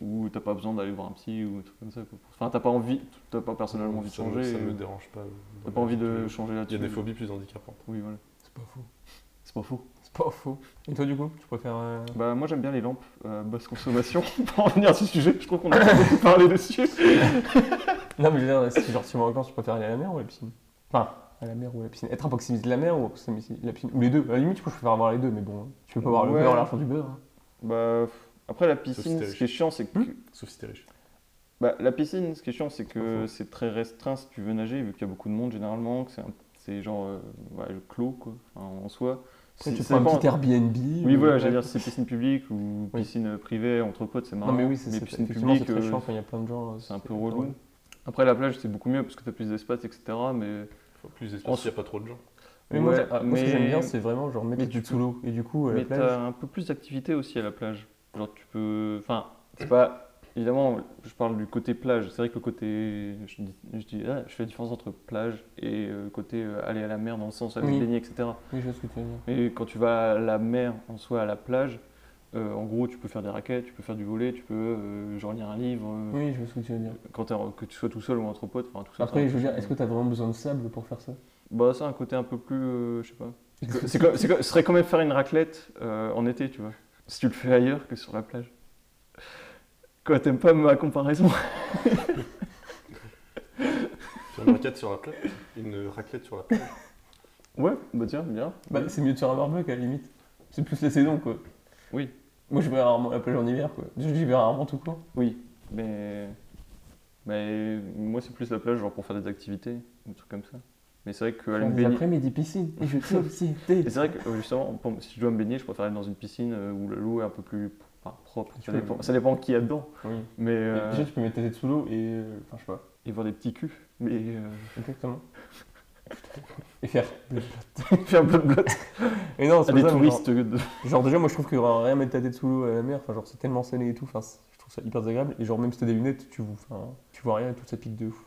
où t'as pas besoin d'aller voir un psy ou un truc comme ça. quoi. Enfin, t'as pas envie, t'as pas personnellement envie de
Ça me-
changer.
Ça me
euh,
dérange pas.
T'as pas envie de changer là-dessus.
Il y a des phobies plus handicapantes.
Oui, voilà.
C'est pas faux.
C'est pas faux.
C'est pas faux. Et toi, du coup, tu préfères. euh,
Bah, moi j'aime bien les lampes à basse consommation. pour en venir à ce sujet, je trouve qu'on a pas beaucoup parlé dessus.
Non, mais je veux dire, si genre tu vas en vacances, tu préfères aller à la mer ou à la piscine Enfin, à la mer ou à la piscine Être à proximité de la mer ou à proximité de la piscine Ou les deux. À la limite, je préfère avoir les deux, mais bon, tu peux pas avoir le
Ouais.
beurre, l'argent du beurre. hein.
Bah, f- après la
Sauf si
piscine,
t'es
ce qui est chiant, c'est que.
Sauf si t'es riche.
Bah, la piscine, ce qui est chiant, c'est que c'est très restreint si tu veux nager, vu qu'il y a beaucoup de monde généralement, que c'est un- c'est genre euh, ouais, le clos, quoi, enfin, en soi.
Après, tu
ça
prends un
dépend-
petit Airbnb,
Oui,
ou-
voilà, j'allais dire, si c'est piscine publique ou piscine euh, privée entre potes, c'est marrant.
Non, mais oui, c'est- c'est-
piscine
effectivement, c'est
publique,
très
euh,
chiant quand il y a plein de gens, euh,
C'est un peu
c'est-
relou.
ouais.
Après, la plage, c'est beaucoup mieux parce que t'as plus d'espace, etc. Mais.
Faut plus d'espace s'il y a pas trop de gens.
Mais moi, j'a- ah, moi, ce que j'aime bien, c'est vraiment, genre, mettre
mais
les
tu
tubes sous l'eau. Et du coup, à la
mais
plage-
t'as un peu plus d'activité aussi à la plage. Genre, tu peux. Enfin, c'est pas. Évidemment, je parle du côté plage. C'est vrai que le côté. Je, dis- je dis- ah, je fais la différence entre plage et euh, côté euh, aller à la mer dans le sens aller
Oui.
baigner, etc.
Oui, je vois ce que tu veux dire.
Mais quand tu vas à la mer en soi, à la plage, euh, en gros, tu peux faire des raquettes, tu peux faire du volet, tu peux euh, genre lire un livre. euh,
Oui, je vois ce que tu veux dire.
Quand t'es en- que tu sois tout seul ou entre potes, enfin tout ça.
Après,
c'est un
je veux
truc,
dire, est-ce que
euh,
t'as vraiment besoin de sable pour faire ça
bah, ça, a un côté un peu plus. euh, je sais pas. C'est co- c'est co- c'est co- ce serait quand même faire une raclette euh, en été, tu vois. Si tu le fais ailleurs que sur la plage. Quoi, t'aimes pas ma comparaison
Faire une raclette sur la plage. Une raclette sur la plage.
Ouais, bah tiens, bien.
Bah, c'est mieux de faire un barbecue, à la limite. C'est plus la saison, quoi.
Oui.
Moi, je vais rarement à la plage en hiver, quoi. Je j'y vais rarement tout court.
Oui, mais. Mais moi, c'est plus la plage, genre pour faire des activités, des trucs comme ça. Mais c'est vrai que aller
Faire
me
des
baigner-
après-midi piscine, et je t'ai aussi.
Et c'est vrai que euh, justement, pour- si je dois me baigner, je préfère aller dans une piscine euh, où l'eau est un peu plus enfin, propre. Ça
peux-
dépend, ça dépend qui y a dedans.
Oui.
Mais, euh,
Déjà, tu peux mettre ta tête sous l'eau et. euh, Enfin, je sais pas.
Et voir des petits culs. Mais. euh,
Exactement. Et faire blood
Faire blood
Et non,
À
c'est
des
pas ça, mais
touristes euh,
Genre,
de-
genre déjà, moi je trouve que genre, rien mettre ta tête sous l'eau à la mer, enfin genre c'est tellement salé et tout, enfin c'est- je trouve ça hyper désagréable. Et genre même si t'as des lunettes, tu, enfin, tu vois rien et tout ça pique de ouf.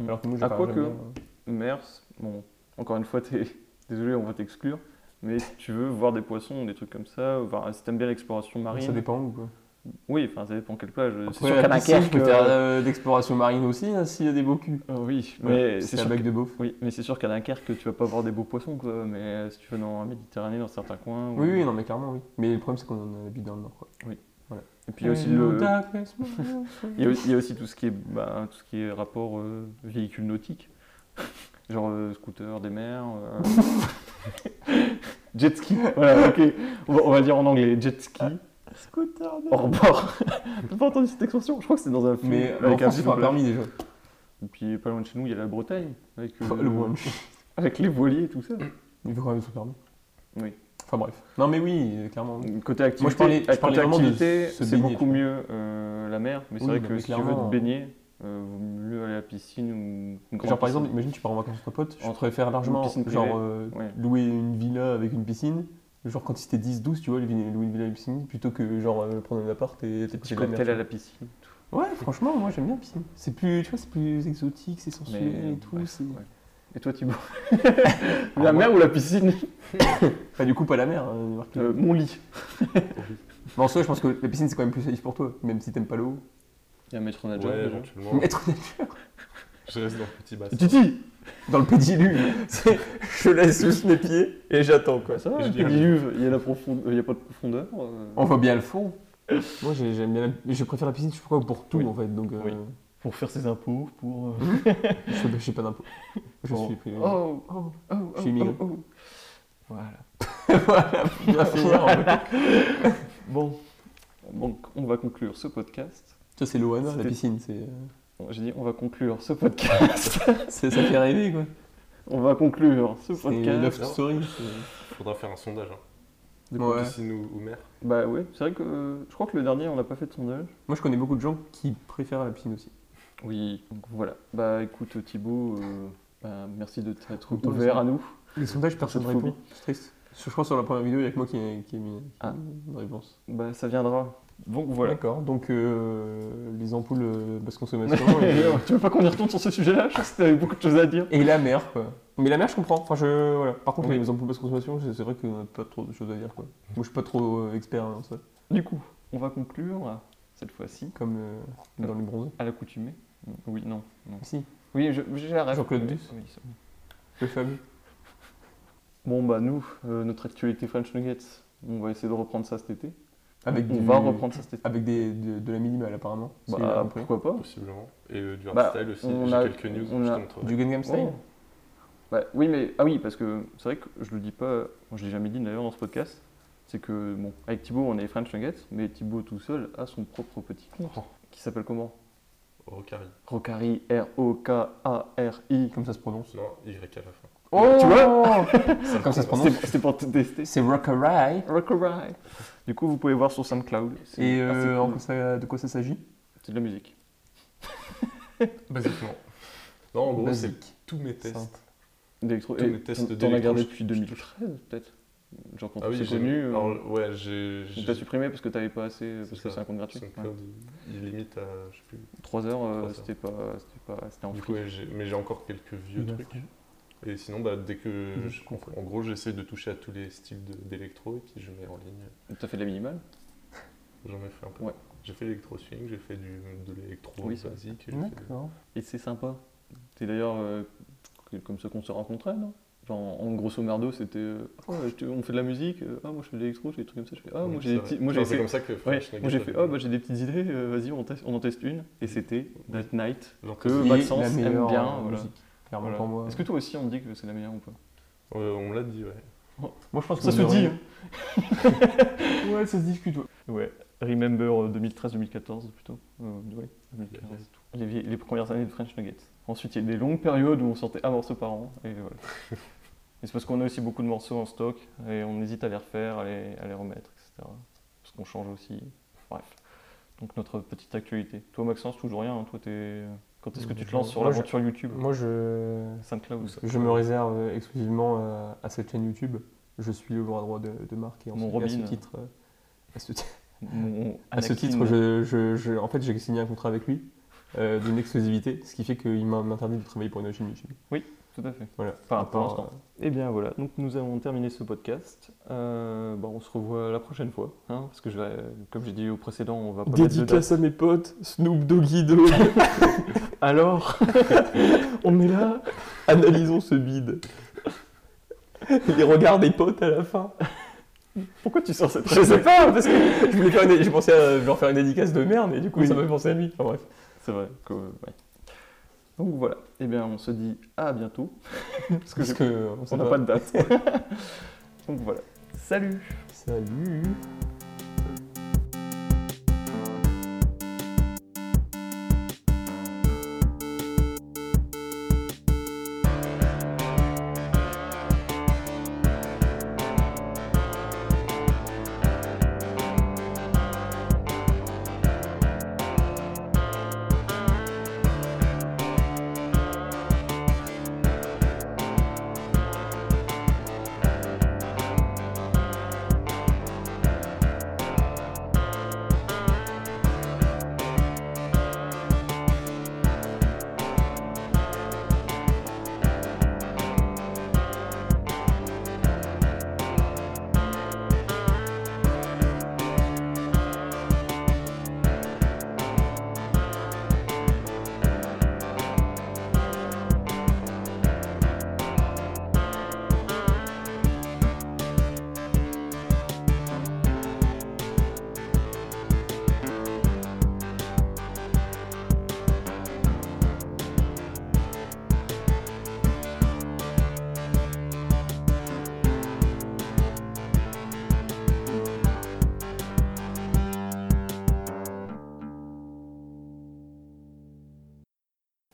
Alors Mm. que moi j'ai
À
pas
quoi
j'aime
que,
bien, euh,
Mers, bon, encore une fois, t'es... désolé, on va t'exclure, mais si tu veux voir des poissons, des trucs comme ça, enfin, si t'aimes bien l'exploration marine.
Ça dépend où, quoi.
Oui, enfin, ça dépend quelle plage.
Après, à la piscine, je peux faire, euh, d'exploration marine aussi, hein, s'il y a des beaux culs.
oui,
Voilà,
mais
c'est la bague
que-
de beauf.
Oui, mais c'est sûr qu'à Dunkerque, tu vas pas voir des beaux poissons, quoi. Mais euh, si tu vas dans la Méditerranée, dans certains coins. ou-
Oui, oui, non, mais clairement, oui. Mais le problème, c'est qu'on habite dans le nord, quoi.
Oui.
Voilà.
Et puis il y a aussi le. il, y a, aussi- il y a aussi tout ce qui est, bah, tout ce qui est rapport euh, véhicule nautique. Genre euh, scooter des mers. euh, jet ski. Voilà, ok. On va, on va dire en anglais jet ski.
Scooter des
Hors bord. J'ai pas entendu cette expression. Je crois que c'est dans un film.
Mais euh, en France, il faut un
doublage.
permis, déjà.
Et puis pas loin de chez nous, il y a la Bretagne. Avec, euh,
Oh, le brunch.
avec les voiliers et tout ça.
Il faut quand même son permis.
Oui.
Enfin bref. Non, mais oui, euh, clairement. oui.
Côté activité,
Moi, je parlais, je
côté
parlais vraiment
activité,
de se
c'est
baigner,
beaucoup
tu vois.
mieux euh, la mer, mais c'est
Oui,
vrai
bah,
que
mais
si tu veux
clairement.
te baigner, euh, vaut mieux aller à la piscine ou une grande
Genre, par
piscine.
exemple, imagine, tu pars en vacances entre potes, je
Entre-
préfère
une
largement
piscine privée,
genre, euh,
ouais.
louer une villa avec une piscine. Genre, quand c'était 10-12, tu vois, louer une villa avec une piscine plutôt que genre euh, prendre un appart et t'es
petit cocktail à la piscine.
Ouais, franchement, moi j'aime bien la piscine. C'est plus, tu vois, c'est plus exotique, c'est sensuel
Mais,
et tout. c'est-
Et toi, Thibaut La mer ou la piscine
Enfin, du coup, pas la mer. hein, Marc.
Euh, mon lit.
Mais en soi, je pense que la piscine, c'est quand même plus safe pour toi, même si t'aimes pas l'eau.
Il y a un maître nageur.
Ouais,
Ah, déjà.
éventuellement.
Maître nageur.
Je reste dans le petit bassin.
Titi Dans le pédiluve, c'est je laisse juste mes pieds et j'attends quoi.
Ça va,
Je
le
dirais-
pédiluve, il y a la profonde- il y a pas de profondeur. euh.
On voit bien le fond. Moi j'ai- j'aime bien la... mais Je préfère la piscine, je sais pas pourquoi, pour tout en fait. Donc, euh,
Pour faire ses impôts, pour. euh,
je je sais pas d'impôt. Je
pour-
suis privé.
Oh, oh, oh,
Je suis immigré.
oh, oh. Voilà. voilà,
pour bien finir, en fait.
bon, donc on va conclure ce podcast.
Ça, c'est l'Oana, la
C'était-
piscine. c'est... euh,
Bon, J'ai dit on va conclure ce podcast.
C'est- ça fait rêver, quoi.
On va conclure ce
C'est
podcast.
Love Story. euh,
Faudra faire un sondage. Hein.
De
Pour
quoi
Piscine ou, ou mer.
Bah ouais, c'est vrai que euh, je crois que le dernier on n'a pas fait de sondage.
Moi, je connais beaucoup de gens qui préfèrent la piscine aussi.
Oui, donc voilà. Bah écoute Thibaut, euh, bah, merci de t'être
Content,
ouvert
ça.
à nous.
Les sondages, personne ne
Cette phobie.
répond. C'est triste. Je crois que sur la première vidéo, il n'y a que moi qui ai, qui ai mis qui ai
Ah.
mis une réponse.
Bah ça viendra. Donc voilà.
D'accord, donc euh, les ampoules euh, basse consommation.
tu veux pas qu'on y retourne sur ce sujet-là Je sais que t'avais beaucoup de choses à dire.
et, et la mer, quoi. Mais la mer, je comprends. Enfin, je, voilà. Par contre,
Oui.
les ampoules basse consommation, c'est c'est vrai qu'on n'a pas trop de choses à dire, quoi. Moi, je suis pas trop euh, expert en ça.
Du coup, on va conclure euh, cette fois-ci
Comme euh, dans les bronzés.
à l'accoutumée. Oui, non. non.
Si,
Oui, je- j'arrête.
Jean-Claude
Oui,
Duss.
oui, c'est bon.
le fameux.
Bon bah nous, euh, notre actualité French Nuggets, on va essayer de reprendre ça cet été.
Avec
on
du-
va reprendre ça cet été.
Avec des, de, de la minimale, apparemment. C'est
Bah,
après.
pourquoi pas
Possiblement. Et euh, du
Bah,
hardstyle aussi.
on
J'ai
a-
quelques news.
on
je
a-
te montrerai.
Du Gangnam Style
Oh. Bah, oui, mais ah oui, parce que c'est vrai que je le dis pas, moi, je l'ai jamais dit d'ailleurs dans ce podcast, c'est que bon, avec Thibaut on est French Nuggets, mais Thibaut tout seul a son propre petit compte
Oh.
qui s'appelle comment
Rocari.
Rocari R O K A R I.
Comme ça se prononce.
Non, Y à la fin.
Oh
Tu vois
Comme ça se prononce.
C'était- C'était pour te tester.
C'est Rock'n'Roll.
Rocari. Du coup, vous pouvez voir sur SoundCloud. c'est
Et
assez
euh,
cool.
en quoi ça- de quoi ça s'agit
c'est de la musique.
Basiquement. Non, en gros, c'est
Basique.
tous mes tests.
Simple.
D'électro.
Tous
et
les tests
t'en- T'en as gardé
d'électro-
depuis 2013 peut-être Genre quand
Ah oui,
c'est
j'ai
connu. euh,
alors, ouais, j'ai.
Tu
j'ai-
t'as supprimé parce que t'avais pas assez, euh, parce que
ça.
c'est un compte gratuit.
SoundCloud, il, il limite à. Je sais plus.
3 heures, euh,
Trois heures.
c'était pas, c'était pas, c'était en
Du
free.
coup, ouais, j'ai- mais j'ai encore quelques vieux
Il a
trucs. Et sinon, bah, dès que.
Mmh,
je-
compris.
en gros, j'essaie de toucher à tous les styles de- d'électro et puis je mets en ligne.
T'as fait de la minimale
J'en ai fait un peu.
Ouais.
J'ai fait l'électro swing, j'ai fait du, de l'électro
Oui, ça.
basique. j'ai fait-
D'accord.
Et c'est sympa. C'est d'ailleurs euh, que- comme ça qu'on se rencontrait, non Genre, en grosso merdo, c'était. euh, Oh, je te- on fait de la musique, euh, ah, moi je fais de l'électro, j'ai des trucs comme ça. Je fais, ah,
Ouais,
moi
c'est
j'ai des
vrai.
petits. Moi j'ai
Enfin, C'est
essayé-
comme ça que.
Ouais,
French
moi j'ai
Nugget
fait,
a
oh, bah, j'ai des petites idées, euh, vas-y, on, teste- on en teste une. Et c'était That Night,
Genre
que
Qui est la
Maxence aime
meilleure
bien.
euh,
voilà.
musique, clairement
Voilà.
pour moi.
Est-ce que toi aussi on dit que c'est la meilleure ou pas
Euh, on l'a dit, ouais.
Moi, je pense que
Ça se dit
hein. Ouais, ça se discute. ouais.
Ouais, Remember euh, 2013-2014 plutôt. Euh, ouais, 2015. Les, vieilles- les premières années de French Nuggets. Ensuite, il y a des longues périodes où on sortait un morceau par an. Et voilà. Et c'est parce qu'on a aussi beaucoup de morceaux en stock et on hésite à les refaire, à les, à les remettre, etc. Parce qu'on change aussi. Bref. Donc notre petite actualité. Toi, Maxence, toujours rien. hein. Toi, t'es- Quand est-ce que tu te lances sur
Moi, je-
l'aventure YouTube
Moi, je.
SoundCloud ça.
Je me réserve euh, exclusivement euh, à cette chaîne YouTube. Je suis le bras droit de, de Marc et en
Mon
ce- et à ce
Robin.
titre, euh, à ce, ti-
Mon
à ce
Anakin.
titre, je, je- je- en fait, j'ai signé un contrat avec lui euh, d'une exclusivité, ce qui fait qu'il m'a- m'interdit de travailler pour une autre chaîne YouTube.
Tout à fait.
Voilà.
Enfin,
À
pour
part,
l'instant. Eh bien voilà, donc nous avons terminé ce podcast. Euh, bah, on se revoit la prochaine fois, hein, parce que je vais- comme j'ai dit au précédent, on va pas mettre de date.
Dédicace à mes potes, Snoop Doggy Dogg.
Alors, on est là.
Analysons ce bide. Les regards des potes à la fin.
Pourquoi tu sors cette
Je sais pas, parce que je voulais faire une- j'ai pensé à genre faire une dédicace de merde, et du coup,
Oui.
ça m'a fait penser à lui. Enfin bref.
C'est vrai. que- ouais. Donc voilà. Eh bien, on se dit à bientôt, parce que
Parce
j'ai-
que, euh, on sait
on n'a pas de date. donc voilà. Salut.
Salut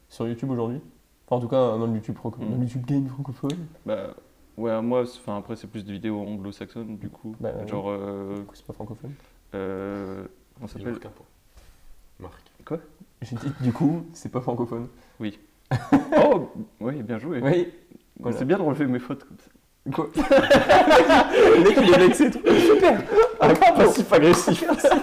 sur YouTube aujourd'hui Enfin, en tout cas, un homme YouTube, franco-
Mm.
un homme YouTube game francophone.
Bah, ouais, moi, c'est- enfin, après, c'est plus des vidéos anglo-saxonnes, du coup.
Bah, ouais.
Genre. euh,
c'est pas francophone.
Euh, comment ça
Il
s'appelle
marque un point. Marc.
Quoi
J'ai dit, du coup, c'est pas francophone.
Oui. oh Oui, bien joué.
Oui.
Mais
Voilà.
C'est bien de relever mes fautes comme ça.
Quoi Le mec, il est blessé. Super
Ah, passif agressif.